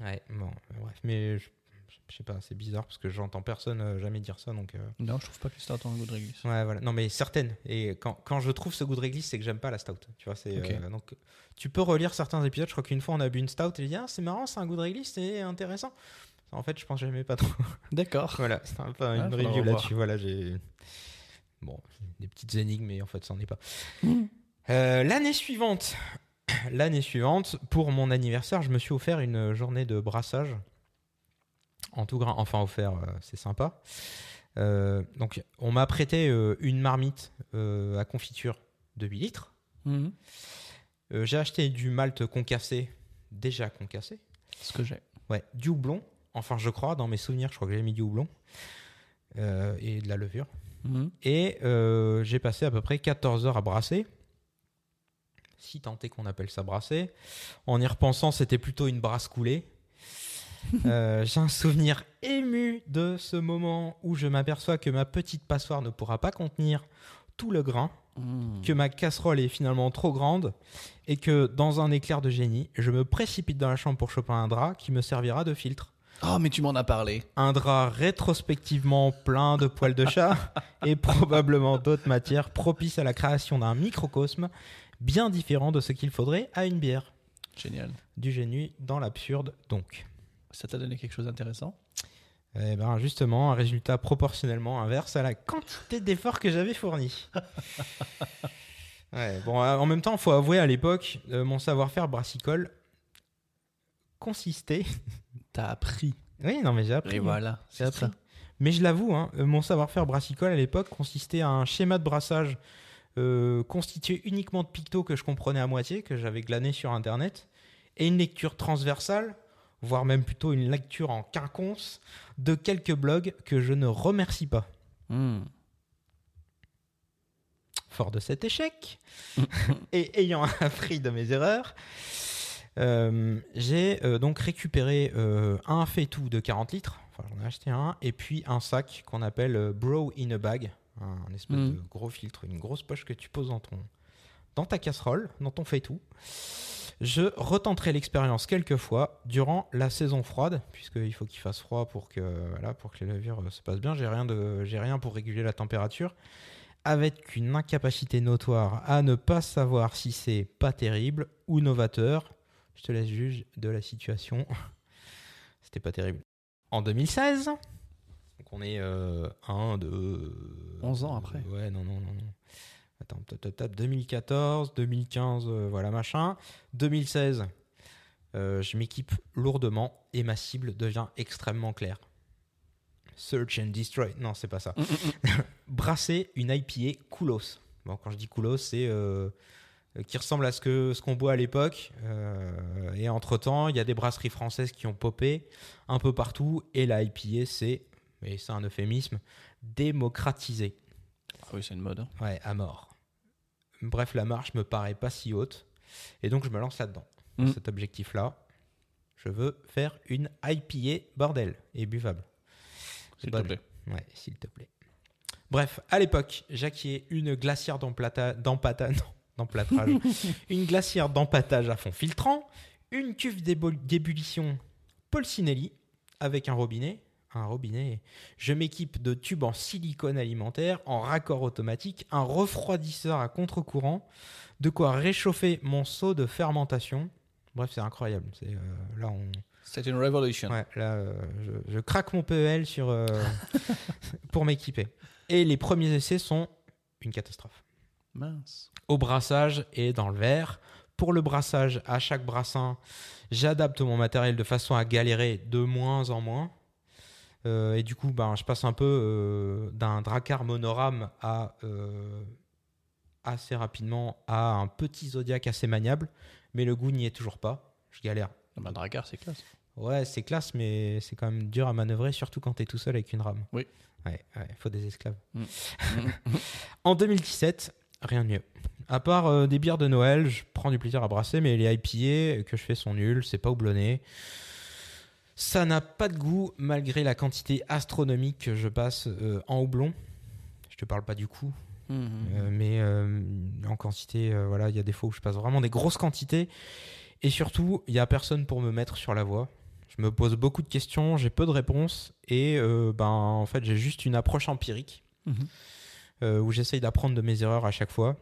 Ouais, bon, euh, bref, mais je, je sais pas, c'est bizarre parce que j'entends personne euh, jamais dire ça, donc. euh, Non, je trouve pas que c'est un goût de réglisse. Ouais, voilà. Non, mais certaines. Et quand, quand je trouve ce goût de réglisse, c'est que j'aime pas la stout. Tu vois, c'est. Ok. euh, donc, tu peux relire certains épisodes. Je crois qu'une fois, on a bu une stout et j'ai dit, ah, c'est marrant, c'est un goût de réglisse, c'est intéressant. En fait, je pense que j'aimais pas trop. D'accord. voilà, c'est un peu Ah, une faudra review revoir. là-dessus. Voilà, j'ai. Bon, des petites énigmes, mais en fait, ça n'en est pas. Euh, L'année suivante. L'année suivante, pour mon anniversaire, je me suis offert une journée de brassage. En tout grain, enfin offert, euh, c'est sympa. Euh, donc, on m'a prêté euh, une marmite euh, à confiture de 8 litres. Mhm. Euh, J'ai acheté du malt concassé, déjà concassé. Ce que j'ai. Ouais, du houblon. Enfin, je crois, dans mes souvenirs, je crois que j'ai mis du houblon. Euh, et de la levure. Mhm. Et euh, j'ai passé à peu près 14 heures à brasser. Si tant est qu'on appelle ça brasser. En y repensant, c'était plutôt une brasse coulée. Euh, j'ai un souvenir ému de ce moment où je m'aperçois que ma petite passoire ne pourra pas contenir tout le grain Mhm. que ma casserole est finalement trop grande et que dans un éclair de génie, je me précipite dans la chambre pour choper un drap qui me servira de filtre. Oh, mais tu m'en as parlé. Un drap rétrospectivement plein de poils de chat et probablement d'autres matières propices à la création d'un microcosme bien différent de ce qu'il faudrait à une bière. Génial. Du génie dans l'absurde donc. Ça t'a donné quelque chose d'intéressant Eh ben justement, un résultat proportionnellement inverse à la quantité d'efforts que j'avais fourni. Ouais, bon, euh, en même temps, faut avouer à l'époque, euh, mon savoir-faire brassicole consistait. T'as appris. Oui, non, mais j'ai appris. Et moi. voilà. J'ai appris. Mais je l'avoue, hein, euh, mon savoir-faire brassicole à l'époque consistait à un schéma de brassage euh, constitué uniquement de pictos que je comprenais à moitié, que j'avais glané sur Internet, et une lecture transversale, voire même plutôt une lecture en quinconce, de quelques blogs que je ne remercie pas. Mhm. Fort de cet échec, et ayant appris de mes erreurs, euh, j'ai euh, donc récupéré euh, un faitout de 40 litres, enfin j'en ai acheté un, et puis un sac qu'on appelle euh, Bro in a Bag, un espèce Mhm. de gros filtre, une grosse poche que tu poses dans, ton, dans ta casserole, dans ton faitout. Je retenterai l'expérience quelques fois durant la saison froide, puisqu'il faut qu'il fasse froid pour que, voilà, pour que les levures euh, se passent bien. J'ai rien, de, j'ai rien pour réguler la température. Avec une incapacité notoire à ne pas savoir si c'est pas terrible ou novateur, je te laisse juge de la situation. C'était pas terrible. En 2016, donc on est 1, 2, 11 ans après. Ouais, non, non, non. non. Attends, tap, tap, tap, 2014, 2015, euh, voilà machin. 2016, euh, je m'équipe lourdement et ma cible devient extrêmement claire. Search and destroy. Non, c'est pas ça. Brasser une IPA Koulos. Bon, quand je dis Koulos, c'est euh, euh, qui ressemble à ce que ce qu'on boit à l'époque. Euh, et entre temps, il y a des brasseries françaises qui ont popé un peu partout. Et la IPA, c'est, et c'est un euphémisme, démocratisé. Ah oui, c'est une mode. hein. Ouais, à mort. Bref, la marche me paraît pas si haute. Et donc, je me lance là-dedans. Mm. Cet objectif-là. Je veux faire une IPA bordel et buvable. S'il te Bonne. plaît. Ouais, s'il te plaît. Bref, à l'époque, j'acquiais une glacière d'emplata- d'empata- non, d'emplâtrage, une glacière d'empâtage à fond filtrant, une cuve d'ébul- d'ébullition Polsinelli avec un robinet. Un robinet. Je m'équipe de tubes en silicone alimentaire, en raccord automatique, un refroidisseur à contre-courant, de quoi réchauffer mon seau de fermentation. Bref, c'est incroyable. C'est euh, là on, C'est une revolution. Ouais, là, euh, je, je craque mon PEL sur, euh, pour m'équiper. Et les premiers essais sont une catastrophe. Mince. Au brassage et dans le verre. Pour le brassage, à chaque brassin, j'adapte mon matériel de façon à galérer de moins en moins. Euh, et du coup, ben, je passe un peu euh, d'un dracar monorame à euh, assez rapidement à un petit Zodiac assez maniable, mais le goût n'y est toujours pas. Je galère. Bah, Dragar, c'est classe. Ouais, c'est classe, mais c'est quand même dur à manœuvrer, surtout quand t'es tout seul avec une rame. Oui. Ouais, ouais, faut des esclaves. Mm. en 2017, rien de mieux. À part euh, des bières de Noël, je prends du plaisir à brasser, mais les IPA que je fais sont nuls, c'est pas houblonné. Ça n'a pas de goût malgré la quantité astronomique que je passe euh, en houblon. Je te parle pas du coût, Mhm. euh, mais euh, en quantité, euh, voilà, il y a des fois où je passe vraiment des grosses quantités. Et surtout, il n'y a personne pour me mettre sur la voie. Je me pose beaucoup de questions, j'ai peu de réponses. Et euh, ben, en fait, j'ai juste une approche empirique Mhm. euh, où j'essaye d'apprendre de mes erreurs à chaque fois.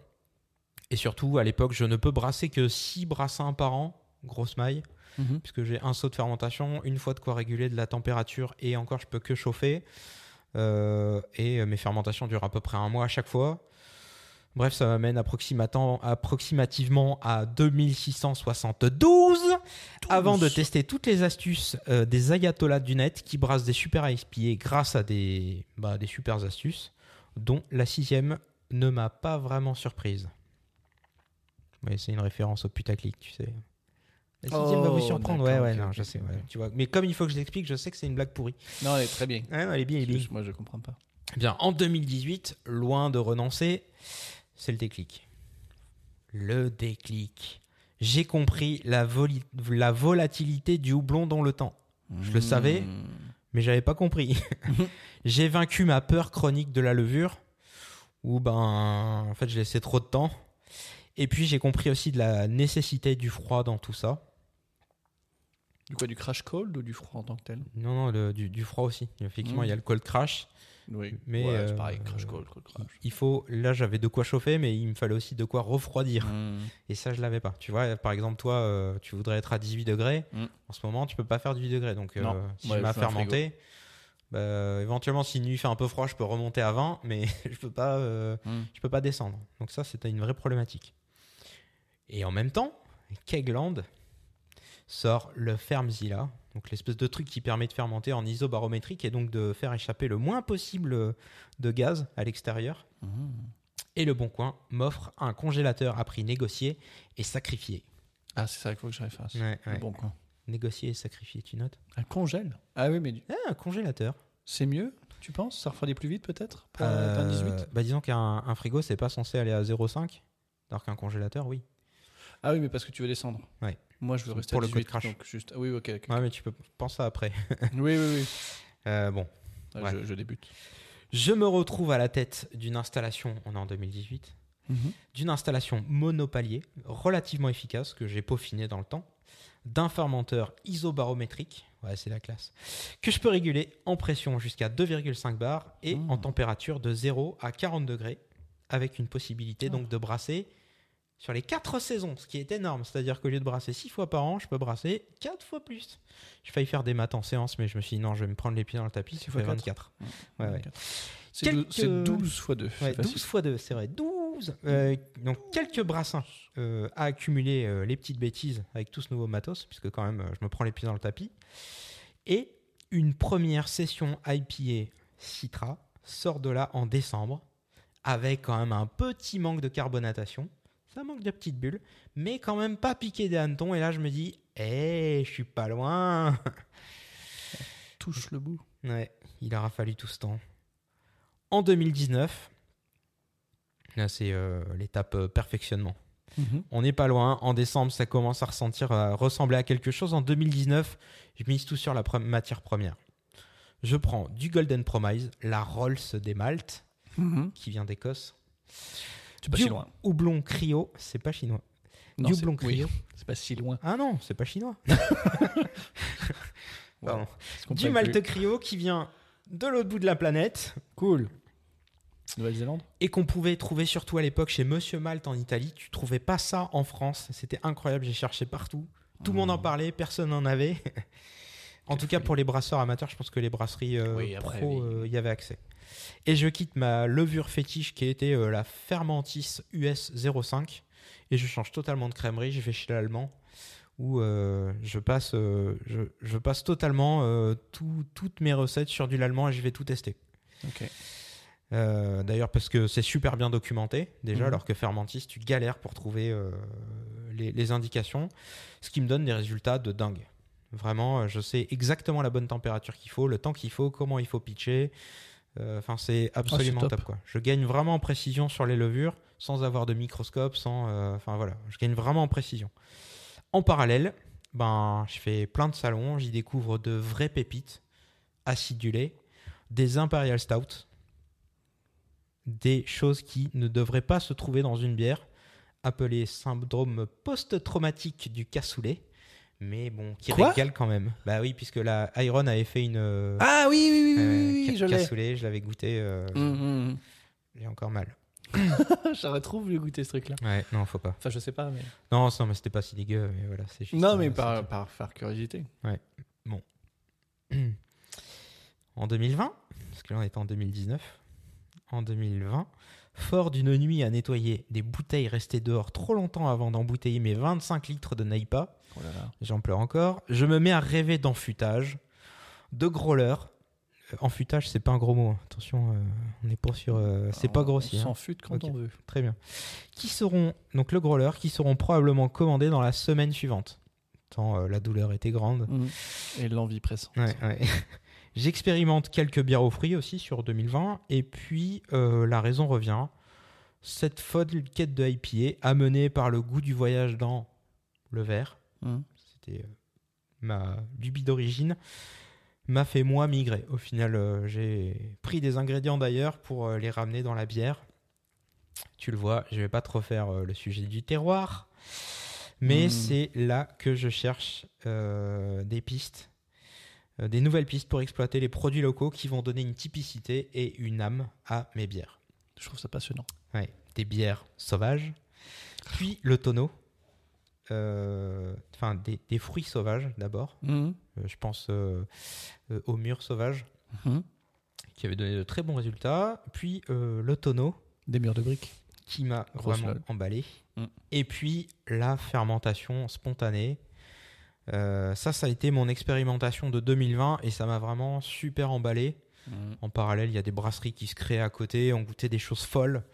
Et surtout, à l'époque, je ne peux brasser que 6 brassins par an, grosse maille, Mhm. puisque j'ai un saut de fermentation, une fois de quoi réguler de la température, et encore, je peux que chauffer. Euh, et euh, mes fermentations durent à peu près un mois à chaque fois. Bref, ça m'amène approximatant- approximativement à 2672 avant de tester toutes les astuces euh, des ayatollahs du net qui brassent des super IPA grâce à des, bah, des super astuces, dont la sixième ne m'a pas vraiment surprise. Ouais, c'est une référence au putaclic, tu sais. La sixième va Oh, vous surprendre, ouais, d'accord, ouais, ok, non, ok, je sais, ok. ouais, tu vois. Mais comme il faut que je l'explique, je sais que c'est une blague pourrie. Non, elle est très bien. Ouais, non, elle est bien, elle est bien. Je- Moi, je comprends pas. Eh Bien, en 2018, loin de renoncer, c'est le déclic. Le déclic. J'ai compris la, voli- la volatilité du houblon dans le temps, Je le savais. Mhm. mais j'avais pas compris. J'ai vaincu ma peur chronique de la levure, où ben, en fait, je laissais trop de temps. Et puis j'ai compris aussi de la nécessité du froid dans tout ça. Du quoi, du crash cold ou du froid en tant que tel Non, non, le- du, du froid aussi. Effectivement, Mm. il y a le cold crash. Oui, Mais, Ouais, euh, c'est pareil, crash cold, cold Il- crash. Il faut, là, j'avais de quoi chauffer, mais il me fallait aussi de quoi refroidir. Mhm. Et ça, je l'avais pas. Tu vois, par exemple, toi, euh, tu voudrais être à 18 degrés. Mm. En ce moment, tu peux pas faire 18 degrés. Donc, euh, Non. si Ouais, je m'a je fais un fermenté, bah, éventuellement, si une nuit fait un peu froid, je peux remonter à 20, mais je peux pas, euh, Mm. je peux pas descendre. Donc ça, c'était une vraie problématique. Et en même temps, Kegland sort le Fermzilla, donc l'espèce de truc qui permet de fermenter en isobarométrique et donc de faire échapper le moins possible de gaz à l'extérieur. Mhm. Et le Bon Coin m'offre un congélateur à prix négocié et sacrifié. Ah, c'est ça qu'il faut que je fasse. Ouais, ouais. Bon, quoi. Négocier et sacrifier, tu notes Un congèle Ah oui, mais du- Ah, un congélateur. c'est mieux, tu penses Ça refroidit plus vite, peut-être pour la fin 18 Euh, bah disons qu'un un frigo, c'est pas censé aller à 0,5, alors qu'un congélateur, oui. Ah oui, mais parce que tu veux descendre. Ouais. Moi, je veux C'est rester pour à le 18. code crash. Donc juste... ah Oui, ok. ok. Ouais, mais tu peux penser à après. oui, oui, oui. Euh, bon. Ah, Ouais. Je, je débute. Je me retrouve à la tête d'une installation, on est en 2018, Mhm. d'une installation monopalier, relativement efficace, que j'ai peaufinée dans le temps, d'un fermenteur isobarométrique, ouais, c'est la classe, que je peux réguler en pression jusqu'à 2,5 bars et Mm. en température de 0 à 40 degrés, avec une possibilité donc de brasser sur les 4 saisons, ce qui est énorme. C'est-à-dire qu'au lieu de brasser 6 fois par an, je peux brasser 4 fois plus. J'ai failli faire des maths en séance, mais je me suis dit non, je vais me prendre les pieds dans le tapis, Six ça fois fait quatre. 24. Ouais, ouais. C'est dou- Quelques- c'est 12 fois 2. Ouais, 12 fois 2, c'est vrai, 12 Euh, Donc quelques brassins euh, à accumuler euh, les petites bêtises avec tout ce nouveau matos, puisque quand même euh, je me prends les pieds dans le tapis. Et une première session IPA Citra sort de là en décembre, avec quand même un petit manque de carbonatation, ça manque de petites bulles, mais quand même pas piqué des hannetons, et là je me dis, hé, je suis pas loin Touche le bout. Ouais, il aura fallu tout ce temps. En 2019, là c'est euh, l'étape euh, perfectionnement. Mhm. On n'est pas loin. En décembre, ça commence à ressentir, à ressembler à quelque chose. En 2019, je mise tout sur la pre- matière première. Je prends du Golden Promise, la Rolls des Maltes, Mhm. qui vient d'Écosse. C'est pas du si loin. Houblon Cryo, c'est pas chinois. Non, du c'est- Houblon oui, Cryo. C'est pas si loin. Ah non, c'est pas chinois. Pardon. Je comprends Du plus. Malte Cryo qui vient de l'autre bout de la planète. Cool. Nouvelle-Zélande et qu'on pouvait trouver surtout à l'époque chez Monsieur Malte en Italie. Tu trouvais pas ça en France. C'était incroyable. J'ai cherché partout. Tout le monde en Hmm. parlait. Personne n'en avait. en tout cas, pour les brasseurs amateurs, je pense que les brasseries euh, Oui, après, pro oui. euh, y avaient accès. Et je quitte ma levure fétiche qui était euh, la Fermentis US 05 et je change totalement de crèmerie. Je vais chez l'allemand où euh, je passe, euh, je, je passe totalement euh, tout- toutes mes recettes sur du l'allemand et je vais tout tester. Ok. Euh, D'ailleurs, parce que c'est super bien documenté, déjà, Mhm. alors que Fermentis, tu galères pour trouver euh, les, les indications, ce qui me donne des résultats de dingue. Vraiment, euh, je sais exactement la bonne température qu'il faut, le temps qu'il faut, comment il faut pitcher. Euh, Enfin, c'est absolument Ah, top. top. quoi. Je gagne vraiment en précision sur les levures, sans avoir de microscope, sans. euh, Enfin, voilà, je gagne vraiment en précision. En parallèle, ben, je fais plein de salons, j'y découvre de vraies pépites acidulées, des Imperial Stout, des choses qui ne devraient pas se trouver dans une bière, appelées syndrome post-traumatique du cassoulet, mais bon, qui Quoi régale quand même. Bah oui, puisque la Iron avait fait une euh, Ah oui, oui, oui, euh, oui, oui, ca- oui, je l'ai. cassoulet, je l'avais goûté, euh, Hum, j'ai encore mal. hum. J'aurais trop voulu goûter ce truc-là. Ouais, non, faut pas. Enfin, je sais pas, mais. Non, non, mais c'était pas si dégueu, mais voilà, c'est juste. Non, mais euh, par, par, par curiosité. En 2020, parce que là on est en 2019, en 2020, fort d'une nuit à nettoyer des bouteilles restées dehors trop longtemps avant d'embouteiller mes 25 litres de Naipa, Oh là là. j'en pleure encore, je me mets à rêver d'enfutage, de growler. Euh, Enfutage, c'est pas un gros mot, attention, euh, on est pas sur. euh, c'est On- pas grossier. Ah, On s'en hein. fute quand Ok. on veut. Très bien. Qui seront, donc le growler, qui seront probablement commandés dans la semaine suivante. Tant euh, la douleur était grande. Mhm. Et l'envie pressante. Ouais, ouais. J'expérimente quelques bières aux fruits aussi sur 2020. Et puis, euh, la raison revient. Cette folle quête de IPA, amenée par le goût du voyage dans le verre, Mhm. c'était euh, ma lubie d'origine, m'a fait moi migrer. Au final, euh, j'ai pris des ingrédients d'ailleurs pour euh, les ramener dans la bière. Tu le vois, je vais pas trop faire euh, le sujet du terroir, mais Mhm. c'est là que je cherche euh, des pistes euh, des nouvelles pistes pour exploiter les produits locaux qui vont donner une typicité et une âme à mes bières. Je trouve ça passionnant. Ouais, des bières sauvages, puis le tonneau, euh, enfin des, des fruits sauvages d'abord. Euh, je pense euh, euh, au mûr sauvage Mhm. qui avait donné de très bons résultats, puis euh, le tonneau Des murs de briques. qui m'a Grosse vraiment lol. emballé. Mm. Et puis la fermentation spontanée. Euh, ça, ça a été mon expérimentation de 2020 et ça m'a vraiment super emballé. Mhm. En parallèle, il y a des brasseries qui se créent à côté, on goûtait des choses folles.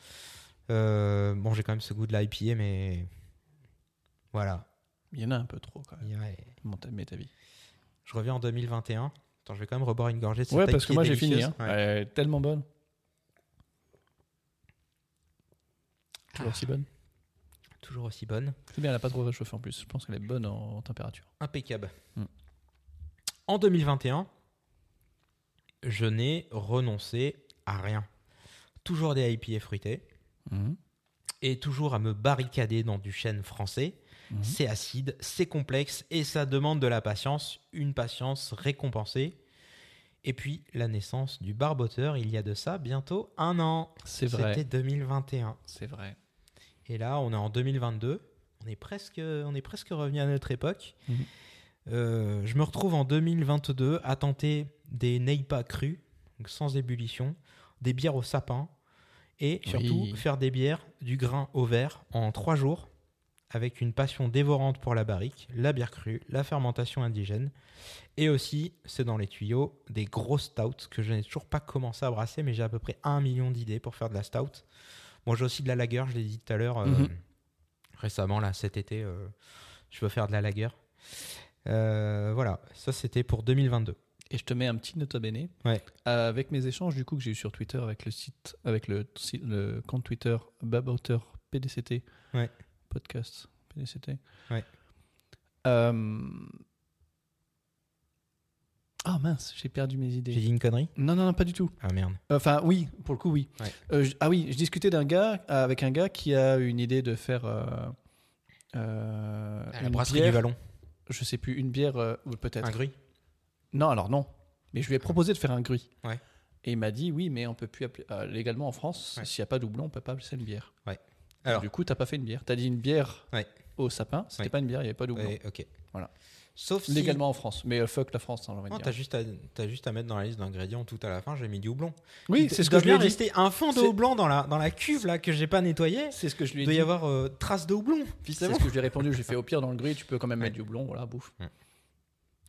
Euh, bon, j'ai quand même ce goût de l'IPA, mais voilà. Il y en a un peu trop quand même. Ouais. Mon ta- mais ta vie. Je reviens en 2021. Attends, je vais quand même reboire une gorgée de cette Ouais, parce IPA que moi j'ai fini. délicieuse. hein. Ouais. Elle est tellement bonne. Ah. Toujours si bonne. Toujours aussi bonne. C'est bien, elle n'a pas trop réchauffé en plus. Je pense qu'elle est bonne en, en température. Impeccable. Mm. En 2021, je n'ai renoncé à rien. Toujours des IPA fruités Mmh, et toujours à me barricader dans du chêne français. Mhm. C'est acide, c'est complexe et ça demande de la patience, une patience récompensée. Et puis la naissance du barboteur, il y a de ça bientôt un an. C'est C'était vrai. 2021. C'est vrai. Et là, on est en 2022. On est presque, on est presque revenu à notre époque. Mhm. Euh, je me retrouve en 2022 à tenter des Neipa crus, donc sans ébullition, des bières au sapin et Oui. surtout faire des bières du grain au verre en trois jours avec une passion dévorante pour la barrique, la bière crue, la fermentation indigène et aussi, c'est dans les tuyaux, des grosses stouts que je n'ai toujours pas commencé à brasser mais j'ai à peu près un million d'idées pour faire de la stout. Moi, j'ai aussi de la lager, je l'ai dit tout à l'heure. euh, Mhm. Récemment, là, cet été, euh, je veux faire de la lager. Euh, voilà, ça c'était pour 2022. Et je te mets un petit nota bene. Ouais. Euh, avec mes échanges du coup que j'ai eu sur Twitter avec le site, avec le, si- le compte Twitter Babauteur PDCT. Ouais. Podcast PDCT. Ouais. Euh, Ah mince, j'ai perdu mes J'ai idées. dit une connerie Non, non, non, pas du tout. Ah merde. Enfin, oui, pour le coup, oui. Ouais. Euh, je- ah oui, je discutais d'un gars, avec un gars qui a une idée de faire. euh, euh, la une brasserie bière- du Vallon. Je sais plus, une bière, euh, ou peut-être. Un gruy Non, alors non. Mais je lui ai proposé de faire un gruy. Ouais. Et il m'a dit oui, mais on peut plus appeler euh, légalement en France, Ouais. s'il n'y a pas de doublon, on peut pas appeler ça une bière. Ouais. Alors. du coup, t'as pas fait une bière. T'as dit une bière Ouais. au sapin. C'était Ouais. pas une bière, il n'y avait pas de doublon. Ouais, ok. Voilà. Sauf si. Légalement en France, mais euh, fuck la France, hein, j'ai envie de Non, dire. t'as juste, à- t'as juste à mettre dans la liste d'ingrédients tout à la fin, j'ai mis du houblon. Oui, Il c'est ce doit que je lui ai bien dit. rester un fond de C'est- houblon dans la, dans la cuve là que j'ai pas nettoyée. C'est ce que je lui Il ai doit y dit. avoir euh, trace de houblon. C'est ce que je lui ai répondu. J'ai fait au pire dans le gris, tu peux quand même Ouais. mettre du blond, voilà, bouffe. Ouais.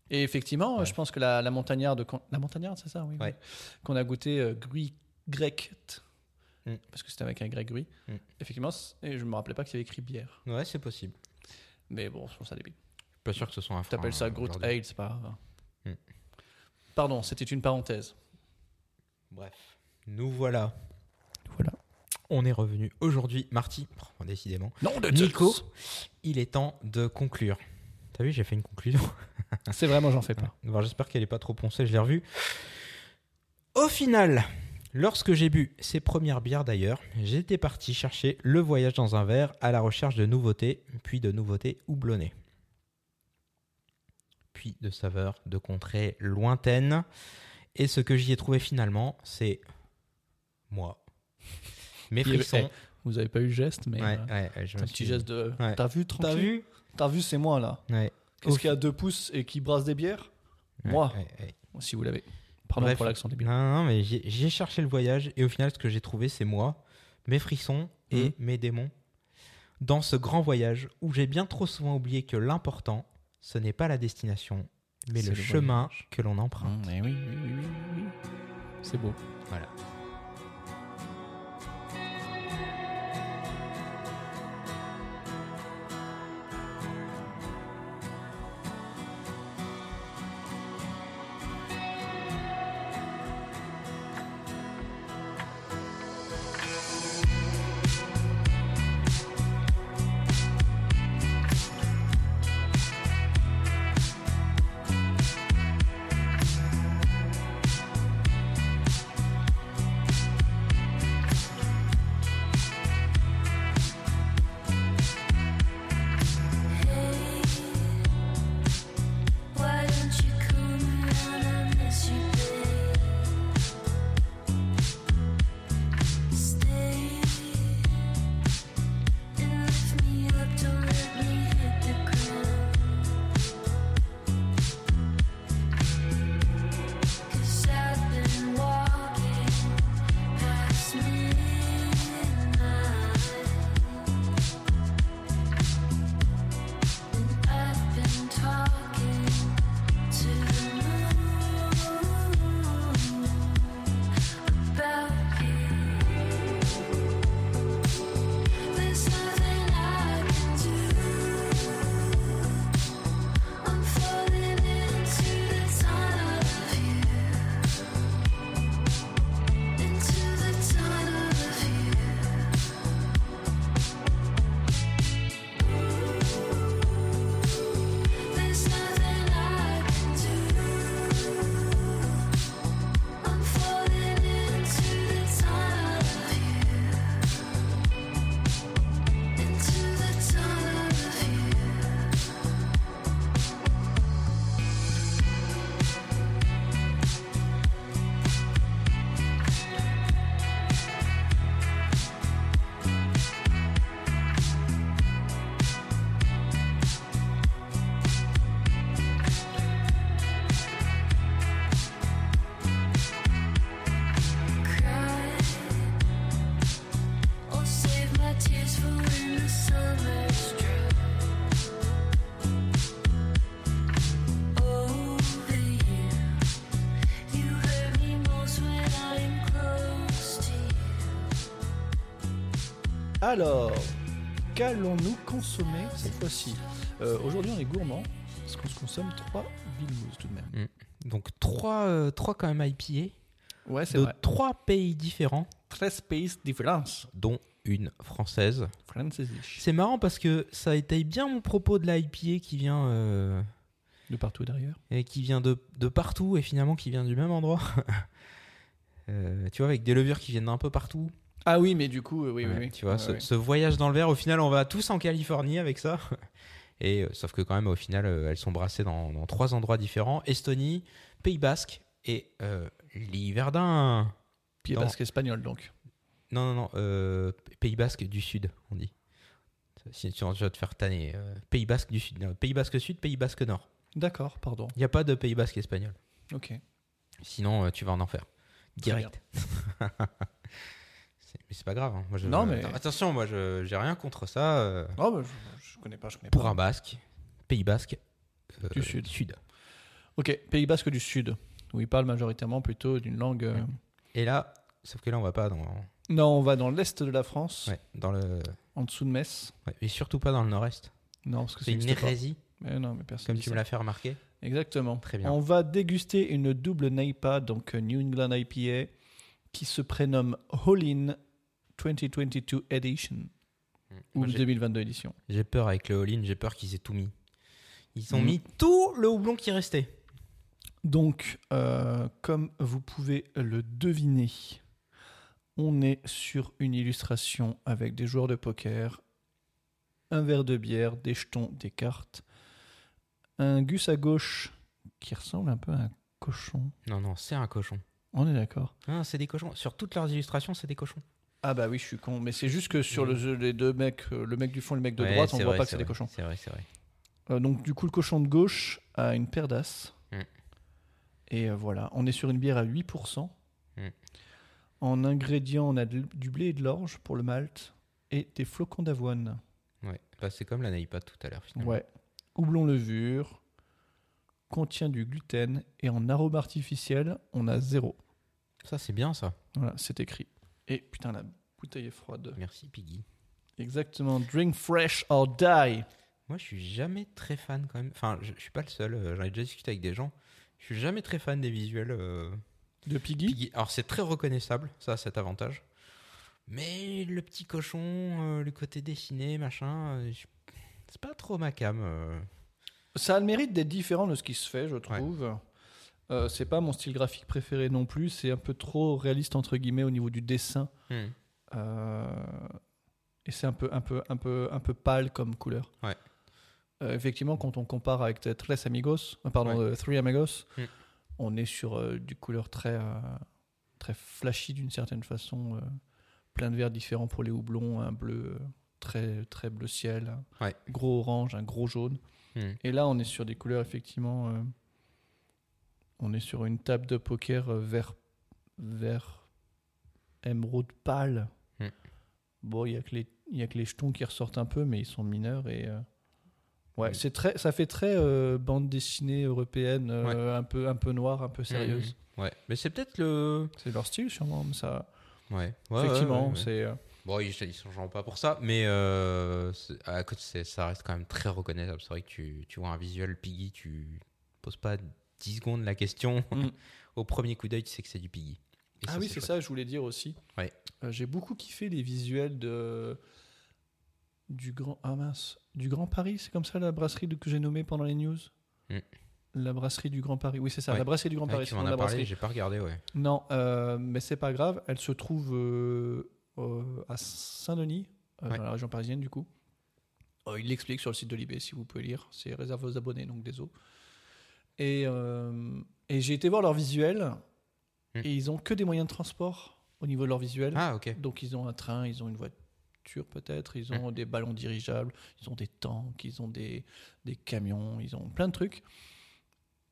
Et effectivement, Ouais. je pense que la, la montagnarde, qu'on- la montagnarde, c'est ça, oui, oui. Ouais. qu'on a goûté euh, gris grec. t. Mm. Parce que c'était avec un grec, oui. Mm. Effectivement, c- et je me rappelais pas qu'il y avait écrit bière. Ouais, c'est possible. Mais bon, je trouve ça débile. Je suis pas sûr que ce soit un frein. T'appelles ça euh, Groot aujourd'hui. Ale, c'est pas grave. hein. Mm. Pardon, c'était une parenthèse. Bref, nous voilà. Voilà. On est revenu aujourd'hui, Marty, oh, décidément. Non, de Nico, il est temps de conclure. T'as vu, j'ai fait une conclusion. C'est vraiment, j'en fais pas. Bon, J'espère qu'elle est pas trop poncée, je l'ai revue. Au final, lorsque j'ai bu ces premières bières d'ailleurs, j'étais parti chercher le voyage dans un verre à la recherche de nouveautés, puis de nouveautés houblonnées. Puis de saveurs de contrées lointaines. Et ce que j'y ai trouvé finalement, c'est moi. Mes Il y avait- frissons. Vous avez pas eu le geste, mais. Ouais, euh, ouais, ouais, je un me petit suis- geste de. Ouais. T'as vu, T'as tranquille vu T'as vu, c'est moi là. Ouais. Qu'est-ce Au- qu'il y a à deux pouces et qui brasse des bières Moi. Ouais, ouais, ouais. Si vous l'avez. Pardon Bref. pour l'accent débile. Non, non, non, mais j'ai j'ai cherché le voyage et au final, ce que j'ai trouvé, c'est moi, mes frissons et Mhm. mes démons dans ce grand voyage où j'ai bien trop souvent oublié que l'important, ce n'est pas la destination, mais C'est le, le chemin que l'on emprunte. Hum, eh oui, oui, oui, oui, oui. C'est beau. Voilà. Why don't you come around and miss you, babe? Stay and lift me up, don't let me hit the ground. 'Cause I've been walking past midnight. I've been talking to the moon about you. There's nothing I can do. I'm falling into the tunnel of you, into the tunnel of you. There's nothing I can do. I'm falling into the tunnel of you, into the tunnel of you. Cry or save my tears for when the summer's dry. Over you, you hurt me most when I'm close to you. Alors, qu'allons-nous consommer cette fois-ci Euh, Aujourd'hui, on est gourmand, parce qu'on se consomme 3 bilmous tout de même. Mhm. Donc trois, euh, trois quand même IPA Ouais, c'est de vrai. trois pays différents, 13 pays différence. dont une française. Francis. C'est marrant parce que ça étaye bien mon propos de l'IPA qui vient euh, De partout et derrière. et qui vient de, de partout et finalement qui vient du même endroit. Euh, tu vois, avec des levures qui viennent d'un peu partout. Ah oui, mais du coup, euh, oui, oui, Ouais, oui. Tu vois, Ouais, ce, ouais. ce voyage dans le verre, au final, on va tous en Californie avec ça. Et euh, sauf que quand même, au final, euh, elles sont brassées dans, dans trois endroits différents Estonie, Pays Basque et euh, Liverdun. Puis dans- parce qu'espagnol, donc. Non, non, non, euh, Pays Basque du Sud, on dit. Si tu vas te faire tanner, euh, Pays Basque du Sud, non, Pays Basque Sud, Pays Basque Nord. D'accord, pardon. Il n'y a pas de Pays Basque espagnol. Ok. Sinon, euh, tu vas en enfer. Très Direct. C'est- mais c'est pas grave. hein. Moi, je- Non, mais- Attention, moi, je j'ai rien contre ça. euh, Oh, bah, je, je connais pas, je connais pour pas. un Basque, Pays Basque euh, Du Sud. Ok, Pays Basque du Sud, où ils parlent majoritairement plutôt d'une langue. euh, Et là, Sauf que là, on va pas dans, Non, on va dans l'est de la France, ouais, dans le. en dessous de Metz. ouais, et surtout pas dans le nord-est. Non, parce que C'est une n'existe pas. hérésie, Mais non, mais personne comme dit tu ça. me l'as fait remarquer. Exactement. Très bien. On va déguster une double NIPA, donc euh, New England IPA, qui se prénomme All In 2022 Edition, ou Mmh. Moi, j'ai- 2022 Edition. J'ai peur avec le all-in, j'ai peur qu'ils aient tout mis. Ils ont Mm. mis tout le houblon qui restait. Donc, euh, comme vous pouvez le deviner, on est sur une illustration avec des joueurs de poker, un verre de bière, des jetons, des cartes, un gus à gauche qui ressemble un peu à un cochon. Non, non, c'est un cochon. On est d'accord Ah, c'est des cochons. Sur toutes leurs illustrations, c'est des cochons. Ah bah oui, je suis con, mais c'est juste que sur le jeu, les deux mecs, euh, le mec du fond et le mec de Ouais, droite, on c'est voit vrai, pas que c'est vrai, des cochons. C'est vrai, c'est vrai. Euh, donc du coup, le cochon de gauche a une paire d'as. Mm. Et euh, voilà, on est sur une bière à 8%. Mm. En ingrédients, on a de- du blé et de l'orge pour le malt et des flocons d'avoine. Ouais. Bah, c'est comme la naïpa tout à l'heure, finalement. Ouais. Houblon levure contient du gluten et en arôme artificiel, on a zéro. Ça, c'est bien, ça. Voilà, c'est écrit. Et putain, la bouteille est froide. Merci, Piggy. Exactement. Drink fresh or die. Moi, je suis jamais très fan, quand même. Enfin, je, je suis pas le seul. euh, J'en ai déjà discuté avec des gens. Je suis jamais très fan des visuels. euh, De Piggy. Piggy. Alors, c'est très reconnaissable, ça, cet avantage. Mais le petit cochon, euh, le côté dessiné, machin, euh, je- c'est pas trop ma cam. euh. Ça a le mérite d'être différent de ce qui se fait, je trouve. Euh, c'est pas mon style graphique préféré non plus. C'est un peu trop réaliste entre guillemets au niveau du dessin. Hmm. Euh, et c'est un peu, un peu, un peu, un peu pâle comme couleur. Ouais. Euh, effectivement, quand on compare avec euh, Tres Amigos, euh, pardon, Ouais. euh, Three Amigos, Hmm. on est sur euh, du couleur très, euh, très flashy d'une certaine façon, euh, plein de verres différents pour les houblons, un bleu euh, très, très bleu ciel, un Ouais. gros orange, un gros jaune. Hmm. Et là, on est sur des couleurs effectivement, euh, on est sur une table de poker euh, vert, vert émeraude pâle. Hmm. Bon, il y a que les il y a que les jetons qui ressortent un peu, mais ils sont mineurs et euh, ouais, Oui. c'est très, ça fait très euh, bande dessinée européenne, euh, un peu un peu noire, un peu Hmm. sérieuse. Ouais. Mais c'est peut-être le. C'est leur style sûrement, mais ça. Ouais. Ouais, effectivement, ouais, ouais, ouais. c'est euh, Bon, ils ils sont genre pas pour ça, mais euh, c'est- à côté, c'est- ça reste quand même très reconnaissable. C'est vrai que tu, tu vois un visuel Piggy, tu poses pas 10 secondes la question. Mm. Au premier coup d'œil, tu sais que c'est du Piggy. Et ah oui, c'est chouette. ça, je voulais dire aussi. Ouais. Euh, J'ai beaucoup kiffé les visuels de du grand ah mince, du Grand Paris, c'est comme ça la brasserie de- que j'ai nommée pendant les news. Hmm. La brasserie du Grand Paris. Oui, c'est ça, Ouais. la brasserie du Grand Ouais, Paris. Ah, tu c'est m'en le nom de as la parlé, brasserie. j'ai pas regardé, ouais. Non, euh, mais c'est pas grave. Elle se trouve euh, euh, à Saint-Denis, euh, Ouais. dans la région parisienne, du coup. Euh, il l'explique sur le site de l'IB, si vous pouvez lire. C'est réservé aux abonnés, donc des os. Et, euh, et j'ai été voir leur visuel. Hmm. Et ils ont que des moyens de transport au niveau de leur visuel. Ah, ok. Donc ils ont un train, ils ont une voiture peut-être, ils Hmm. ont des ballons dirigeables, ils ont des tanks, ils ont des, des camions, ils ont plein de trucs.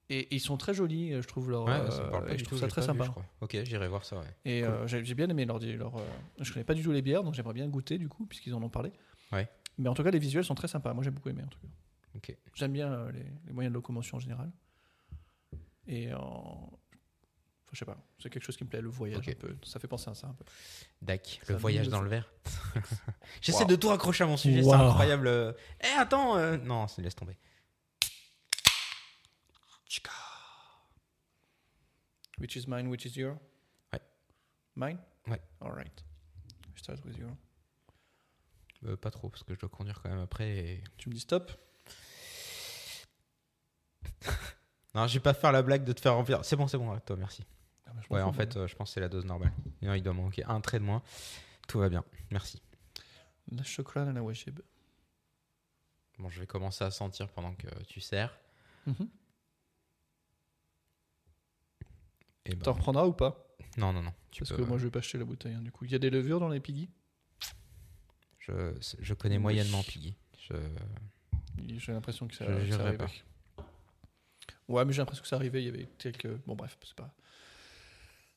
Et ils sont très jolis, euh, je trouve leur. Ouais, ça me euh, parle pas et du je tout. trouve ça j'ai très pas vu, sympa. je crois. Ok, j'irai voir ça, ouais. Et euh, j'ai j'ai bien aimé leur. leur euh, je connais pas du tout les bières, donc j'aimerais bien goûter du coup, puisqu'ils en ont parlé. Ouais. Mais en tout cas, les visuels sont très sympas. Moi, j'ai beaucoup aimé en tout cas. Ok. J'aime bien euh, les, les moyens de locomotion en général. Et en. Enfin, je sais pas, c'est quelque chose qui me plaît, le voyage Ok. un peu. Ça fait penser à ça un peu. Dac, Ça le me voyage donne dans le le verre. J'essaie Wow. de tout raccrocher à mon sujet, Wow. c'est incroyable. Euh, Eh, attends euh, Non, c'est- laisse tomber. Chica. Which is mine, which is your? Ouais. Mine? Ouais. Alright. Je start with you. Euh, pas trop, parce que je dois conduire quand même après. et- Tu me dis stop? Non, je vais pas faire la blague de te faire remplir. C'est bon, c'est bon, toi, merci. Ah bah, je m'en Ouais, fous, en fait, euh, je pense que c'est la dose normale. Non, il doit me manquer un trait de moins. Tout va bien, merci. moi. euh, La chocolat à la wajib. Bon, je vais commencer à sentir pendant que tu sers. Mhm. Et ben, T'en reprendras ou pas? non, non, non. Tu Parce peux- que moi, je vais pas acheter la bouteille, hein, du coup. Il y a des levures dans les piggy? je... je connais Oui. moyennement Piggy. Je... J'ai l'impression que ça, Je ça jurerais arrivait. Ouais, mais j'ai l'impression que ça arrivait. Il y avait quelques. Bon, bref, c'est pas.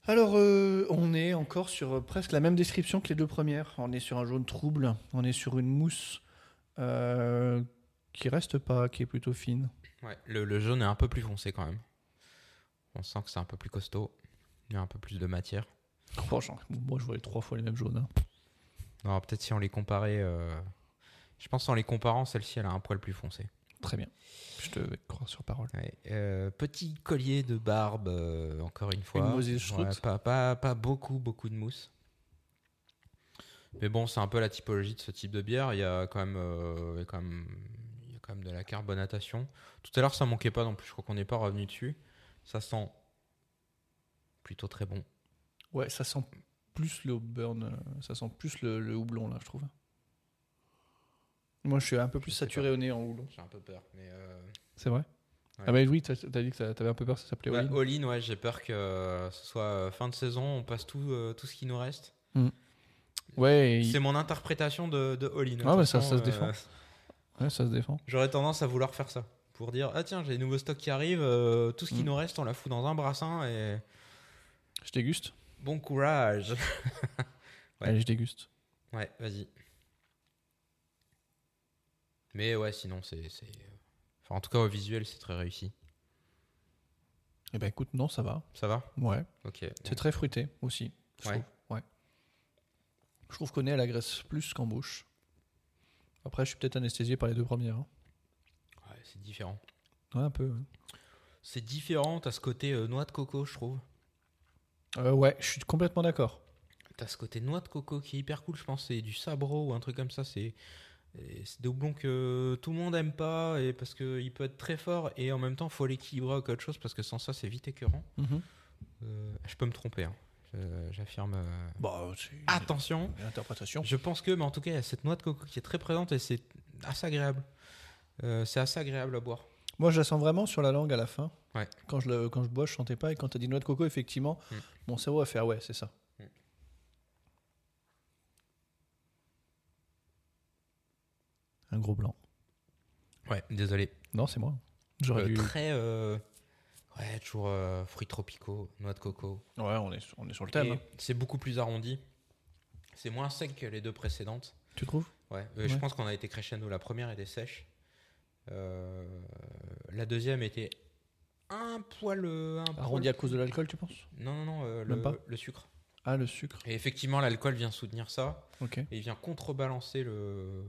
Alors, euh, on est encore sur euh, presque la même description que les deux premières. On est sur un jaune trouble. On est sur une mousse euh, qui reste pas, qui est plutôt fine. Ouais, le, le jaune est un peu plus foncé quand même. On sent que c'est un peu plus costaud. Il y a un peu plus de matière. Franchement, moi je vois les trois fois les mêmes jaunes. hein. Non, peut-être si on les comparait. euh, Je pense qu'en les comparant, celle-ci, elle a un poil plus foncé. Très bien. Je te crois sur parole. Ouais, euh, petit collier de barbe, euh, encore une fois. Une Mosesschrute. Ouais, pas, pas, pas beaucoup, beaucoup de mousse. Mais bon, c'est un peu la typologie de ce type de bière. Il y a quand même, euh, il y a quand même, il y a quand même de la carbonatation. Tout à l'heure, ça manquait pas non plus. Je crois qu'on n'est pas revenu dessus. Ça sent plutôt très bon. Ouais, ça sent plus le burn, euh, ça sent plus le, le houblon là, je trouve. Moi, je suis un peu plus Je sais saturé pas. au nez en houblon. J'ai un peu peur. Mais euh, C'est vrai Ah bah oui, t'as t'as dit que t'as- t'avais un peu peur, ça s'appelait bah, Olin. all-in, ouais, j'ai peur que euh, ce soit euh, fin de saison. On passe tout, euh, tout ce qui nous reste. Ouais, et il- C'est mon interprétation de, de all-in. Ah, bah, mais ça- ça se euh, défend. ouais, ça se défend. J'aurais tendance à vouloir faire ça. Pour dire, ah tiens, j'ai des nouveaux stocks qui arrivent, euh, tout ce qui Mm. nous reste, on la fout dans un brassin et Je déguste. bon courage. Ouais. Allez, je déguste. ouais, vas-y. Mais ouais, sinon, c'est. c'est- Enfin, en tout cas, au visuel, c'est très réussi. Eh ben écoute, non, ça va. Ça va Ouais. Ok. C'est très fruité aussi. Je Ouais. trouve. Ouais. Je trouve qu'on est à la graisse plus qu'en bouche. Après, je suis peut-être anesthésié par les deux premières. hein. Ouais, c'est différent. Ouais, un peu. ouais. C'est différent, t'as ce côté euh, noix de coco, je trouve. Euh, ouais, je suis complètement d'accord. T'as ce côté noix de coco qui est hyper cool, je pense. C'est du sabro ou un truc comme ça. C'est et c'est des houblons que tout le monde aime pas et parce qu'il peut être très fort et en même temps, faut l'équilibrer avec autre chose parce que sans ça, c'est vite écœurant. Euh, je peux me tromper, hein. Je- j'affirme. euh, Bah, c'est une- Attention, une interprétation. je pense que, mais en tout cas, il y a cette noix de coco qui est très présente et c'est assez agréable. Euh, c'est assez agréable à boire. Moi, je la sens vraiment sur la langue à la fin. Ouais. Quand, je le, quand je bois, je sentais pas. Et quand tu as dit noix de coco, effectivement, Mm. mon cerveau a fait ah ouais, c'est ça. Mm. Un gros blanc. Ouais, désolé. Non, c'est moi. J'aurais Euh, dû- Très, euh, ouais, toujours euh, fruits tropicaux, noix de coco. Ouais, on est, on est sur le thème. Et hein. C'est beaucoup plus arrondi. C'est moins sec que les deux précédentes. Tu trouves Ouais, euh, je Ouais. pense qu'on a été crescendo. La première était sèche. Euh, la deuxième était un poil. euh, Un Arrondi poil- à cause de l'alcool, tu penses Non, non, non, euh, Même le, pas le sucre. Ah, le sucre. Et effectivement, l'alcool vient soutenir ça. Ok. Et il vient contrebalancer le.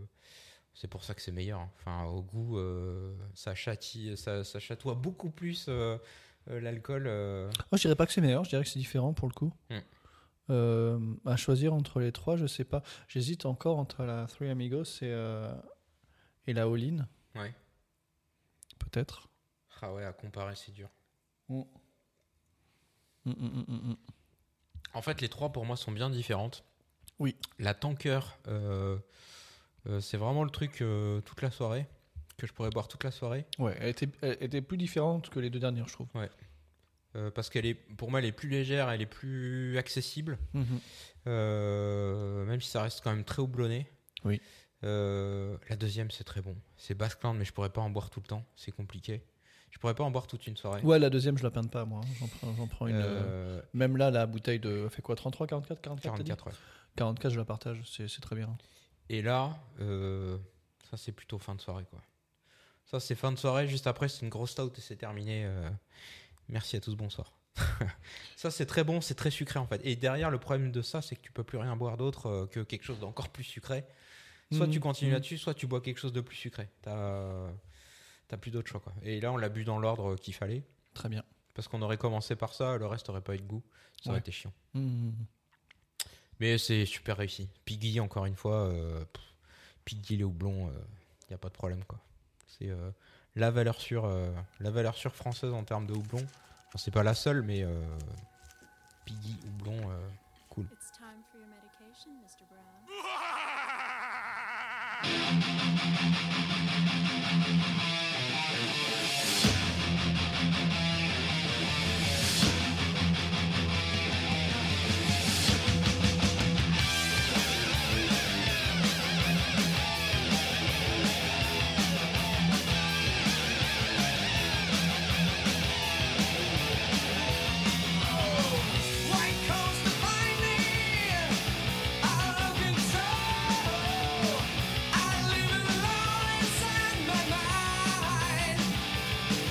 C'est pour ça que c'est meilleur. hein. Enfin, au goût, euh, ça châtie, ça, ça chatoie beaucoup plus euh, euh, l'alcool. euh. Moi, je dirais pas que c'est meilleur, je dirais que c'est différent pour le coup. Mm. Euh, à choisir entre les trois, je sais pas. J'hésite encore entre la Three Amigos et, euh, et la All-In. Ouais. Peut-être. Ah ouais, à comparer, c'est dur. Mm, mm, mm, mm, mm. En fait, les trois pour moi sont bien différentes. Oui. La tanker, euh, euh, c'est vraiment le truc euh, toute la soirée que je pourrais boire toute la soirée Ouais, elle était, elle était plus différente que les deux dernières, je trouve. euh, parce qu'elle est, pour moi, elle est plus légère, elle est plus accessible, euh, même si ça reste quand même très houblonné. Oui. Euh, la deuxième, c'est très bon. C'est Basque-Land, mais je pourrais pas en boire tout le temps. C'est compliqué. Je pourrais pas en boire toute une soirée. Ouais, la deuxième, je la peine pas, moi. hein. J'en prends, j'en prends une. euh, Euh, Même là, la bouteille de. elle fait quoi 33, 44 44, t'as dit 44. ouais. 44, je la partage, c'est c'est très bien. Et là, euh, ça c'est plutôt fin de soirée quoi. Ça c'est fin de soirée, juste après c'est une grosse stout et c'est terminé. euh, merci à tous, bonsoir. ça c'est très bon, c'est très sucré en fait. Et derrière le problème de ça c'est que tu peux plus rien boire d'autre euh, que quelque chose d'encore plus sucré. Soit Mhm, tu continues mhm. là-dessus, soit tu bois quelque chose de plus sucré. T'as t'as plus d'autre choix quoi. Et là on l'a bu dans l'ordre euh, qu'il fallait. Très bien. Parce qu'on aurait commencé par ça, le reste aurait pas eu de goût. Ça Ouais. aurait été chiant. Mhm. Mais c'est super réussi. Piggy, encore une fois, euh, pff, Piggy les houblons, il n'y a pas de problème. quoi. C'est euh, la, valeur sûre, euh, la valeur sûre française en termes de houblons. Enfin, c'est pas la seule, mais euh, Piggy, houblon, euh, cool. It's time for your medication, Mr. Brown. I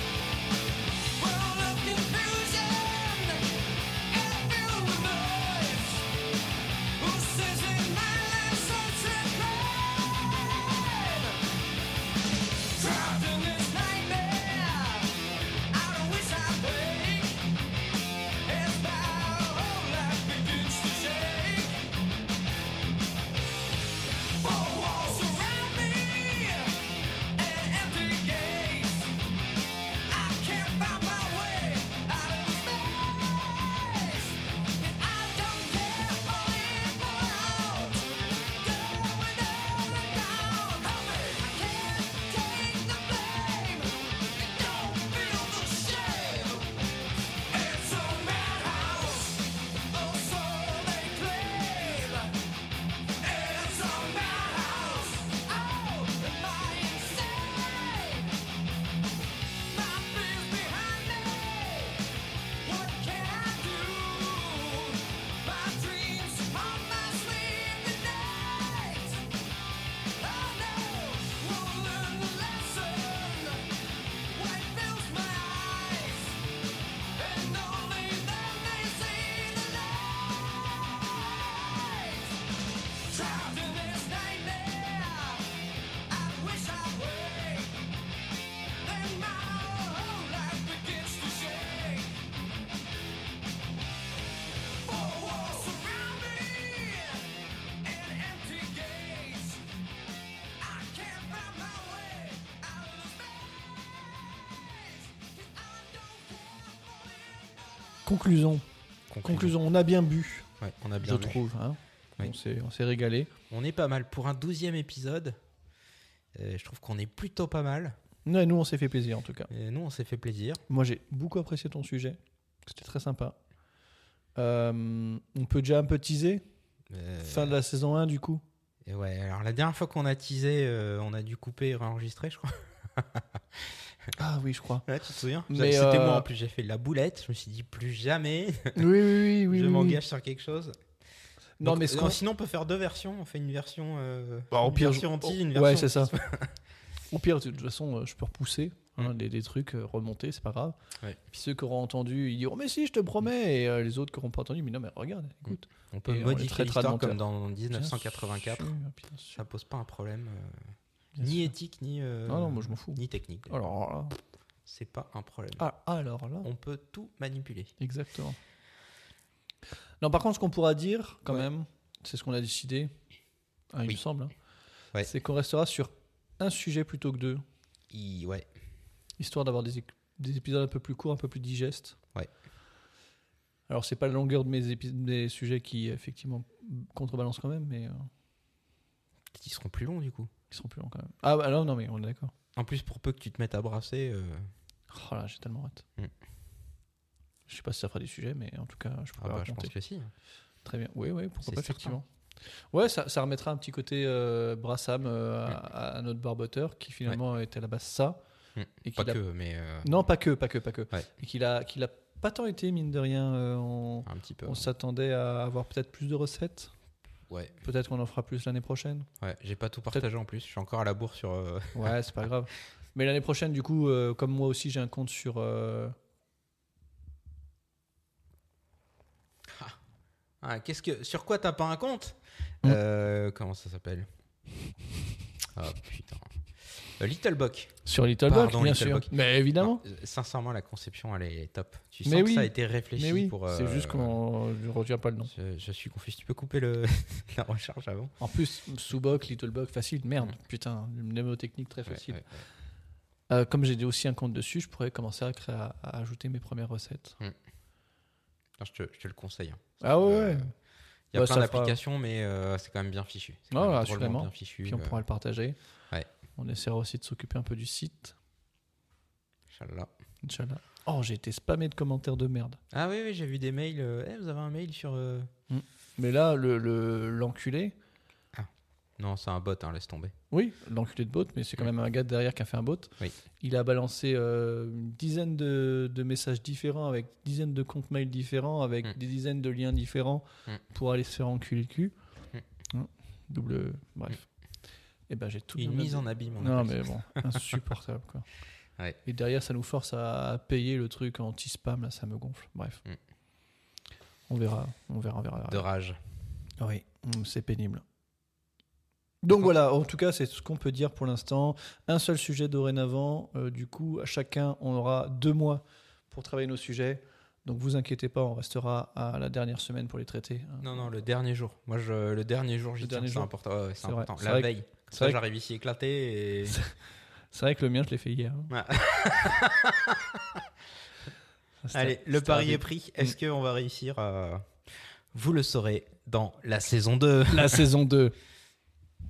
live alone inside my mind. Conclusion. Conclusion. Conclusion, on a bien bu, Ouais, on a bien je vu. trouve. hein. Oui. On s'est- On s'est régalé. On est pas mal pour un douzième épisode. euh, je trouve qu'on est plutôt pas mal. Ouais, nous, on s'est fait plaisir en tout cas. Et nous, on s'est fait plaisir. Moi, j'ai beaucoup apprécié ton sujet. C'était très sympa. Euh, on peut déjà un peu teaser Euh, Fin de la saison 1, du coup et ouais. Alors la dernière fois qu'on a teasé, euh, on a dû couper et réenregistrer, je crois. Ah oui, je crois. Ouais, tu te souviens Mais, C'était euh, moi en plus. J'ai fait de la boulette. Je me suis dit plus jamais. Oui, oui, oui. oui, je oui. m'engage sur quelque chose. Non, Donc, mais ce euh, qu'on- sinon, on peut faire deux versions. On fait une version. euh, Bah, au une pire, version je- anti, une ouais, version. c'est ça. Au pire, de toute façon, euh, je peux repousser hein, Mm. les, les trucs, euh, remonter, c'est pas grave. Ouais. Puis ceux qui auront entendu, ils diront Mais si, je te promets. Et euh, les autres qui n'auront pas entendu, mais non, mais regarde, écoute. On peut Et on les modifier traitera de l'histoire menteurs. comme dans Bien sûr, 1984. bien sûr, Ça pose pas un problème, euh, bien ni sûr. éthique, ni. euh, Non, non, moi, je m'en fous. Ni technique. d'ailleurs. Alors là. C'est pas un problème. Ah, alors là. On peut tout manipuler. Exactement. Non, par contre, ce qu'on pourra dire, quand Ouais. même, c'est ce qu'on a décidé, hein, il Oui. me semble, hein, Ouais. c'est qu'on restera sur un sujet plutôt que deux, I- ouais. histoire d'avoir des, éc- des épisodes un peu plus courts, un peu plus digestes. Ouais. Alors, c'est pas la longueur de mes, épis- des sujets qui, effectivement, contrebalancent quand même, mais euh, Peut-être qu'ils seront plus longs du coup. qui seront plus longs quand même. Ah, bah, alors, non, mais on est d'accord. En plus, pour peu que tu te mettes à brasser, euh, Oh là, j'ai tellement hâte. Mm. Je sais pas si ça fera des sujets, mais en tout cas, je ah pourrais bah, je raconter. pense que si. Très bien. Oui, oui, C'est pourquoi pas, certain. effectivement. Ouais, ça, ça remettra un petit côté euh, Brassam euh, à, à notre barboteur qui finalement était à la base ça. Mm. Et Pas qu'il a- que, mais euh, Non, pas que, pas que, pas que. Ouais. Et qu'il a, qu'il a pas tant été, mine de rien. euh, on un petit peu. on s'attendait à avoir peut-être plus de recettes. Ouais, Peut-être qu'on en fera plus l'année prochaine. ouais. J'ai pas tout partagé en plus. Je suis encore à la bourre sur. euh, Ouais, c'est pas grave. Mais l'année prochaine, du coup, euh, comme moi aussi, j'ai un compte sur. euh, Ah, qu'est-ce que sur quoi t'as pas un compte Mm. Euh, Comment ça s'appelle Ah putain. Euh, Little Buck. sur Littlebug, Pardon, bien Little sûr. Buck. Mais évidemment. Non, euh, sincèrement, la conception, elle est top. Tu Mais sens oui. que ça a été réfléchi Mais oui, pour. euh, c'est juste qu'on ne retient pas le nom. Je, je suis confus. Tu peux couper le la recharge avant En plus, Subok, Littlebug, facile, merde, putain, une mnémotechnique très Mm. Ouais, facile. ouais, ouais. Euh, comme j'ai aussi un compte dessus, je pourrais commencer à, créer- à- à ajouter mes premières recettes. Non, je, te, je te le conseille. hein. Ah ouais, Euh, ouais. Il y a Bah, plein ça fera- d'applications, mais euh, c'est quand même bien fichu. C'est Ah, quand même là, drôlement assurément. bien fichu. Puis on euh, pourra le partager. ouais. On essaiera aussi de s'occuper un peu du site. Inch'Allah. Inch'Allah. Oh, j'ai été spammé de commentaires de merde. Ah oui, oui j'ai vu des mails. euh, Eh, vous avez un mail sur. euh, Mais là, l'enculé. Le, l'enculé Non, c'est un bot, hein, laisse tomber. oui, l'enculé de bot, mais c'est quand même un gars derrière qui a fait un bot. Oui. Il a balancé euh, une dizaine de, de messages différents, avec dizaines de comptes mail différents, avec Mm. des dizaines de liens différents Mm. pour aller se faire enculer le cul. Hein, Double. Bref. Et ben j'ai tout Mm. Une demandé. mise en abîme. on Non, appelle ça. mais bon, insupportable quoi. Ouais. Et derrière, ça nous force à payer le truc anti-spam, là, ça me gonfle. Bref. Mm. On verra, on verra, on verra. De rage. Oui, mm, c'est pénible. Donc voilà, en tout cas, c'est ce qu'on peut dire pour l'instant. Un seul sujet dorénavant. Euh, du coup, à chacun, on aura deux mois pour travailler nos sujets. Donc vous inquiétez pas, on restera à la dernière semaine pour les traiter. hein. Non, non, le dernier jour. Moi, je, le dernier jour, j'y Le tiens, dernier c'est jour. important. Ouais, ouais, c'est C'est vrai. important. C'est La vrai que- veille. Comme c'est ça, vrai que- j'arrive ici éclaté et. C'est vrai que le mien, je l'ai fait hier. hein. Ouais. Ça, c'était- Allez, le c'était pari est rapide. pris. Est-ce qu'on va réussir à- Vous le saurez dans la saison 2. La saison 2.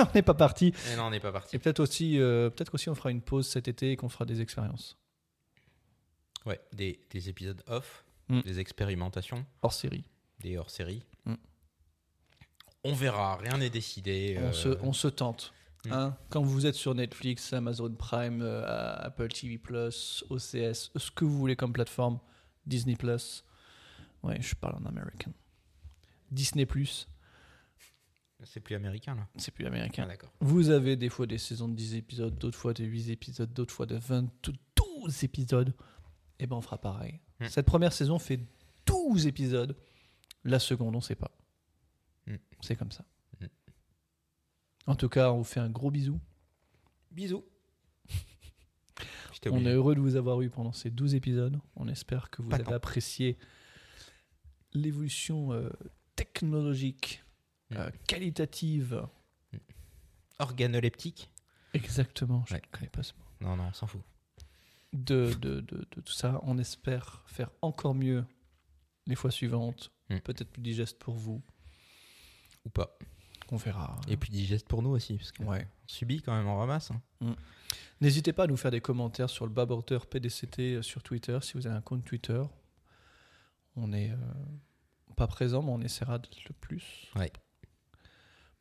on n'est pas parti. Et non, on n'est pas parti. Et peut-être aussi, euh, peut-être aussi, on fera une pause cet été et qu'on fera des expériences Ouais, des, des épisodes off, Mm. des expérimentations, hors série. des hors-séries. Mm. On verra, rien n'est décidé. On, euh, se, on se tente. hmm. hein. Quand vous êtes sur Netflix, Amazon Prime, euh, Apple TV Plus, OCS, ce que vous voulez comme plateforme, Disney Plus. Ouais, je parle en américain. Disney Plus, C'est plus américain là. c'est plus Ah, américain. d'accord. Vous avez des fois des saisons de 10 épisodes, d'autres fois de 8 épisodes, d'autres fois de 20, de 12 épisodes. Et ben on fera pareil. Hmm. Cette première saison fait 12 épisodes. La seconde, on sait pas. Mm. C'est comme ça. Mm. En tout cas, on vous fait un gros bisou. Bisous. On est heureux de vous avoir eu pendant ces 12 épisodes. On espère que vous Pas avez tant. apprécié l'évolution euh, technologique, Mm. euh, qualitative. Organoleptique Exactement, je Ouais. ne connais pas ce mot. Non, non, on s'en fout. De, de- de- de tout ça. On espère faire encore mieux les fois suivantes. Mm. Peut-être plus digeste pour vous. Ou pas. On verra. Et puis digeste pour nous aussi, parce qu'on Ouais. subit quand même, on ramasse. hein. N'hésitez pas à nous faire des commentaires sur le Babordeur PDCT euh, sur Twitter, si vous avez un compte Twitter. On n'est pas présent, mais on essaiera d'être le plus. Ouais.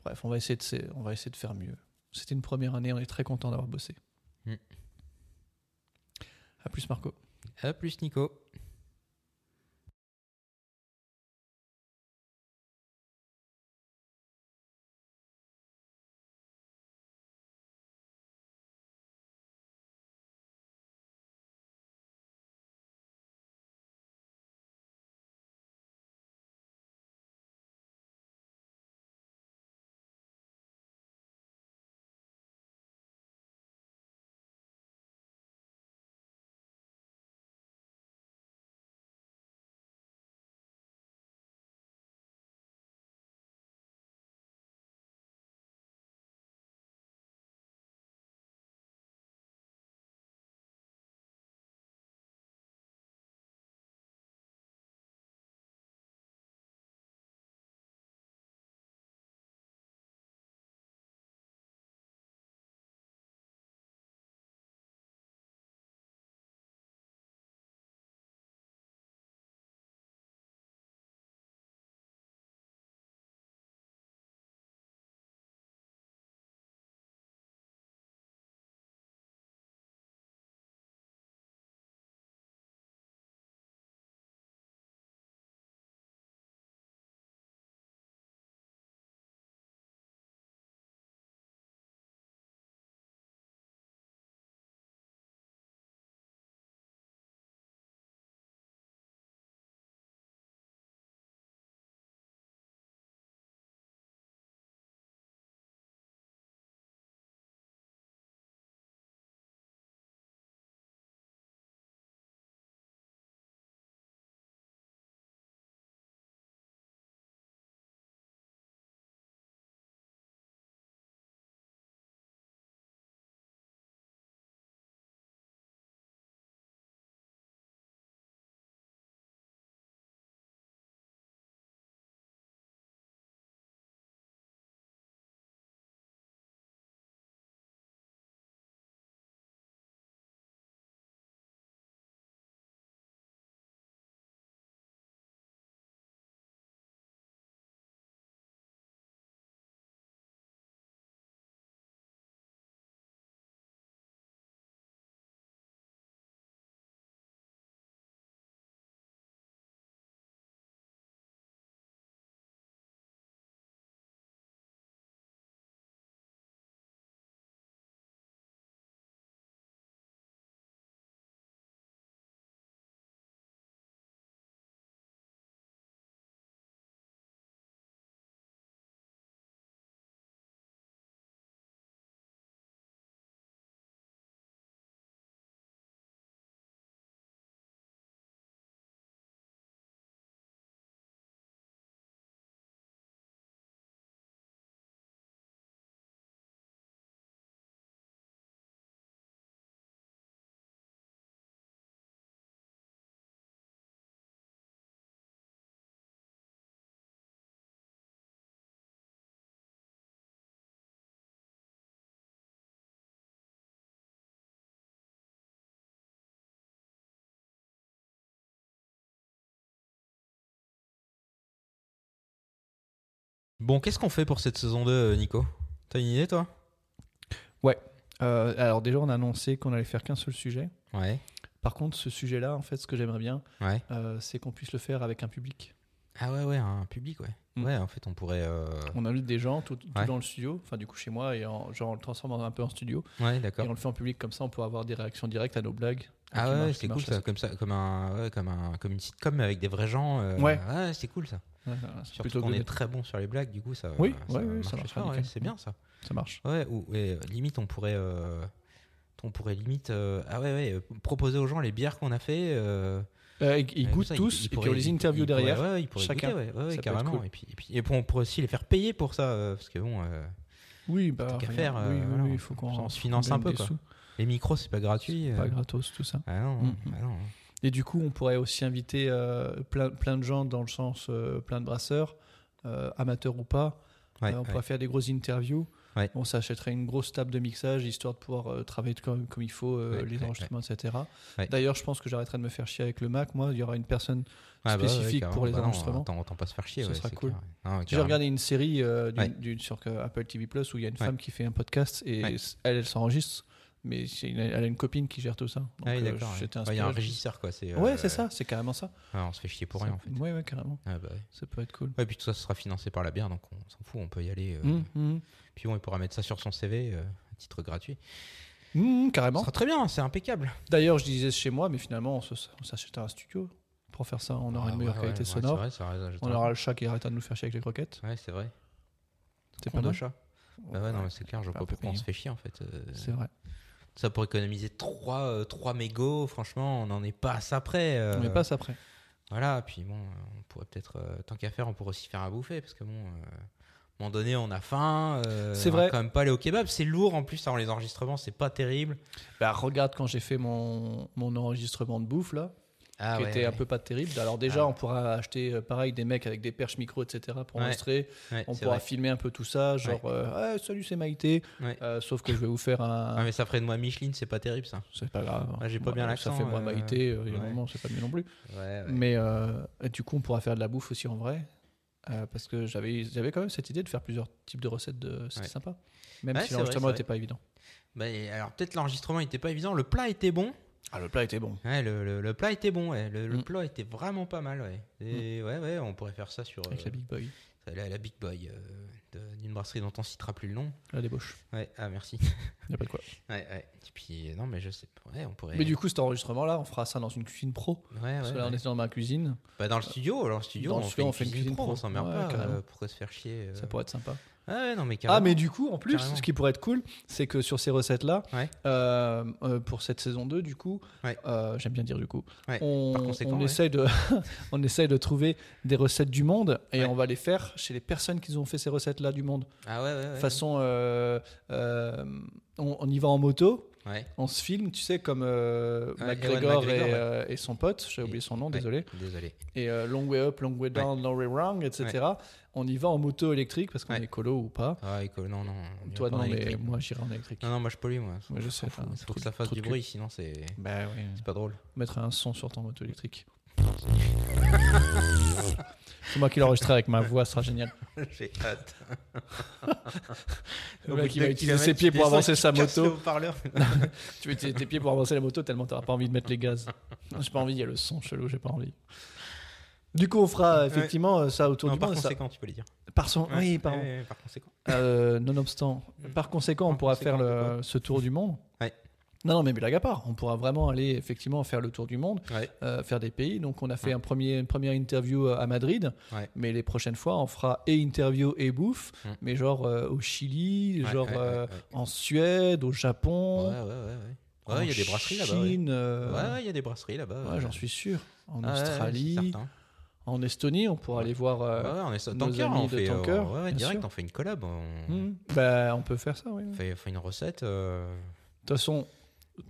Bref, on va, essayer de, se- on va essayer de faire mieux. C'était une première année, on est très content d'avoir bossé. Mm. À plus Marco. À Ah, plus, Nico. Bon, qu'est-ce qu'on fait pour cette saison 2, euh, Nico T'as une idée, toi Euh, alors déjà, on a annoncé qu'on allait faire qu'un seul sujet. Ouais. Par contre, ce sujet-là, en fait, ce que j'aimerais bien, Ouais. euh, c'est qu'on puisse le faire avec un public. Ah ouais, ouais, un public, ouais. Mm. Ouais, en fait, on pourrait. euh, On invite des gens tout, tout Ouais. dans le studio, enfin du coup chez moi, et en- genre on le transforme en- un peu en studio. Ouais, Et on d'accord. le fait en public, comme ça on pourra avoir des réactions directes à nos blagues. Ah qui ouais, marche- qui c'est cool marche ça, assez. comme ça, comme un, ouais, comme un, comme une sitcom avec des vrais gens. euh, Ouais. c'est cool ça. Ouais, ouais, ouais, c'est Surtout plutôt qu'on good. est très bon sur les blagues, du coup ça. Oui, ça, ouais, oui, ça marche marche fort, ouais, nickel. c'est bien ça. Ça marche. Ouais, ou et, euh, limite on pourrait, euh, on pourrait limite, euh, ah ouais, ouais, euh, proposer aux gens les bières qu'on a fait. euh, Euh, ils ils comme goûtent ça, tous, ils et puis pourraient- on les interview ils pourraient- derrière. ouais, ouais, ils pourraient chacun. goûter, ouais, ouais, Ça peut être carrément. cool. Et puis, et puis, et puis on pourrait aussi les faire payer pour ça, euh, parce que bon, euh, Oui, bah, qu'à regarde, faire, euh, oui, oui, voilà, oui, on- il faut qu'on on se faut finance qu'on un gagne peu, des quoi. sous. les micros c'est pas gratuit. Pas euh, gratos, tout ça. Ah non, Mm. ah non. Et du coup, on pourrait aussi inviter euh, plein, plein de gens dans le sens euh, plein de brasseurs, euh, amateurs ou pas. Ouais, Euh, on ouais. pourrait faire des grosses interviews. Ouais. On s'achèterait une grosse table de mixage histoire de pouvoir euh, travailler comme, comme il faut euh, Ouais, les ouais, enregistrements, etc. Ouais. D'ailleurs, je pense que j'arrêterai de me faire chier avec le Mac. Moi, il y aura une personne. Ah bah ouais, spécifique carrément, pour les bah non, enregistrements. Autant, autant pas se faire chier. Ce ouais, sera c'est cool. clair, ouais. Non, J'ai carrément. regardé une série euh, d'une- Ouais. d'une- sur euh, Apple TV Plus où il y a une Ouais. femme qui fait un podcast et Ouais. elle, elle s'enregistre, mais c'est une- elle a une copine qui gère tout ça. Donc, Ah oui, euh, d'accord. ouais. j'étais Ouais, Il y a un inspiré. régisseur, quoi. c'est, Ouais, euh, c'est ça, c'est carrément ça. ouais, on se fait chier pour rien, en fait. Ouais, ouais, carrément. Ah bah ouais. Ça peut être cool. Ouais, puis tout ça sera financé par la bière, donc on s'en fout, on peut y aller. euh, Hum, hum. Puis bon, il pourra mettre ça sur son CV, euh, à titre gratuit. Hum, Ce carrément. sera très bien, hein, c'est impeccable. D'ailleurs, je disais chez moi, mais finalement, on se- on s'achètera un studio pour faire ça. On aura Ah, une meilleure ouais, qualité ouais, ouais, sonore. c'est vrai, ça rajoute on un- aura le chat qui arrêtera de nous faire chier avec les croquettes. Ouais, c'est vrai. C'est Prends pas deux mal. chats. Bah ouais, non, mais c'est clair, je c'est vois pas pas pourquoi on payant. se fait chier, en fait. euh, C'est vrai. Ça pour économiser 3, mégots, franchement, on n'en est pas à ça près. euh, On y passe après. Voilà, puis bon, euh, on pourrait peut-être, euh, tant qu'à faire, on pourrait aussi faire à bouffer, parce que bon, euh, à un moment donné, on a faim. euh, C'est on va vrai. quand même pas aller au kebab, c'est lourd en plus, avant les enregistrements, c'est pas terrible. Bah, regarde quand j'ai fait mon, mon enregistrement de bouffe, là, Ah, qui ouais, était un ouais. peu pas terrible. Alors, déjà, Ah. on pourra acheter, euh, pareil, des mecs avec des perches micro, etc. pour Ouais. enregistrer. Ouais, On c'est pourra vrai. filmer un peu tout ça, genre, euh, Ouais, salut, c'est Maïté. Ouais. Euh, sauf que je vais vous faire un. Ah, mais ça ferait de moi Micheline, c'est pas terrible ça. C'est pas grave. hein. Ouais, j'ai pas bien l'accent, Ça fait moi euh, Maïté, euh, il y a un ouais. moment, c'est pas mieux non plus. Ouais, Ah ouais. Mais euh, du coup, on pourra faire de la bouffe aussi en vrai. euh, parce que j'avais j'avais quand même cette idée de faire plusieurs types de recettes, de... c'était Ouais. sympa. Même Ouais, c'est si vrai, l'enregistrement c'est n'était pas évident. Bah, et alors peut-être l'enregistrement était pas évident, le plat était bon. Ah, le plat était bon. Ouais, le, le- le plat était bon, ouais. le, le Mm. plat était vraiment pas mal. Ouais. Et ouais, ouais, on pourrait faire ça sur Avec euh, la Big Boy, la- la Big Boy euh, de- d'une brasserie dont on citera plus le nom. la débauche. Ouais, ah merci. Y a pas de quoi. ouais, ouais. Et puis non, mais je sais pas. Ouais, on pourrait. Mais du coup, cet enregistrement-là, on fera ça dans une cuisine pro. Ouais, Ah ouais, parce que là, on ouais. était dans ma cuisine. Bah, dans le studio, dans le studio, Dans le on, studio, fait une cuisine, pro, on s'emmerde Ouais, pas. carrément. euh, pourquoi se faire chier euh. Ça pourrait être sympa. Ouais, ouais, non, mais Ah, carrément. mais du coup, en plus, Carrément. ce qui pourrait être cool, c'est que sur ces recettes-là, Ouais. euh, euh, pour cette saison 2, du coup, Ouais. euh, j'aime bien dire du coup, Ouais, on, par conséquent, on ouais. essaye de, on essaye de trouver des recettes du monde et Ouais. on va les faire chez les personnes qui ont fait ces recettes-là du monde. Ah ouais, ouais, ouais. Façon, euh, euh, on, on y va en moto, Ouais. on se filme, tu sais, comme euh, Ouais, McGregor, Ewan et, McGregor, ouais. euh, et son pote, j'ai oublié son nom, Ouais, désolé Désolé. et euh, long way up, long way down, long way wrong, etc. On y va en moto électrique parce qu'on Ouais. est écolo ou pas. Ah, école, non, non. on y va Toi pas en non, mais électrique. moi j'irai en électrique. Hein Non, non, moi je pollue, moi. Moi, je On sais, s'en fout, enfin, Il faut trou que de- ça fasse trou de du cul. bruit, sinon c'est Bah oui. c'est pas drôle. Mettre un son sur ton moto électrique. C'est moi qui l'enregistrerai avec ma voix, ce sera génial. J'ai hâte. Le mec, il va utiliser ses pieds pour avancer sa moto. haut-parleur. Tu vas utiliser tes pieds pour avancer la moto tellement t'auras pas envie de mettre les gaz. J'ai pas envie, il y a le son chelou, j'ai pas envie. Du coup, on fera effectivement euh, ça autour Non, du par monde, ça- conséquent, tu peux le dire. par son- Oui, Ouais, pardon. ouais, par conséquent. Euh, nonobstant. Par conséquent, on Par pourra conséquent, faire le, ce tour du monde. Ouais. Non, non, mais blague à part, on pourra vraiment aller effectivement faire le tour du monde, Ouais. euh, faire des pays. Donc, on a fait Ouais. un premier, une première interview euh, à Madrid, Ouais. mais les prochaines fois, on fera et interview et bouffe, Mm. mais genre euh, au Chili, Ouais, genre ouais, ouais, euh, ouais. en Suède, au Ouais, Japon, ouais, ouais. ouais. en Ouais, il y a des brasseries là-bas. ouais. Chine, euh, Ouais, ouais, il y a des brasseries là-bas. ouais, j'en suis sûr. En Ah, ouais, ouais, c'est Australie, certain. en Estonie, on pourra Ouais. aller voir. euh, Ouais, ouais, on est sur nos Tanker, amis on de fait. euh, Tanker, Ouais, bien ouais, direct, sûr. on fait une collab. On hmm, bah, on peut faire ça, oui. oui. De fait fait une recette euh, toute façon,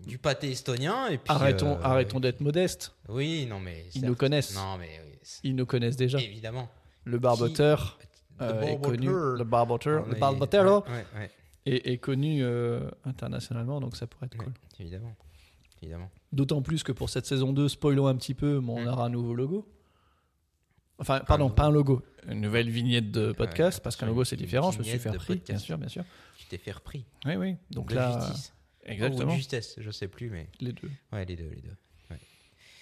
du pâté estonien et puis. arrêtons, euh, arrêtons d'être modestes. Oui, non, mais. Ils certes. nous connaissent. Non, mais. oui, c'est- Ils nous connaissent déjà. Évidemment. Le barboteur The euh, est Barboteur. connu, Euh, le barboteur, On le est- barbotero Ouais, ouais, ouais, est, est connu euh, internationalement, donc ça pourrait être ouais, cool. évidemment. Évidemment. D'autant plus que pour cette saison 2, spoilons un petit peu, mais on Mm. aura un nouveau logo. Enfin, pardon, nouveau- pas un logo, une nouvelle vignette de podcast, Ouais, parce qu'un sur logo une c'est différent, je me suis vignette fait de repris, bien podcast. sûr, bien sûr. Tu t'es fait repris. Oui, oui, donc de là, justice. euh, exactement, Ou de justesse, je sais plus, mais. les deux. Ouais, les deux, les deux.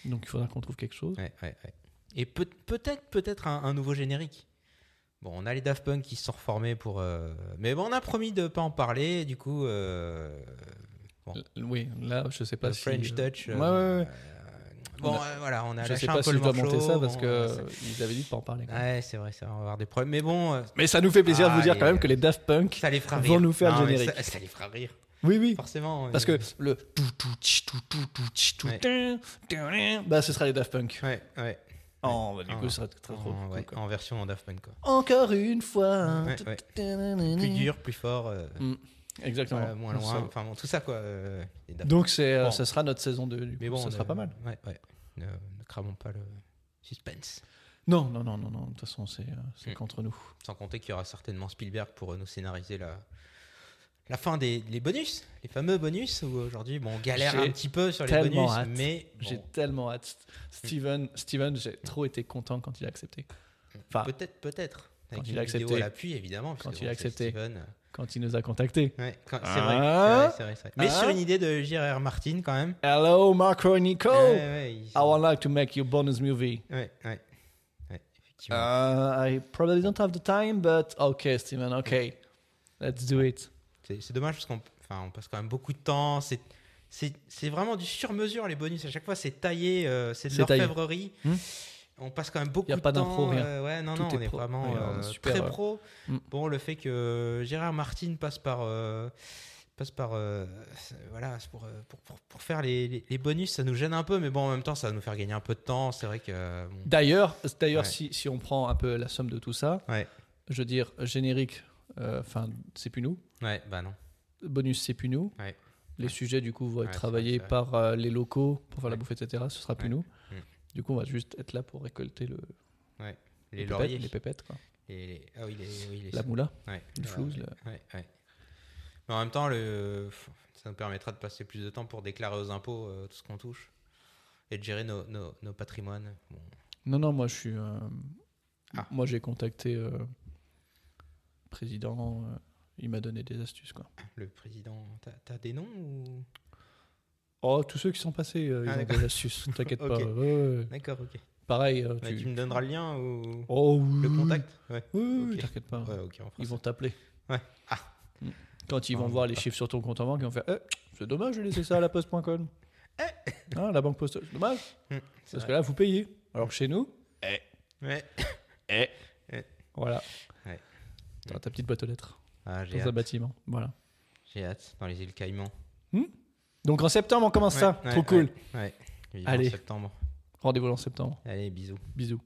Donc il faudra qu'on trouve quelque chose. Ouais, ouais, ouais. Et peut- peut-être, peut-être un, un nouveau générique. Bon, on a les Daft Punk qui se sont reformés pour. euh, Mais bon, on a promis de pas en parler, du coup. euh, Bon. L- Oui, là, je sais pas Le si. French euh, Touch. euh, Ouais, ouais, ouais. euh, bon, On euh, voilà, on a Je lâché sais un pas peu si le je dois manchot, monter ça parce bon, que euh, euh, ils avaient dit de pas en parler. quoi. Ouais, c'est vrai, ça va avoir des problèmes. Mais bon, euh, Mais ça nous fait plaisir de vous dire Allez. quand même que les Daft Punk. ça les fera Vont rire. nous faire le Non, mais générique. Ça, ça les fera rire, Oui, oui. forcément. Parce euh, que le tout, tout, tch, tout, tout, tout, tch, tout, Ouais. tin, tin, bah ce sera les Daft Punk. Ouais, ouais. Oh, bah, du coup, Ah. ce sera très en, trop. euh. cool, ouais, quoi. en version Daft Punk, quoi. Encore une fois. Ouais, ouais. Plus dur, plus fort, euh, Mmh. Exactement. voilà, moins loin. Enfin bon, tout ça, quoi. euh, les Daft Donc c'est, euh, Bon. ça sera notre saison 2. Mais bon, ça on sera a- pas mal. Ouais, ouais. Ne, ne cramons pas le suspense. Non, non, non, non, non. De toute façon, c'est euh, c'est Mm. contre nous. Sans compter qu'il y aura certainement Spielberg pour euh, nous scénariser la, la fin des les bonus, les fameux bonus où aujourd'hui, bon, on galère J'ai un petit peu sur les tellement bonus, hâte. mais bon, J'ai tellement hâte. Steven, Steven, j'ai trop été content quand il a accepté. Enfin, peut-être, peut-être. Avec il une a vidéo accepté. à l'appui, évidemment. parce Quand que il a c'est accepté. Steven. quand il nous a contactés. Ouais, quand- c'est, Ah. vrai, c'est vrai, c'est vrai, c'est vrai. Mais Ah. sur une idée de J.R.R. Martin, quand même. Hello, Marco Nico. Ouais, ouais, il- I would like to make your bonus movie. ouais, ouais. Ouais, effectivement. Uh, I probably don't have the time, but okay, Steven, okay. Let's do it. C'est, c'est dommage parce qu'on enfin, on passe quand même beaucoup de temps. C'est, c'est, c'est vraiment du sur-mesure les bonus. À chaque fois, c'est taillé, euh, c'est de C'est taillé. l'orfèvrerie. Hmm. On passe quand même beaucoup Y a de pas temps. d'impro, rien. euh, ouais, non, Tout non, est on est pro. vraiment Ouais, on euh, est super, très ouais. pro. Hmm. Bon, le fait que Gérard Martin passe par. euh, passe par euh, c'est- voilà c'est pour, euh, pour, pour, pour faire les, les, les bonus ça nous gêne un peu mais bon en même temps ça va nous faire gagner un peu de temps c'est vrai que euh, bon. D'ailleurs, d'ailleurs, Ouais. si, si on prend un peu la somme de tout ça, ouais je veux dire, générique, euh, enfin, c'est plus nous. ouais bah non Bonus, c'est plus nous. Ouais. Les sujets, du coup, vont être Ouais, c'est travaillés vrai, c'est par euh, les locaux pour faire la Ouais. bouffe, etc. Ce sera plus Ouais. nous. Mm. Du coup, on va juste être là pour récolter le, les, lauriers pépettes, les pépettes, quoi. Et les- ah oui les, oui, les- la moula. Ouais, Le voilà, flouze, ouais, là. ouais, ouais. Mais en même temps, le... ça nous permettra de passer plus de temps pour déclarer aux impôts euh, tout ce qu'on touche et de gérer nos, nos- nos patrimoines. Bon. Non, non, moi, je suis. euh, Ah. Moi, j'ai contacté euh, le président. euh, il m'a donné des astuces, quoi. Le président, t'as- t'as des noms ou... Oh, tous ceux qui sont passés, euh, ils Ah, ont d'accord. des astuces, t'inquiète pas. Ok. ouais, ouais. D'accord, ok. Pareil, euh, Bah, tu... tu me donneras le lien ou Oh, oui, le oui, contact Ouais, Oui, oui, oui, Ok. t'inquiète pas. ouais, ok, on fera Ils ça. vont t'appeler. Ouais. Mm. Quand ils Ah, vont on voir va les pas. chiffres sur ton compte en banque, ils vont faire eh, c'est dommage, j'ai laissé ça à la poste.com. Hein, la banque postale, c'est dommage. Eh. Hmm, Parce c'est que vrai. là, vous payez. Alors que chez nous, Ouais. voilà. Ouais. T'as ta petite boîte aux lettres Ah, dans j'ai un hâte. bâtiment. Voilà. J'ai hâte, dans les îles Caïmans. Donc en septembre, on commence ça. Ouais, ouais, Trop cool. Ouais. ouais. Vivement Allez. septembre. Rendez-vous en septembre. Allez, bisous. Bisous.